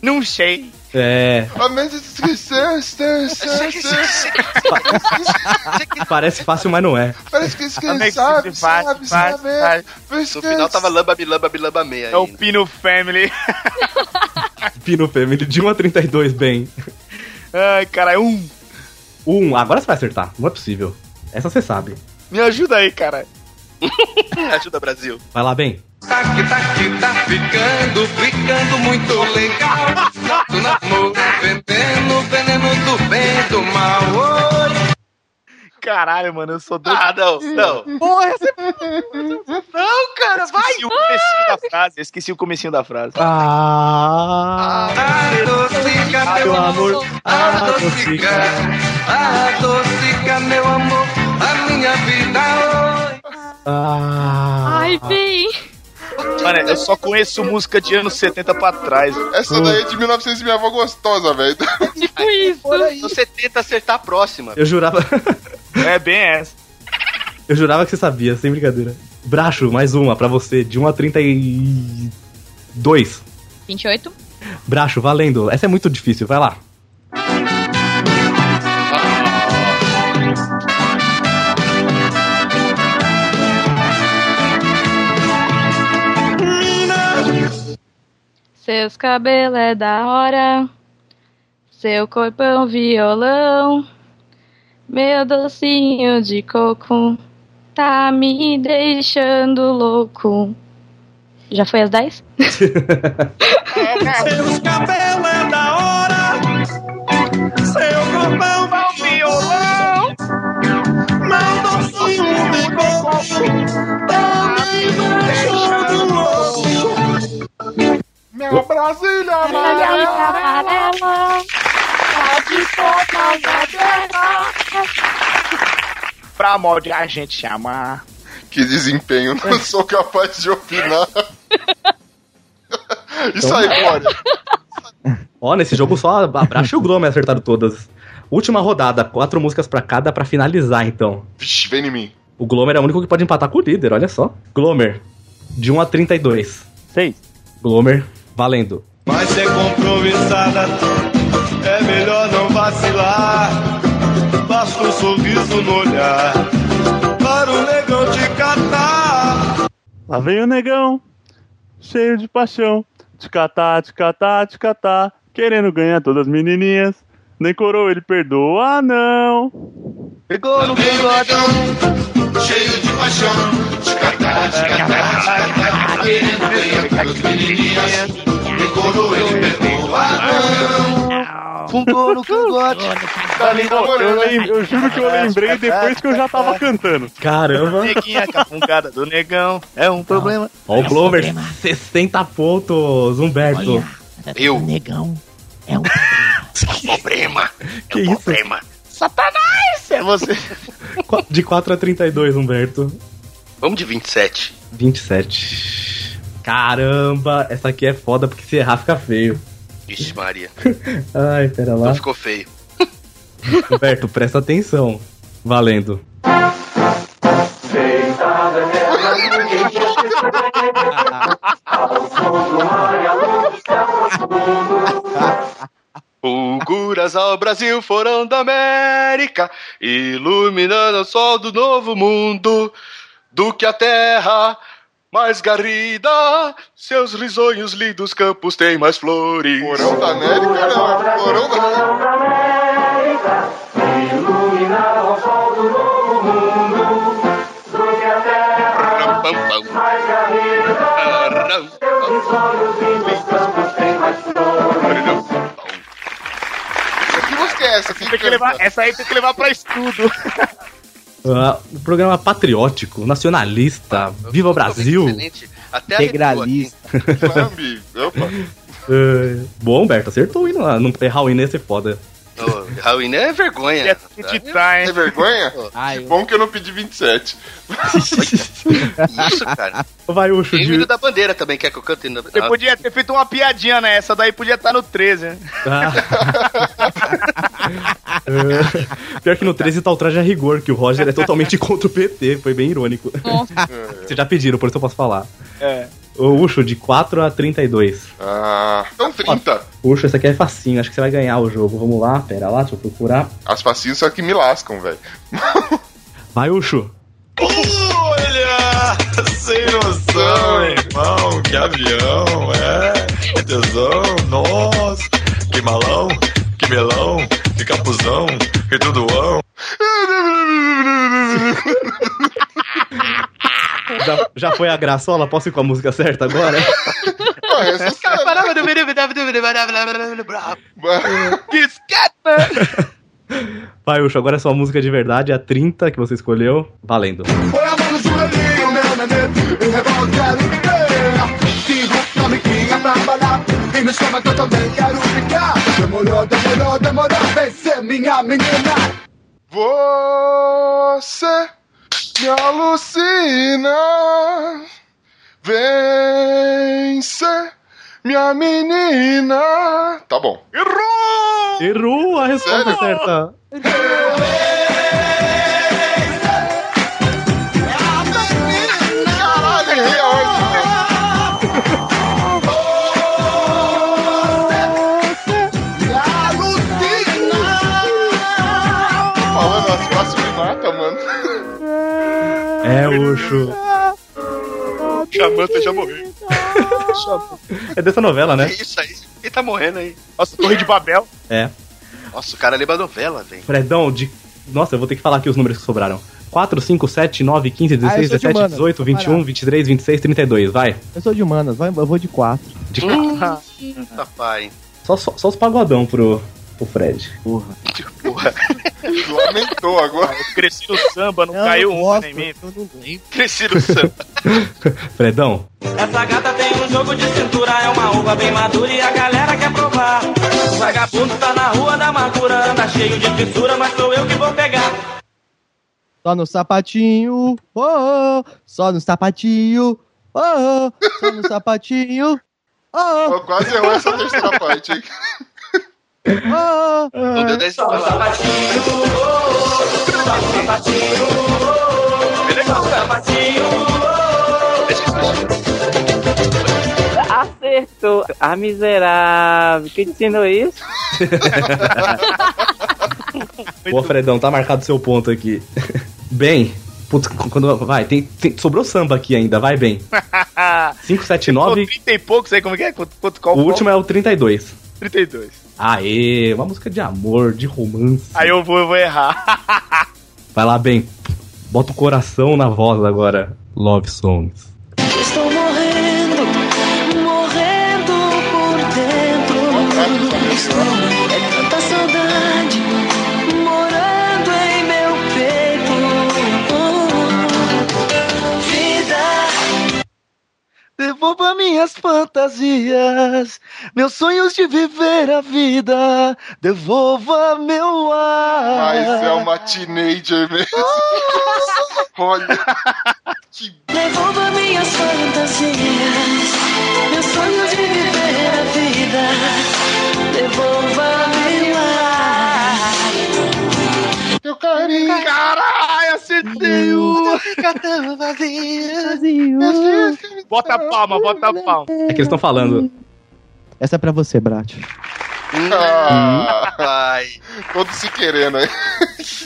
[SPEAKER 12] Não sei.
[SPEAKER 9] É.
[SPEAKER 1] A mesa descansar.
[SPEAKER 9] Parece fácil, mas não é.
[SPEAKER 1] Parece que esquece,
[SPEAKER 12] Amém,
[SPEAKER 1] sabe,
[SPEAKER 12] se faz,
[SPEAKER 1] sabe,
[SPEAKER 12] faz,
[SPEAKER 1] sabe.
[SPEAKER 12] faz.
[SPEAKER 1] Parece
[SPEAKER 13] No
[SPEAKER 1] que-
[SPEAKER 13] final tava lamba, bilamba, bilamba meia.
[SPEAKER 12] É o Pino Family.
[SPEAKER 9] Pino Family de 1 a 32, bem.
[SPEAKER 12] Ai, cara, é um.
[SPEAKER 9] Um, agora você vai acertar. Não é possível. Essa você sabe.
[SPEAKER 12] Me ajuda aí, cara.
[SPEAKER 13] Ajuda, Brasil.
[SPEAKER 9] Vai lá, bem.
[SPEAKER 4] Tac, tac, tá ficando, ficando muito legal. Salto na moura, vendendo veneno do bem do mal.
[SPEAKER 12] Caralho, mano, eu sou doido.
[SPEAKER 13] Ah, não,
[SPEAKER 9] um.
[SPEAKER 13] não.
[SPEAKER 4] Porra, você... Não, cara, vai!
[SPEAKER 12] Esqueci o comecinho da frase. eu Esqueci o comecinho da frase.
[SPEAKER 9] Ah!
[SPEAKER 4] Adocica, meu amor, Ah, adocica, adocica, Ah, meu amor, a minha vida.
[SPEAKER 9] Ai,
[SPEAKER 2] bem.
[SPEAKER 12] Mano, eu só conheço música de anos 70 pra trás.
[SPEAKER 1] Essa daí é de 1900 e minha avó gostosa, velho.
[SPEAKER 2] Tipo isso.
[SPEAKER 13] Você tenta acertar a próxima.
[SPEAKER 9] Eu jurava,
[SPEAKER 12] É bem essa.
[SPEAKER 9] eu jurava que você sabia, sem brincadeira. Bracho, mais uma pra você, de 1 a 32.
[SPEAKER 2] 28.
[SPEAKER 9] Bracho, valendo. Essa é muito difícil, vai lá.
[SPEAKER 2] Seus cabelos é da hora, seu corpo é um violão, meu docinho de coco tá me deixando louco. Já foi às 10?
[SPEAKER 4] Seus cabelos é da hora, seu corpão vai ao violão. Meu docinho de coco, tá me deixando louco.
[SPEAKER 1] Meu Brasília
[SPEAKER 4] amarela, tá de toda
[SPEAKER 12] Pra molde a gente chamar.
[SPEAKER 1] Que desempenho, não sou capaz de opinar. Isso aí, Glória.
[SPEAKER 9] Ó, nesse jogo só a a Bracho e o Grome acertaram todas. Última rodada, quatro músicas pra cada pra finalizar, então.
[SPEAKER 1] Vixe, vem em mim.
[SPEAKER 9] O Glomer é o único que pode empatar com o líder, olha só. Glomer, de 1 a 32. 6. Glomer, valendo.
[SPEAKER 4] Mas é compromissada, é melhor não vacilar. Basta um sorriso no olhar, para o negão te catar.
[SPEAKER 5] Lá vem o negão, cheio de paixão. tá, Te catar, te catar, te catar. tá, Querendo ganhar todas as menininhas. Nem coroa ele perdoa, não.
[SPEAKER 4] Pegou no bigodão, cheio de paixão. Te catar, te catar, te catar, querendo ver aquelas menininhas. Decorou ele, pegou a
[SPEAKER 13] Fungou no cangote.
[SPEAKER 1] Tá
[SPEAKER 5] Eu,
[SPEAKER 1] né?
[SPEAKER 5] lem- eu juro que eu lembrei depois que eu já tava cantando.
[SPEAKER 9] Caramba.
[SPEAKER 5] É
[SPEAKER 12] Neguinha, capungada do negão. É um problema.
[SPEAKER 9] Ó, o Glomer, 60 pontos, Humberto.
[SPEAKER 1] Eu.
[SPEAKER 9] Negão.
[SPEAKER 13] Problema.
[SPEAKER 9] Que isso?
[SPEAKER 12] Satanás! É você.
[SPEAKER 9] Qu- De 4 a 32, Humberto.
[SPEAKER 13] Vamos de 27.
[SPEAKER 9] 27. Caramba, essa aqui é foda porque se errar fica feio.
[SPEAKER 13] Vixe, Maria.
[SPEAKER 9] Ai, pera lá.
[SPEAKER 13] Não ficou feio.
[SPEAKER 9] Humberto, presta atenção. Valendo.
[SPEAKER 13] Fulguras ao Brasil foram da América, iluminando o sol do novo mundo, do que a terra mais garrida, seus risonhos lindos campos têm mais flores. Florão
[SPEAKER 1] da América, não, é florão da Que música é essa?
[SPEAKER 12] Tem que levar- essa aí tem que levar pra estudo.
[SPEAKER 9] Ah, um programa patriótico,
[SPEAKER 13] Ah,
[SPEAKER 9] nacionalista, viva o Brasil.
[SPEAKER 13] Até
[SPEAKER 9] Integralista.
[SPEAKER 1] Lambi, opa.
[SPEAKER 9] É, Ah, Bom, Humberto, acertou o hino lá. Não errar o hino ia ser é foda.
[SPEAKER 13] Halloween é vergonha.
[SPEAKER 1] É
[SPEAKER 13] acreditar,
[SPEAKER 1] hein? É vergonha? Bom que eu não pedi 27.
[SPEAKER 13] Isso, cara.
[SPEAKER 9] Vai, o
[SPEAKER 13] Tem o hino da bandeira também, quer que eu cante? o hino da-
[SPEAKER 12] Você podia ter feito uma piadinha nessa, daí podia estar no 13, né?
[SPEAKER 9] Ah. É. Pior que no 13 tá o traje a rigor, que o Roger é totalmente contra o PT. Foi bem irônico. Vocês já pediram, por isso eu posso falar.
[SPEAKER 12] É.
[SPEAKER 9] O Ucho, de 4 a 32.
[SPEAKER 1] Ah, então 30.
[SPEAKER 9] Ucho, esse aqui é facinho, acho que você vai ganhar o jogo. Vamos lá, pera lá, deixa eu procurar.
[SPEAKER 1] As facinhas só que me lascam, velho.
[SPEAKER 9] Vai, Ucho.
[SPEAKER 4] Olha, sem noção, irmão, que avião, é, tesão, nossa, que malão, que melão, que capuzão, que tudoão.
[SPEAKER 9] Já, já foi a graçola? Posso ir com a música certa agora? Vai, Ucho, agora é sua música de verdade, a 30 que você escolheu. Valendo.
[SPEAKER 4] E me chama que eu também quero ficar Demorou, demorou, demorou Vem ser é minha menina
[SPEAKER 1] Você me alucina. Vence, minha menina. Tá bom.
[SPEAKER 9] Errou! Errou a resposta certa.
[SPEAKER 1] Caralho, errei a ordem. Falando assim, as faces me mata, mano.
[SPEAKER 9] É, Ucho.
[SPEAKER 13] Chamanta já morreu.
[SPEAKER 9] É dessa novela, né?
[SPEAKER 13] Que isso aí? Ele tá morrendo aí.
[SPEAKER 12] Nossa, Torre de Babel.
[SPEAKER 9] É.
[SPEAKER 13] Nossa, o cara lembra a novela, velho.
[SPEAKER 9] Fredão, de. Nossa, eu vou ter que falar aqui os números que sobraram. 4, 5, 7, 9, 15,
[SPEAKER 6] Ah, eu
[SPEAKER 9] 16,
[SPEAKER 6] sou de
[SPEAKER 9] 17,
[SPEAKER 6] humanas.
[SPEAKER 9] 18,
[SPEAKER 6] Vou
[SPEAKER 9] 21,
[SPEAKER 6] parar.
[SPEAKER 9] 23, 26, 32, vai.
[SPEAKER 6] Eu sou de humanas, vai, eu vou de quatro.
[SPEAKER 9] De
[SPEAKER 10] Hum.
[SPEAKER 13] Papai.
[SPEAKER 9] Só, só, só os pagodão pro, pro Fred. Porra.
[SPEAKER 1] Lamentou agora.
[SPEAKER 12] Cresci no samba, não,
[SPEAKER 4] Não,
[SPEAKER 12] caiu
[SPEAKER 4] eu
[SPEAKER 12] um
[SPEAKER 4] gosto,
[SPEAKER 12] em mim. Cresci no samba.
[SPEAKER 9] Fredão,
[SPEAKER 11] Essa gata tem um jogo de cintura, é uma uva bem madura e a galera quer provar. O vagabundo tá na rua da amargura, anda cheio de fissura, mas sou eu que vou pegar.
[SPEAKER 6] Só no sapatinho, oh, oh, só no sapatinho, oh, oh, só no sapatinho, oh, oh.
[SPEAKER 1] quase errou É essa terceira parte, hein?
[SPEAKER 6] Oh, oh.
[SPEAKER 11] um
[SPEAKER 13] Só no
[SPEAKER 4] sapatinho Só no sapatinho Só
[SPEAKER 11] um
[SPEAKER 4] no sapatinho
[SPEAKER 11] Acertou. Ah, miserável. Quem te ensinou isso?
[SPEAKER 9] Boa, Fredão, tá marcado seu ponto aqui. Bem, putz, quando. Vai, tem, tem- sobrou samba aqui ainda, vai bem. 5, 7, 9,
[SPEAKER 12] 30 e poucos aí, como é que é? Quanto, quanto,
[SPEAKER 9] o
[SPEAKER 12] qual, qual?
[SPEAKER 9] último é o 32.
[SPEAKER 12] 32.
[SPEAKER 9] Aê, uma música de amor, de romance.
[SPEAKER 12] Aí eu vou, eu vou errar.
[SPEAKER 9] Vai lá, bem. Bota o coração na voz agora. Love Songs.
[SPEAKER 4] Estou morrendo, morrendo por dentro. Estou é tanta saudade morando em meu peito. Vida,
[SPEAKER 10] Devolva minhas fantasias, meus sonhos de viver a vida. Devolva meu ar.
[SPEAKER 1] Mas é uma teenager mesmo. Olha.
[SPEAKER 4] devolva minhas fantasias, meus sonhos de viver a vida. Devolva meu ar.
[SPEAKER 1] Teu carinho.
[SPEAKER 4] Caralho, acertei o. Fica tão vazio.
[SPEAKER 12] Bota a palma, bota a palma.
[SPEAKER 9] É que eles estão falando.
[SPEAKER 6] Essa é pra você, Brat.
[SPEAKER 13] Ai.
[SPEAKER 1] Todos se querendo aí.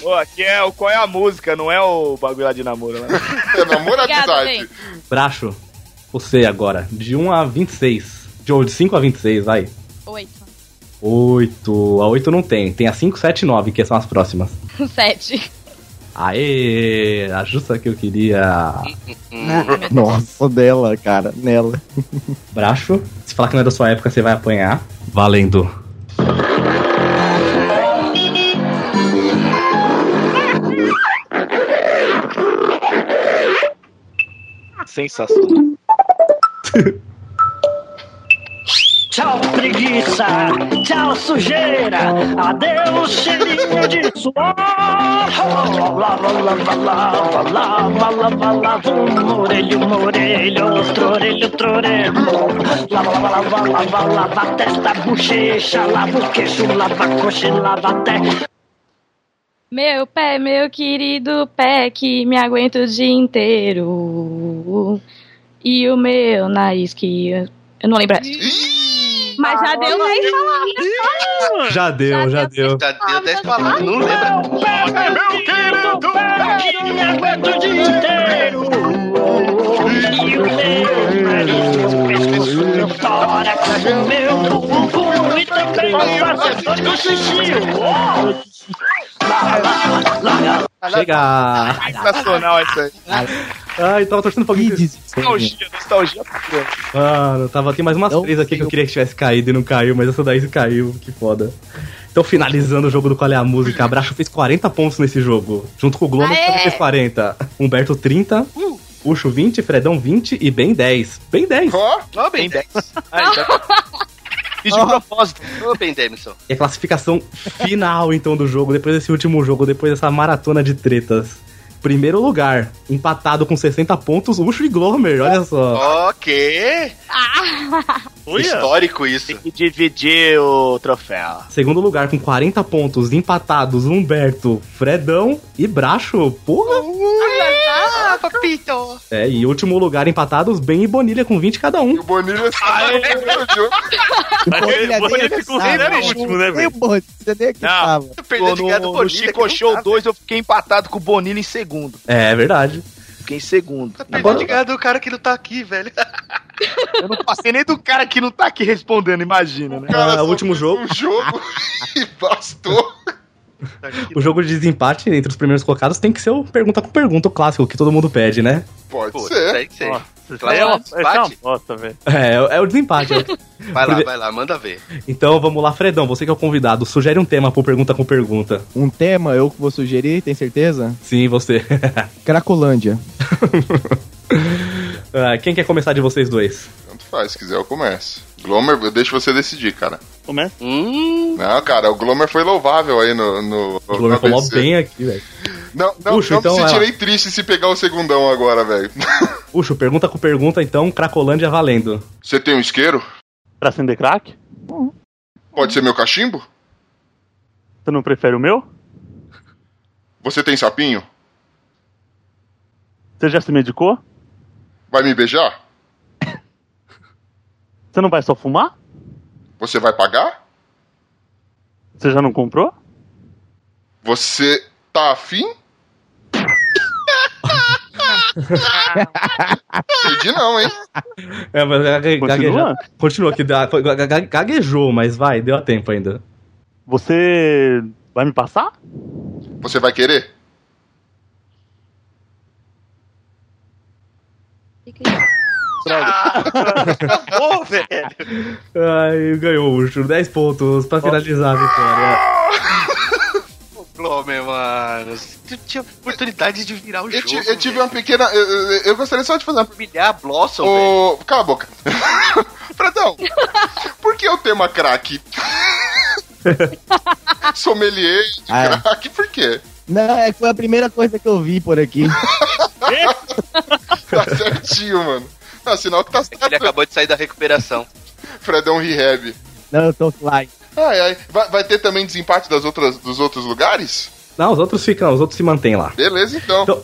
[SPEAKER 12] Pô, aqui é o qual é a música, não é o bagulho lá de namoro, né?
[SPEAKER 1] É namoro
[SPEAKER 9] Bracho, você agora. De 1 a 26. De, ou de 5 a 26, vai.
[SPEAKER 2] Oito.
[SPEAKER 9] 8. A 8 não tem. Tem a 5, 7 e 9, que são as próximas.
[SPEAKER 2] Sete.
[SPEAKER 9] Aê! A justa que eu queria.
[SPEAKER 6] Nossa, dela, cara, nela.
[SPEAKER 9] Bracho, se falar que não é da sua época, você vai apanhar. Valendo.
[SPEAKER 12] Sensacional.
[SPEAKER 4] Tchau, preguiça. Tchau, sujeira. Adeus, cheirinho de suor. Lá, lá, lá, lá, lá, lá, lá, lá, lá, lá. Um orelho, um orelho, outro orelho, outro orelho. Lava, lava, lava, lava, lava a testa, a bochecha. Lava o queixo, lava a coxa, e lava até...
[SPEAKER 2] Meu pé, meu querido pé, que me aguenta o dia inteiro. E o meu nariz que. eu- Eu não lembro. o resto. Mas já deu mais palavras.
[SPEAKER 9] Já deu, já deu.
[SPEAKER 10] Já deu 10 palavras, não lembra.
[SPEAKER 4] Pega meu querido pé, que me aguenta o dia inteiro. E o meu nariz, meu pescoço, meu tórax, o meu bumbum e também o fazedor do xixi. Oh!
[SPEAKER 9] Chega!
[SPEAKER 3] Sensacional isso aí.
[SPEAKER 9] Ai, tava torcendo pra alguém.
[SPEAKER 3] Nostalgia, nostalgia. pura.
[SPEAKER 9] Mano, tava, tem mais umas três aqui que eu queria que tivesse caído e não caiu, mas essa daí caiu, que foda. Então, finalizando o jogo do Qual é a Música, Abraxo fez 40 pontos nesse jogo. Junto com o Globo, que também fez 40. Humberto, 30. Ucho, 20. Fredão, 20. E Ben, 10. Ben, 10.
[SPEAKER 10] Ó, Ben 10. Fiz de propósito. Ô, Ben Demison.
[SPEAKER 9] E a classificação final, então, do jogo, depois desse último jogo, depois dessa maratona de tretas. Primeiro lugar, empatado com 60 pontos, Ucho e Glomer, olha só.
[SPEAKER 10] Ok. Histórico isso.
[SPEAKER 3] Tem que dividir o troféu.
[SPEAKER 9] Segundo lugar, com 40 pontos, empatados, Humberto, Fredão e Bracho. Porra!
[SPEAKER 15] Ah, papito!
[SPEAKER 9] É, e último lugar, empatados, Ben e Bonilha com 20 cada um.
[SPEAKER 1] Bonilha
[SPEAKER 4] tá-
[SPEAKER 15] Bonilha
[SPEAKER 3] Bonilha ficou sempre em último, né, velho?
[SPEAKER 6] Você nem aqui tava.
[SPEAKER 3] Pô, no, no Chico Show 2 eu fiquei empatado com o Bonilha em segundo.
[SPEAKER 9] É verdade.
[SPEAKER 3] Fiquei em segundo. Tá
[SPEAKER 10] Perdeu de ganhar do cara que não tá aqui, velho.
[SPEAKER 3] Eu não passei nem do cara que não tá aqui respondendo, imagina, né?
[SPEAKER 9] Ah, o último jogo.
[SPEAKER 1] Um jogo e bastou.
[SPEAKER 9] O jogo de desempate entre os primeiros colocados tem que ser o pergunta com pergunta, o clássico que todo mundo pede, né?
[SPEAKER 1] Pode
[SPEAKER 10] Pô,
[SPEAKER 1] ser.
[SPEAKER 10] Tem que ser.
[SPEAKER 16] isso aí é
[SPEAKER 10] um
[SPEAKER 16] uma- isso aí é uma bosta, velho.
[SPEAKER 9] É, é o desempate.
[SPEAKER 10] É. Vai lá,
[SPEAKER 9] Prime-
[SPEAKER 10] vai lá, manda ver.
[SPEAKER 9] Então vamos lá, Fredão, você que é o convidado, sugere um tema pro pergunta com pergunta.
[SPEAKER 6] Um tema eu que vou sugerir, tem certeza?
[SPEAKER 9] Sim, você.
[SPEAKER 6] Cracolândia.
[SPEAKER 9] Ah, Quem quer começar de vocês dois?
[SPEAKER 1] Tanto faz, se quiser eu começo. Glomer, eu deixo você decidir, cara.
[SPEAKER 12] é?
[SPEAKER 16] Começa?
[SPEAKER 1] Não, cara, o Glomer foi louvável aí no. no o
[SPEAKER 9] Glomer falou bem aqui, velho.
[SPEAKER 1] Não, não,
[SPEAKER 9] Puxa,
[SPEAKER 1] não
[SPEAKER 9] então
[SPEAKER 1] me
[SPEAKER 9] vai lá.
[SPEAKER 1] sentirei triste se pegar o segundão agora, velho.
[SPEAKER 9] Puxa, pergunta com pergunta, então, Cracolândia valendo.
[SPEAKER 1] Você tem um isqueiro?
[SPEAKER 9] Pra acender crack?
[SPEAKER 1] Pode ser meu cachimbo?
[SPEAKER 5] Você não prefere o meu?
[SPEAKER 1] Você tem sapinho?
[SPEAKER 5] Você já se medicou?
[SPEAKER 1] Vai me beijar?
[SPEAKER 5] Você não vai só fumar?
[SPEAKER 1] Você vai pagar?
[SPEAKER 5] Você já não comprou?
[SPEAKER 1] Você tá afim? Entendi não, hein?
[SPEAKER 9] É, mas gague-
[SPEAKER 5] Continua?
[SPEAKER 9] gaguejou. Continua, que dá- foi- ga- ga- gaguejou, mas vai, deu a tempo ainda.
[SPEAKER 5] Você vai me passar?
[SPEAKER 1] Você vai querer?
[SPEAKER 10] Acabou, velho.
[SPEAKER 9] Ai, ganhou o Ucho, 10 pontos pra finalizar a vitória.
[SPEAKER 10] Glomer, mano. Tu tinha oportunidade de virar o
[SPEAKER 1] Eu,
[SPEAKER 10] jogo.
[SPEAKER 1] ti- eu tive uma pequena. Eu, eu- eu gostaria só de fazer uma.
[SPEAKER 10] Humilhar a Blossom,
[SPEAKER 1] Ô, Cala a boca. Fredão, por que o tema crack? Sommelier, de
[SPEAKER 6] Ah, é.
[SPEAKER 1] crack, por quê?
[SPEAKER 6] Não, é que foi a primeira coisa que eu vi por aqui.
[SPEAKER 1] Tá certinho, mano. Não, sinal que tá certo.
[SPEAKER 10] É Ele acabou de sair da recuperação.
[SPEAKER 1] Fredão Rehab.
[SPEAKER 6] Não, eu tô fly.
[SPEAKER 1] Ai, ai. Vai, vai ter também desempate das outras, dos outros lugares?
[SPEAKER 9] Não, Ah, os outros ficam, os outros se mantêm lá.
[SPEAKER 1] Beleza, então.
[SPEAKER 9] Então,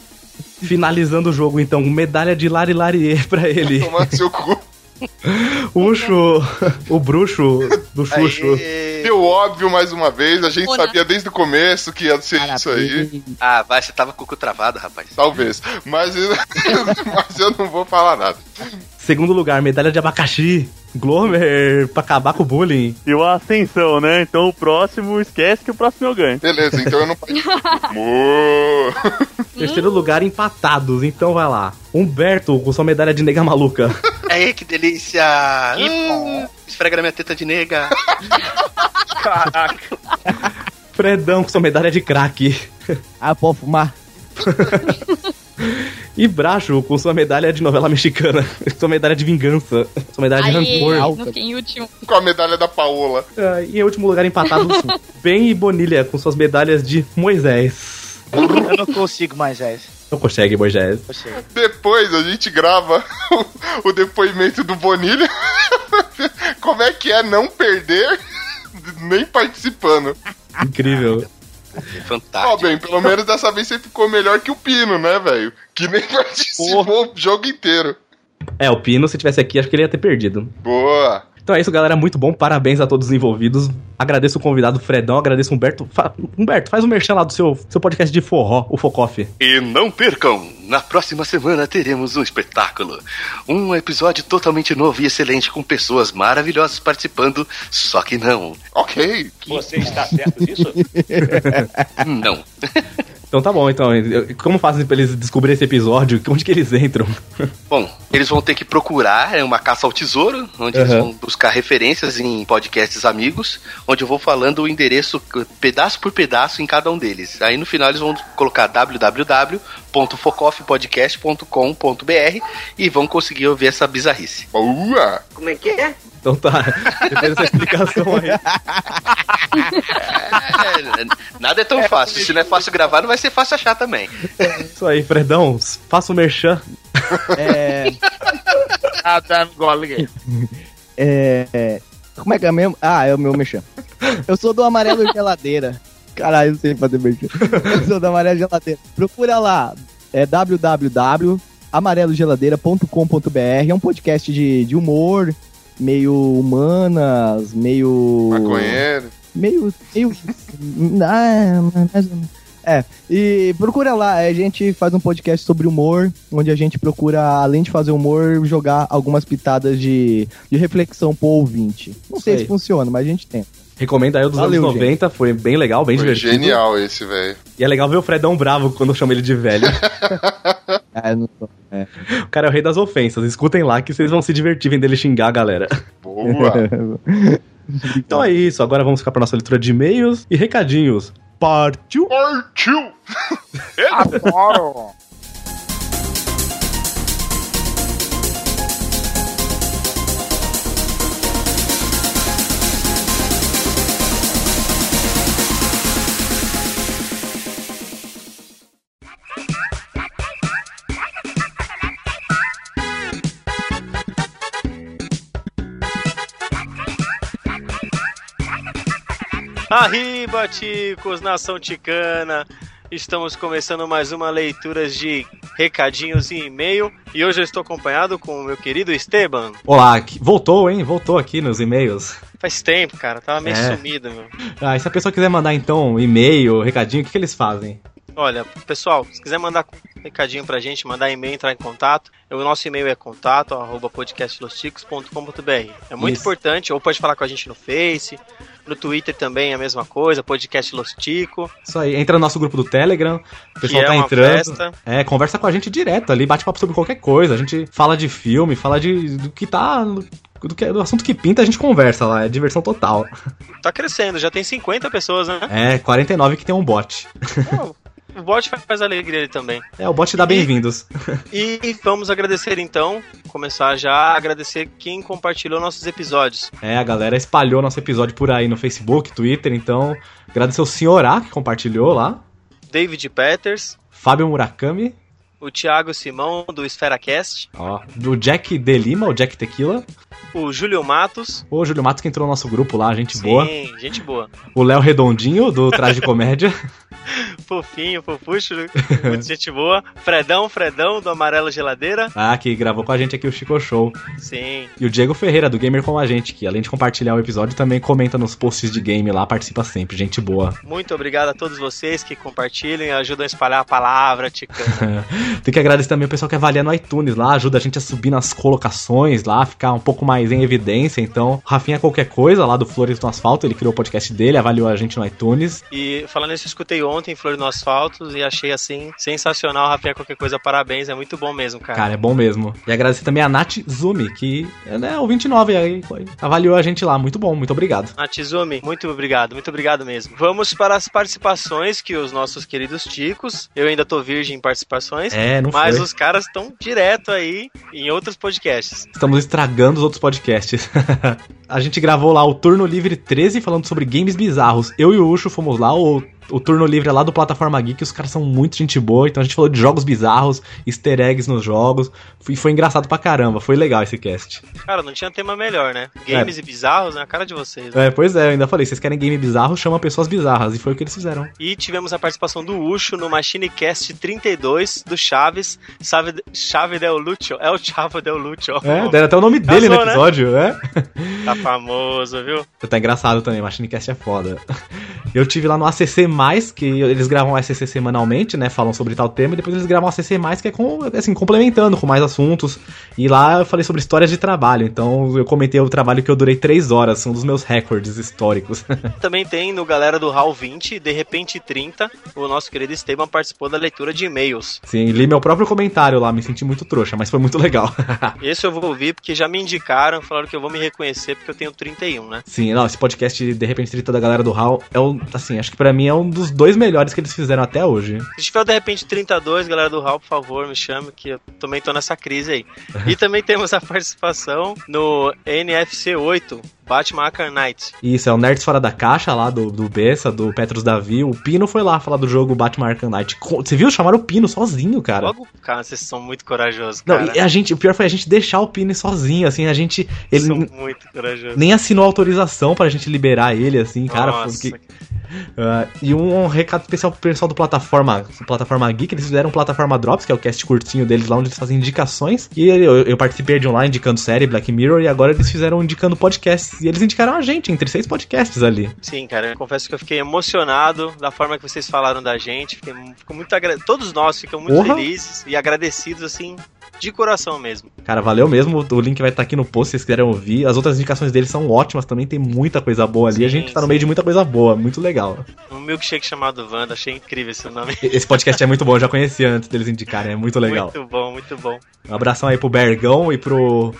[SPEAKER 9] finalizando o jogo, então, medalha de Lari Larier pra ele.
[SPEAKER 1] Tomar no seu cu.
[SPEAKER 9] Ucho, o bruxo do Xuxo.
[SPEAKER 10] É.
[SPEAKER 1] Deu óbvio mais uma vez, a gente
[SPEAKER 2] né?
[SPEAKER 1] sabia desde o começo que ia ser isso aí.
[SPEAKER 10] Ah, vai, você tava com o cu travado, rapaz.
[SPEAKER 1] Talvez. Mas, mas eu não vou falar nada.
[SPEAKER 9] Segundo lugar, medalha de abacaxi. Glomer, pra acabar com o bullying.
[SPEAKER 5] E o Ascensão, né? Então o próximo, esquece que o próximo eu ganho.
[SPEAKER 1] Beleza, então eu não
[SPEAKER 9] Terceiro lugar, empatados. Então vai lá. Humberto com sua medalha de nega maluca.
[SPEAKER 10] Aí, que delícia! Hum, esfrega na minha teta de nega.
[SPEAKER 3] Caraca.
[SPEAKER 9] é Fredão com sua medalha de craque.
[SPEAKER 6] Ah, pode fumar.
[SPEAKER 9] E Bracho com sua medalha de novela mexicana. Sua medalha de vingança. Sua
[SPEAKER 6] Tá
[SPEAKER 9] medalha de
[SPEAKER 2] Aí,
[SPEAKER 9] rancor.
[SPEAKER 2] no fim, último.
[SPEAKER 1] Com a medalha da Paola.
[SPEAKER 9] É, e em último lugar, empatado, Ben e Bonilha com suas medalhas de Moisés.
[SPEAKER 17] Eu não consigo mais essa.
[SPEAKER 9] Não consegue, Moisés.
[SPEAKER 1] Depois a gente grava o depoimento do Bonilha. Como é que é não perder nem participando?
[SPEAKER 9] Incrível.
[SPEAKER 1] Ó, bem, pelo menos dessa vez você ficou melhor que o Pino, né, velho? Que nem participou o jogo inteiro.
[SPEAKER 9] É, o Pino, se tivesse aqui, acho que ele ia ter perdido.
[SPEAKER 1] Boa!
[SPEAKER 9] Então é isso, galera. Muito bom. Parabéns a todos os envolvidos. Agradeço o convidado Fredão, agradeço o Humberto. Fa- Humberto, faz o merchan lá do seu, seu podcast de forró, o Focoff.
[SPEAKER 13] E não percam! Na próxima semana teremos um espetáculo. Um episódio totalmente novo e excelente com pessoas maravilhosas participando, só que não.
[SPEAKER 1] Ok.
[SPEAKER 12] Você está certo disso?
[SPEAKER 13] não.
[SPEAKER 9] Então tá bom, então. Eu- Como fazem pra eles descobrir esse episódio? Onde que eles entram?
[SPEAKER 13] Bom, eles vão ter que procurar, é uma caça ao tesouro, onde eles
[SPEAKER 9] Aham.
[SPEAKER 13] vão buscar referências em podcasts amigos, onde eu vou falando o endereço eh, pedaço por pedaço em cada um deles. Aí no final eles vão colocar www.focoffpodcast.com.br e vão conseguir ouvir essa bizarrice.
[SPEAKER 1] Boa!
[SPEAKER 13] Como é que é?
[SPEAKER 9] Então tá, depois dessa explicação aí.
[SPEAKER 13] nada é tão fácil. Se não é fácil gravar, não vai ser fácil achar também.
[SPEAKER 9] Isso aí, Fredão. Faça o merchan.
[SPEAKER 6] É.
[SPEAKER 12] Tá dando gole aqui.
[SPEAKER 6] É, é, Como é que é mesmo? Ah, é o meu mexer. Eu sou do Amarelo Geladeira. Caralho, eu não sei fazer mexer. Eu sou do Amarelo Geladeira. Procura lá. É www.amarelogeladeira.com.br. É um podcast de, de humor, meio humanas, meio.
[SPEAKER 1] Maconheiro.
[SPEAKER 6] Meio. meio ah, mais ou menos. é, e procura lá, a gente faz um podcast sobre humor, onde a gente procura, além de fazer humor, jogar algumas pitadas de, de reflexão pro ouvinte. Não sei
[SPEAKER 9] Isso
[SPEAKER 6] se
[SPEAKER 9] aí.
[SPEAKER 6] funciona, mas a gente tenta.
[SPEAKER 9] Recomendo aí o dos
[SPEAKER 6] Valeu,
[SPEAKER 9] anos 90, foi bem legal, bem
[SPEAKER 1] Foi
[SPEAKER 9] divertido.
[SPEAKER 1] genial esse, velho.
[SPEAKER 9] E é legal ver o Fredão bravo quando eu chamo ele de velho.
[SPEAKER 6] ah, eu não tô. É.
[SPEAKER 9] O cara é o rei das ofensas. Escutem lá que vocês vão se divertir vendo ele xingar a galera. então é isso, agora vamos ficar pra nossa leitura de e-mails e recadinhos. Partiu!
[SPEAKER 1] Partiu!
[SPEAKER 12] Adoro!
[SPEAKER 7] Arriba, ticos, nação ticana! Estamos começando mais uma leitura de recadinhos e e-mail. E hoje eu estou acompanhado com o meu querido Esteban.
[SPEAKER 9] Olá, que- voltou, hein? Voltou aqui nos e-mails.
[SPEAKER 7] Faz tempo, cara, tava meio
[SPEAKER 9] É.
[SPEAKER 7] sumido, meu.
[SPEAKER 9] Ah, e se a pessoa quiser mandar então e-mail, recadinho, o que, que eles fazem?
[SPEAKER 7] Olha, pessoal, se quiser mandar um recadinho pra gente, mandar e-mail, entrar em contato, o nosso e-mail é contato, arroba podcastlosticos.com.br. É muito
[SPEAKER 9] Isso.
[SPEAKER 7] importante, ou pode falar com a gente no Face, no Twitter também é a mesma coisa, podcast Lostico.
[SPEAKER 9] Isso aí, entra no nosso grupo do Telegram, o pessoal
[SPEAKER 7] Que é
[SPEAKER 9] tá
[SPEAKER 7] uma
[SPEAKER 9] entrando.
[SPEAKER 7] festa.
[SPEAKER 9] É, conversa com a gente direto ali, bate papo sobre qualquer coisa. A gente fala de filme, fala de do que tá. Do, que, do assunto que pinta, a gente conversa lá. É diversão total.
[SPEAKER 7] Tá crescendo, já tem 50 pessoas, né?
[SPEAKER 9] É, 49 que tem um bot.
[SPEAKER 7] O bot faz alegria ele também.
[SPEAKER 9] É, o bot dá bem-vindos.
[SPEAKER 7] E vamos agradecer então, começar já a agradecer quem compartilhou nossos episódios.
[SPEAKER 9] É, a galera espalhou nosso episódio por aí no Facebook, Twitter, então agradecer o Senhorá que compartilhou lá,
[SPEAKER 7] David Peters,
[SPEAKER 9] Fábio Murakami,
[SPEAKER 7] o Thiago Simão do SferaCast,
[SPEAKER 9] ó, do Jack De Lima, o Jack Tequila,
[SPEAKER 7] o Júlio Matos.
[SPEAKER 9] o Júlio Matos que entrou no nosso grupo lá, gente boa,
[SPEAKER 7] Sim, gente boa.
[SPEAKER 9] o Léo Redondinho do Traje de Comédia,
[SPEAKER 7] Fofinho, fofucho, muito gente boa. Fredão, Fredão do Amarelo Geladeira.
[SPEAKER 9] ah, que gravou com a gente aqui o Chico Show,
[SPEAKER 7] Sim.
[SPEAKER 9] e o Diego Ferreira do Gamer com a gente, que além de compartilhar o episódio também comenta nos posts de game lá, participa sempre, gente boa.
[SPEAKER 7] Muito obrigado a todos vocês que compartilham e ajudam a espalhar a palavra, Ticano.
[SPEAKER 9] Tem que agradecer também o pessoal que avalia no iTunes lá, ajuda a gente a subir nas colocações lá, ficar um pouco mais em evidência. Então, Rafinha Qualquer Coisa, lá do Flores no Asfalto, ele criou o podcast dele, avaliou a gente no iTunes.
[SPEAKER 7] E falando isso, eu escutei ontem Flor no Asfalto e achei assim sensacional. Rafinha, qualquer coisa, parabéns. É muito bom mesmo, cara.
[SPEAKER 9] Cara, é bom mesmo. E agradecer também a Nath Zumi, que é né, o 29 aí, foi. avaliou a gente lá. Muito bom, muito obrigado.
[SPEAKER 7] Natizumi, Ah, muito obrigado, muito obrigado mesmo. Vamos para as participações que os nossos queridos ticos. Eu ainda tô virgem em participações.
[SPEAKER 9] É, não
[SPEAKER 7] Mas
[SPEAKER 9] foi.
[SPEAKER 7] os caras estão direto aí em outros podcasts.
[SPEAKER 9] Estamos estragando os outros podcasts. a gente gravou lá o Turno Livre 13 falando sobre games bizarros. Eu e o Ucho fomos lá, o, o Turno Livre é lá do Plataforma Geek, os caras são muito gente boa, então a gente falou de jogos bizarros, easter eggs nos jogos, e foi engraçado pra caramba, foi legal esse cast.
[SPEAKER 7] Cara, não tinha tema melhor, né? Games
[SPEAKER 9] É.
[SPEAKER 7] e bizarros na cara de vocês. né?
[SPEAKER 9] É, pois é, eu ainda falei, vocês querem game bizarro, chama pessoas bizarras, e foi o que eles fizeram.
[SPEAKER 7] E tivemos a participação do Ucho no Machinecast 32 do Chaves. Chave, Chave Del Lucho. É o Chavo Del Tá Lucho.
[SPEAKER 9] É, deram até o nome dele
[SPEAKER 7] Casou,
[SPEAKER 9] no episódio,
[SPEAKER 7] né?
[SPEAKER 9] é.
[SPEAKER 7] Tá famoso, viu?
[SPEAKER 9] Tá engraçado também, Machinecast é foda. Eu tive lá no ACC+, que eles gravam o ACC semanalmente, né, falam sobre tal tema, e depois eles gravam o ACC+, que é com, assim, complementando com mais assuntos. E lá eu falei sobre histórias de trabalho, então eu comentei o trabalho que eu durei três horas, um dos meus recordes históricos.
[SPEAKER 7] Também tem no galera do Hall 20, de repente 30, o nosso querido Esteban participou da leitura de e-mails.
[SPEAKER 9] Sim, li meu próprio comentário lá, me senti muito trouxa, mas foi muito legal.
[SPEAKER 7] Esse eu vou ouvir porque já me indicaram, falaram que eu vou me reconhecer porque eu tenho 31, né?
[SPEAKER 9] Sim, não, esse podcast de repente 30 da galera do Hall é um, assim, acho que pra mim é um dos dois melhores que eles fizeram até hoje.
[SPEAKER 7] Se tiver o de repente 32, galera do Hall, por favor, me chame, que eu também tô nessa crise aí. E também temos a participação no NFC 8, Batman Arkham Knight.
[SPEAKER 9] Isso, é o Nerds Fora da Caixa lá do, do Bessa, do Petros Davi. O Pino foi lá falar do jogo Batman Arkham Knight. Co- Você viu? Chamaram o Pino sozinho, cara.
[SPEAKER 7] Logo, cara, vocês são muito corajosos,
[SPEAKER 9] Não,
[SPEAKER 7] cara.
[SPEAKER 9] e a gente, o pior foi a gente deixar o Pino sozinho, assim, a gente. Ele
[SPEAKER 7] São um
[SPEAKER 9] n-
[SPEAKER 7] muito corajosos.
[SPEAKER 9] nem assim. assinou autorização pra gente liberar ele, assim, cara. foi
[SPEAKER 7] Nossa.
[SPEAKER 9] que- Ah, e um, recado especial pro pessoal do plataforma, plataforma Geek, eles fizeram um plataforma Drops, que é o cast curtinho deles lá, onde eles fazem indicações. E eu, eu participei de um lá indicando série, Black Mirror, e agora eles fizeram indicando podcasts. E eles indicaram a gente entre seis podcasts ali.
[SPEAKER 7] Sim, cara, eu confesso que eu fiquei emocionado da forma que vocês falaram da gente. Fiquei, fico muito agra... Todos nós ficamos muito
[SPEAKER 9] Porra.
[SPEAKER 7] felizes e agradecidos, assim, de coração mesmo.
[SPEAKER 9] Cara, valeu mesmo. O link vai estar aqui no post se vocês quiserem ouvir. As outras indicações deles são ótimas também, tem muita coisa boa ali. a gente tá no meio de muita coisa boa, muito legal.
[SPEAKER 7] Um milkshake chamado Wanda, achei incrível esse nome.
[SPEAKER 9] Esse podcast é muito bom, eu já conheci antes deles indicarem, é muito legal.
[SPEAKER 7] Muito bom, muito bom.
[SPEAKER 9] Um abração aí pro Bergão e pro,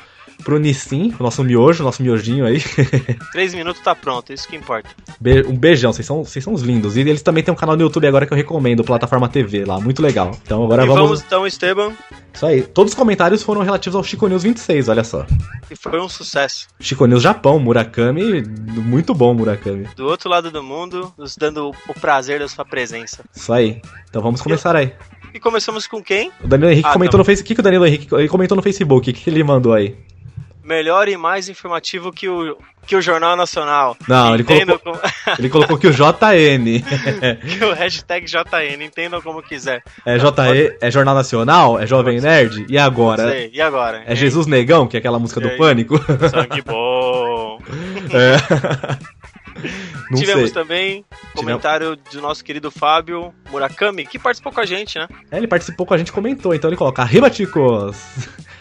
[SPEAKER 9] pro Nissin, o nosso miojo, nosso miojinho aí.
[SPEAKER 7] Três minutos tá pronto, isso que importa.
[SPEAKER 9] Be- um beijão, vocês são, vocês são os lindos. E eles também têm um canal no YouTube agora que eu recomendo, Plataforma TV lá, muito legal. Então agora
[SPEAKER 7] e vamos...
[SPEAKER 9] vamos.
[SPEAKER 7] então, Esteban,
[SPEAKER 9] Isso aí. Todos os comentários foram relativos ao Chico News 26, olha só.
[SPEAKER 7] que foi um sucesso.
[SPEAKER 9] Chico News Japão, Murakami, muito bom Murakami.
[SPEAKER 7] Do outro lado do mundo, nos dando o prazer da sua presença.
[SPEAKER 9] Isso aí. Então vamos começar aí.
[SPEAKER 7] E começamos com quem?
[SPEAKER 9] O Danilo Henrique
[SPEAKER 7] é Ah, tá.
[SPEAKER 9] comentou no Facebook. O que que o Danilo Henrique ele comentou no Facebook? O que, que ele mandou aí?
[SPEAKER 7] Melhor e mais informativo que o, que o Jornal Nacional.
[SPEAKER 9] Não, ele
[SPEAKER 7] Entendam
[SPEAKER 9] colocou-
[SPEAKER 7] como-
[SPEAKER 9] Ele colocou que o JN.
[SPEAKER 7] que o hashtag JN, entendam como quiser.
[SPEAKER 9] é JE, é Jornal Nacional? É Jovem Nerd? E agora?
[SPEAKER 7] Não sei, E agora?
[SPEAKER 9] É Jesus Negão, que é aquela música
[SPEAKER 7] E
[SPEAKER 9] do
[SPEAKER 7] aí?
[SPEAKER 9] Pânico?
[SPEAKER 7] Sangue bom.
[SPEAKER 9] É. Não
[SPEAKER 7] Tivemos
[SPEAKER 9] sei.
[SPEAKER 7] também comentário do nosso querido Fábio Murakami, que participou com a gente, né?
[SPEAKER 9] É, ele participou com a gente e comentou, então ele coloca: Arriba, chicos!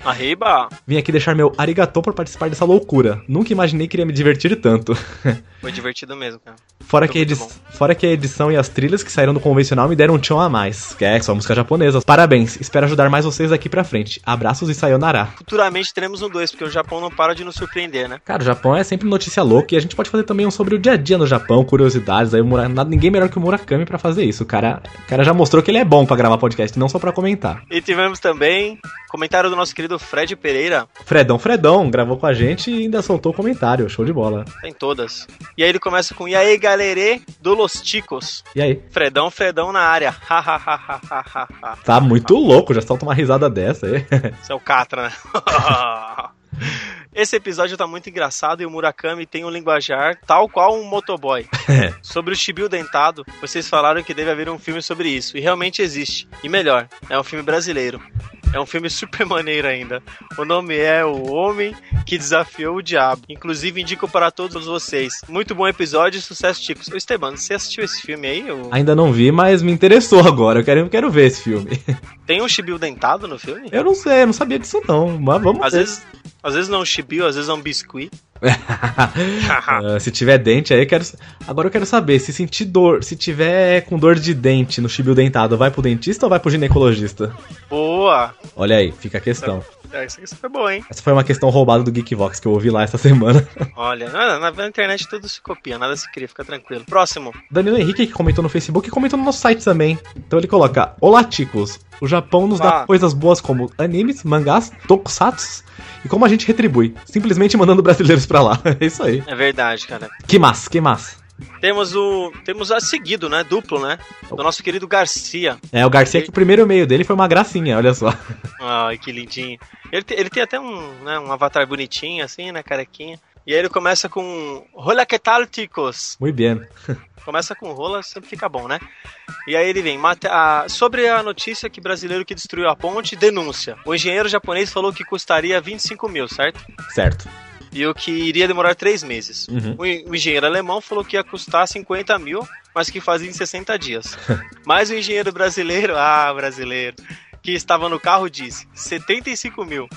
[SPEAKER 7] Arriba!
[SPEAKER 9] Vim aqui deixar meu arigatô por participar dessa loucura. Nunca imaginei que iria me divertir tanto.
[SPEAKER 7] Foi divertido mesmo, cara.
[SPEAKER 9] Fora que, a edi- Fora que a edição e as trilhas que saíram do convencional me deram um tchão a mais. Que é só música japonesa. Parabéns, espero ajudar mais vocês daqui pra frente. Abraços e sayonara.
[SPEAKER 7] Futuramente teremos um 2, porque o Japão não para de nos surpreender, né?
[SPEAKER 9] Cara, o Japão é sempre notícia louca e a gente pode fazer também um sobre o dia a dia no Japão, curiosidades. Aí o Mura... nada- ninguém melhor que o Murakami pra fazer isso. O cara... o cara já mostrou que ele é bom pra gravar podcast, não só pra comentar.
[SPEAKER 7] E tivemos também comentário do nosso querido Fred Pereira,
[SPEAKER 9] Fredão, Fredão, gravou com a gente e ainda soltou o comentário. Show de bola.
[SPEAKER 7] tá em todas. E aí ele começa com E aí, galerê do Los Ticos.
[SPEAKER 9] E aí?
[SPEAKER 7] Fredão, Fredão na área. Ha, ha, ha, ha, ha, ha, ha.
[SPEAKER 9] Tá muito louco, já solta uma risada dessa aí.
[SPEAKER 7] Isso é o Catra, né? Esse episódio tá muito engraçado e o Murakami tem um linguajar tal qual um motoboy.
[SPEAKER 9] É.
[SPEAKER 7] Sobre o Chibiu Dentado, vocês falaram que deve haver um filme sobre isso, e realmente existe. E melhor, é um filme brasileiro. É um filme super maneiro ainda. O nome é O Homem que Desafiou o Diabo. Inclusive, indico para todos vocês. Muito bom episódio e sucesso, Ticos. Ô, Esteban, você assistiu esse filme aí? O-
[SPEAKER 9] Ainda não vi, mas me interessou agora. Eu quero, eu quero ver esse filme.
[SPEAKER 7] Tem um Chibiu Dentado no filme?
[SPEAKER 9] Eu não sei, eu não sabia disso não, mas vamos
[SPEAKER 7] Às
[SPEAKER 9] ver.
[SPEAKER 7] vezes, às vezes não é um Chibiu, às vezes é um biscuit.
[SPEAKER 9] Ah, se tiver dente aí, eu quero. Agora eu quero saber, se sentir dor, se tiver com dor de dente no chibio dentado, vai pro dentista ou vai pro ginecologista?
[SPEAKER 7] Boa!
[SPEAKER 9] Olha aí, fica a questão.
[SPEAKER 7] É, isso aqui foi bom, hein?
[SPEAKER 9] Essa foi uma questão roubada do Geekvox que eu ouvi lá essa semana.
[SPEAKER 7] Olha, na, na- na internet tudo se copia, nada se cria, fica tranquilo. Próximo.
[SPEAKER 9] Danilo Henrique, que comentou no Facebook, e comentou no nosso site também. Então ele coloca: Olá, ticos. O Japão nos dá
[SPEAKER 7] Ah.
[SPEAKER 9] coisas boas como animes, mangás, tokusatsu e como a gente retribui, simplesmente mandando brasileiros pra lá. É isso aí.
[SPEAKER 7] É verdade, cara.
[SPEAKER 9] Que massa, que massa.
[SPEAKER 7] Temos o. Temos a seguido, né? Duplo, né? Do nosso querido Garcia.
[SPEAKER 9] É, o Garcia que o primeiro e-mail dele foi uma gracinha, olha só.
[SPEAKER 7] Ai, que lindinho. Ele, te- ele tem até um, né, um avatar bonitinho, assim, né? Carequinha. E aí ele começa com. Hola que tal, ticos?
[SPEAKER 9] Muito bem.
[SPEAKER 7] Começa com rola, sempre fica bom, né? E aí ele vem, mate- a- sobre a notícia que brasileiro que destruiu a ponte, denúncia. O engenheiro japonês falou que custaria 25 mil, certo?
[SPEAKER 9] Certo.
[SPEAKER 7] E o que iria demorar três meses.
[SPEAKER 9] Uhum.
[SPEAKER 7] O, en- o engenheiro alemão falou que ia custar 50 mil, mas que fazia em 60 dias. mas o engenheiro brasileiro, ah, brasileiro, que estava no carro disse 75 mil.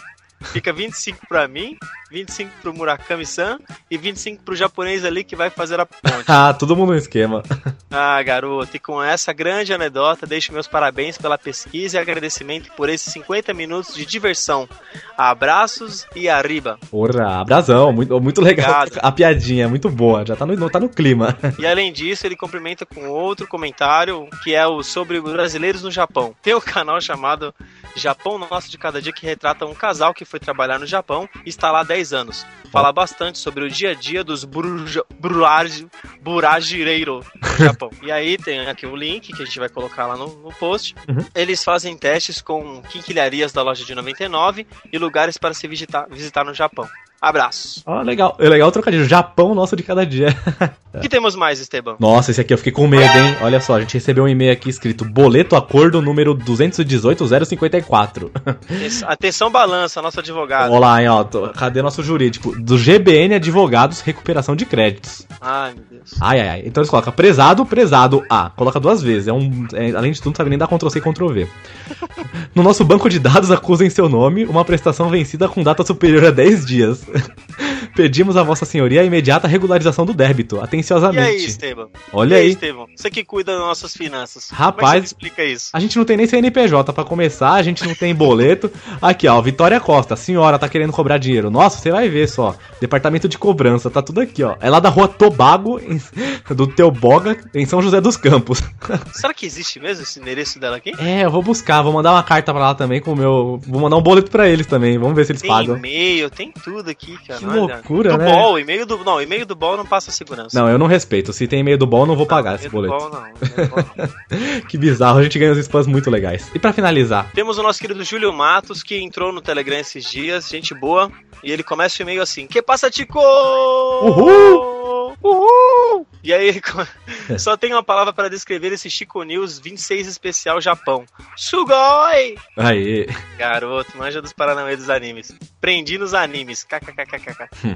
[SPEAKER 7] Fica 25 pra mim, 25 pro Murakami-san e 25 pro japonês ali que vai fazer a ponte.
[SPEAKER 9] ah, todo mundo no esquema.
[SPEAKER 7] Ah, garoto, e com essa grande anedota, deixo meus parabéns pela pesquisa e agradecimento por esses 50 minutos de diversão. Abraços e arriba.
[SPEAKER 9] Porra, abrasão, muito, muito legal.
[SPEAKER 7] Obrigado.
[SPEAKER 9] A piadinha é muito boa, já tá no, tá no clima.
[SPEAKER 7] E além disso, ele cumprimenta com outro comentário, que é o sobre brasileiros no Japão. Tem um canal chamado Japão Nosso de Cada Dia, que retrata um casal que foi trabalhar no Japão e está lá há 10 anos. Fala bastante sobre o dia a dia dos bruja- brulage- buragireiro do Japão. E aí tem aqui o link que a gente vai colocar lá no, no post.
[SPEAKER 9] Uhum.
[SPEAKER 7] Eles fazem testes com quinquilharias da loja de 99 e lugares para se visitar, visitar no Japão. Abraço.
[SPEAKER 9] Ó, legal. É legal o trocadilho. Japão nosso de cada dia.
[SPEAKER 7] O que temos mais, Esteban?
[SPEAKER 9] Nossa, esse aqui eu fiquei com medo, hein? Olha só, a gente recebeu um e-mail aqui escrito boleto acordo número 218054.
[SPEAKER 7] Atenção balança, nosso advogado.
[SPEAKER 9] Olá, hein, ó, tô- cadê nosso jurídico? Do GBN Advogados Recuperação de Créditos.
[SPEAKER 7] Ai, meu Deus.
[SPEAKER 9] Ai, ai, ai. Então eles colocam prezado, prezado, A. Coloca duas vezes. É um, é, além de tudo, não sabe nem dar Ctrl-C e Ctrl-V. No nosso banco de dados acusa em seu nome uma prestação vencida com data superior a 10 dias. Pedimos a vossa senhoria a imediata regularização do débito,
[SPEAKER 7] E aí,
[SPEAKER 9] atenciosamente.
[SPEAKER 7] Estevam?
[SPEAKER 9] Olha
[SPEAKER 7] e aí,
[SPEAKER 9] aí.
[SPEAKER 7] Estevam? Você que cuida das nossas finanças. Como é que você
[SPEAKER 9] Rapaz,
[SPEAKER 7] explica isso?
[SPEAKER 9] a gente não tem nem CNPJ pra começar, a gente não tem boleto. Aqui, ó, Vitória Costa, a senhora tá querendo cobrar dinheiro. Nossa, você vai ver só. Departamento de cobrança, tá tudo aqui, ó. É lá da rua Tobago, em- do Teoboga, em São José dos Campos.
[SPEAKER 7] Será que existe mesmo esse endereço dela aqui?
[SPEAKER 9] É, eu vou buscar, vou mandar uma carta pra lá também com o meu. Vou mandar um boleto pra eles também, vamos ver se eles
[SPEAKER 7] Tem
[SPEAKER 9] pagam.
[SPEAKER 7] e-mail, tem tudo aqui, cara.
[SPEAKER 9] Que
[SPEAKER 7] olha.
[SPEAKER 9] loucura,
[SPEAKER 7] do
[SPEAKER 9] né?
[SPEAKER 7] Bol, e-mail do... Não, e-mail do Bol não passa segurança.
[SPEAKER 9] Não, eu não respeito. Se tem e-mail do bom, eu não vou pagar esse
[SPEAKER 7] Tá, e-mail do
[SPEAKER 9] boleto.
[SPEAKER 7] Bol, não.
[SPEAKER 9] que bizarro, a gente ganha uns spams muito legais. E pra finalizar,
[SPEAKER 7] Temos o nosso querido Júlio Matos, que entrou no Telegram esses dias, gente boa. E ele começa o e-mail assim, que passa, Tico?
[SPEAKER 9] Uhul!
[SPEAKER 7] Uhul! E aí, ele co- só tem uma palavra para descrever esse Chico News 26 especial Japão. Sugoi!
[SPEAKER 9] aí.
[SPEAKER 7] Garoto, manja dos paranauê dos animes. Prendi nos animes. KKKKK.
[SPEAKER 9] Hum.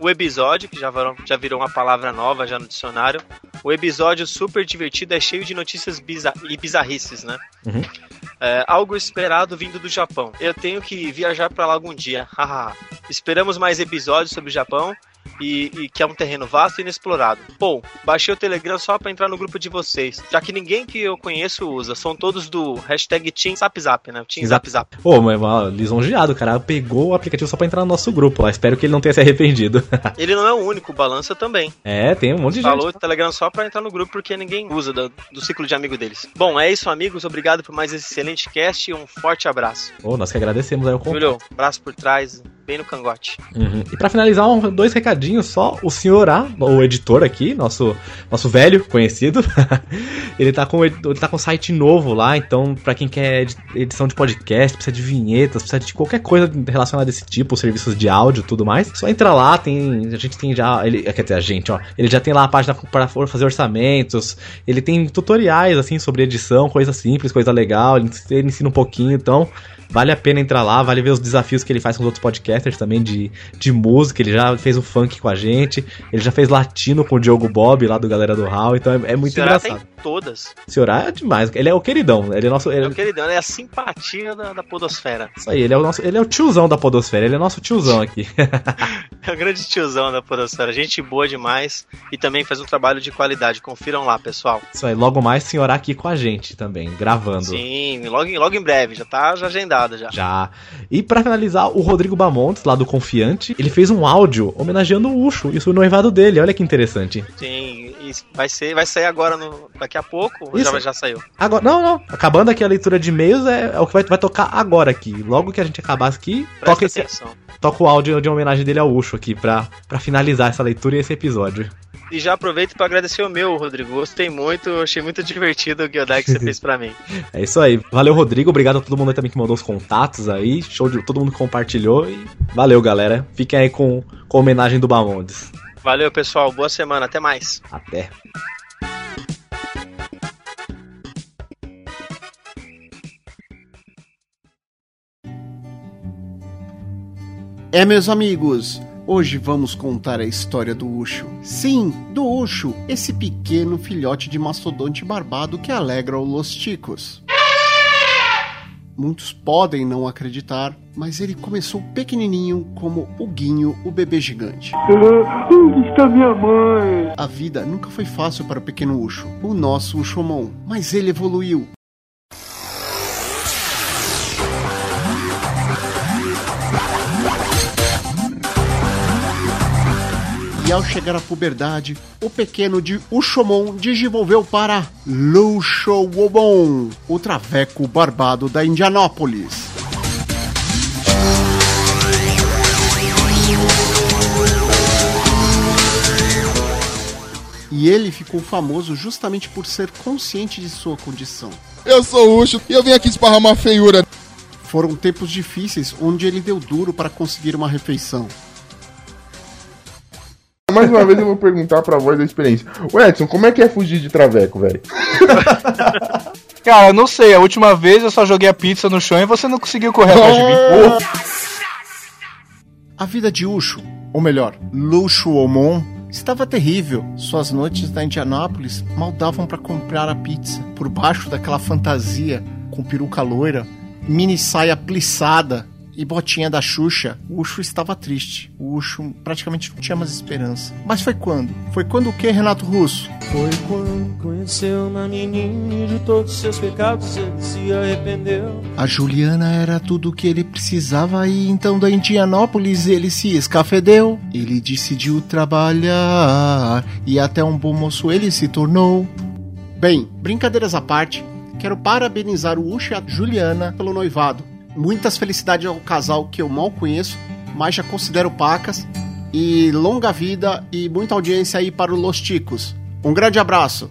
[SPEAKER 7] O episódio, que já virou, já virou uma palavra nova já no dicionário. O episódio super divertido é cheio de notícias bizar e bizarrices, né?
[SPEAKER 9] Uhum.
[SPEAKER 7] É, algo esperado vindo do Japão. Eu tenho que viajar pra lá algum dia. Haha. Esperamos mais episódios sobre o Japão. E, e que é um terreno vasto e inexplorado. Pô, baixei o Telegram só pra entrar no grupo de vocês, já que ninguém que eu conheço usa. São todos do hashtag Team Zap Zap, né? Team Zap Zap.
[SPEAKER 9] Pô, mas ó, lisonjeado, o cara pegou o aplicativo só pra entrar no nosso grupo. Ó. Espero que ele não tenha se arrependido.
[SPEAKER 7] Ele não é o único, o balança também.
[SPEAKER 9] é, tem um monte de
[SPEAKER 7] Falou
[SPEAKER 9] gente.
[SPEAKER 7] o Telegram só pra entrar no grupo porque ninguém usa do, do ciclo de amigo deles. Bom, é isso, amigos. Obrigado por mais esse excelente cast e um forte abraço.
[SPEAKER 9] Ô, nós que agradecemos aí o contato.
[SPEAKER 7] Júlio, braço por trás, bem no cangote.
[SPEAKER 9] Uhum. E pra finalizar, um- dois recadinhos só. O senhor A, o editor aqui, nosso, nosso velho conhecido, ele, tá com, ed- ele tá com site novo lá. Então, pra quem quer edi- edição de podcast, precisa de vinhetas, precisa de qualquer coisa relacionada a esse tipo, serviços de áudio e tudo mais, só entra lá. Tem, a gente tem já. Ele, quer dizer, a gente, ó. Ele já tem lá a página para fazer orçamentos. Ele tem tutoriais, assim, sobre edição, coisa simples, coisa legal. Ele, ens- ele ensina um pouquinho. Então, vale a pena entrar lá, vale ver os desafios que ele faz com os outros podcasts. master também de, de música, ele já fez o funk com a gente, ele já fez latino com o Diogo Bob lá do Galera do Hall, então é, é muito
[SPEAKER 7] Ceará tem
[SPEAKER 9] engraçado.
[SPEAKER 7] todas.
[SPEAKER 9] Esse Ceará é demais, ele é o queridão, ele é nosso... Ele,
[SPEAKER 7] É o queridão, ele é a simpatia da, da podosfera.
[SPEAKER 9] isso aí, ele é o nosso, ele é o tiozão da podosfera, ele é nosso tiozão aqui.
[SPEAKER 7] É o grande tiozão da podosfera. Gente boa demais e também faz um trabalho de qualidade. Confiram lá, pessoal.
[SPEAKER 9] Isso aí, logo mais senhorá aqui com a gente também, gravando.
[SPEAKER 7] Sim, logo, em- logo em breve. Já tá já agendada já.
[SPEAKER 9] Já. E pra finalizar, o Rodrigo Bamontes, lá do Confiante, ele fez um áudio homenageando o Ucho e o noivado dele. Olha que interessante.
[SPEAKER 7] Sim, e vai, ser, vai sair agora, no, daqui a pouco, ou
[SPEAKER 9] Isso.
[SPEAKER 7] já, já saiu.
[SPEAKER 9] Agora, não, não. Acabando aqui a leitura de e-mails, é, é o que vai, vai tocar agora aqui. Logo que a gente acabar aqui, toca, esse,
[SPEAKER 7] atenção.
[SPEAKER 9] toca o áudio de homenagem dele ao Ucho aqui, pra, pra finalizar essa leitura e esse episódio.
[SPEAKER 7] E já aproveito pra agradecer o meu, Rodrigo. Gostei muito, achei muito divertido o Giodai que você fez pra mim.
[SPEAKER 9] É isso aí. Valeu, Rodrigo. Obrigado a todo mundo aí também que mandou os contatos aí. Show de todo mundo que compartilhou. E valeu, galera. Fiquem aí com, com a homenagem do Bamondes. É.
[SPEAKER 7] Valeu, pessoal. Boa semana. Até mais.
[SPEAKER 9] Até.
[SPEAKER 18] É, meus amigos, hoje vamos contar a história do Ucho. Sim, do Ucho, esse pequeno filhote de mastodonte barbado que alegra o Los Chicos. Muitos podem não acreditar, mas ele começou pequenininho como o Guinho, o bebê gigante.
[SPEAKER 4] Onde está minha mãe?
[SPEAKER 18] A vida nunca foi fácil para o pequeno Ucho, o nosso Ushomon, mas ele evoluiu. E ao chegar à puberdade, o pequeno de Ushomon desenvolveu para Lushowobon, o traveco barbado da Indianópolis. E ele ficou famoso justamente por ser consciente de sua condição.
[SPEAKER 19] Eu sou o Ucho e eu vim aqui esparramar feiura.
[SPEAKER 18] Foram tempos difíceis onde ele deu duro para conseguir uma refeição.
[SPEAKER 20] Mais uma vez eu vou perguntar pra voz da experiência. O Edson, como é que é fugir de traveco, velho?
[SPEAKER 21] Cara, eu não sei, a última vez eu só joguei a pizza no chão e você não conseguiu correr atrás de mim.
[SPEAKER 18] A vida de Ucho, ou melhor, Luxuomon, estava terrível. Suas noites na Indianápolis mal davam para comprar a pizza. Por baixo daquela fantasia com peruca loira, mini saia plissada e botinha da Xuxa, Ucho estava triste. Ucho praticamente não tinha mais esperança. Mas foi quando? Foi quando o que, Renato Russo?
[SPEAKER 22] Foi quando conheceu uma menina e de todos seus pecados ele se arrependeu.
[SPEAKER 18] A Juliana era tudo o que ele precisava e então da Indianópolis ele se escafedeu. Ele decidiu trabalhar e até um bom moço ele se tornou. Bem, brincadeiras à parte, quero parabenizar o Ucha e a Juliana pelo noivado. Muitas felicidades ao casal que eu mal conheço, mas já considero pacas. E longa vida e muita audiência aí para o Los Ticos. Um grande abraço!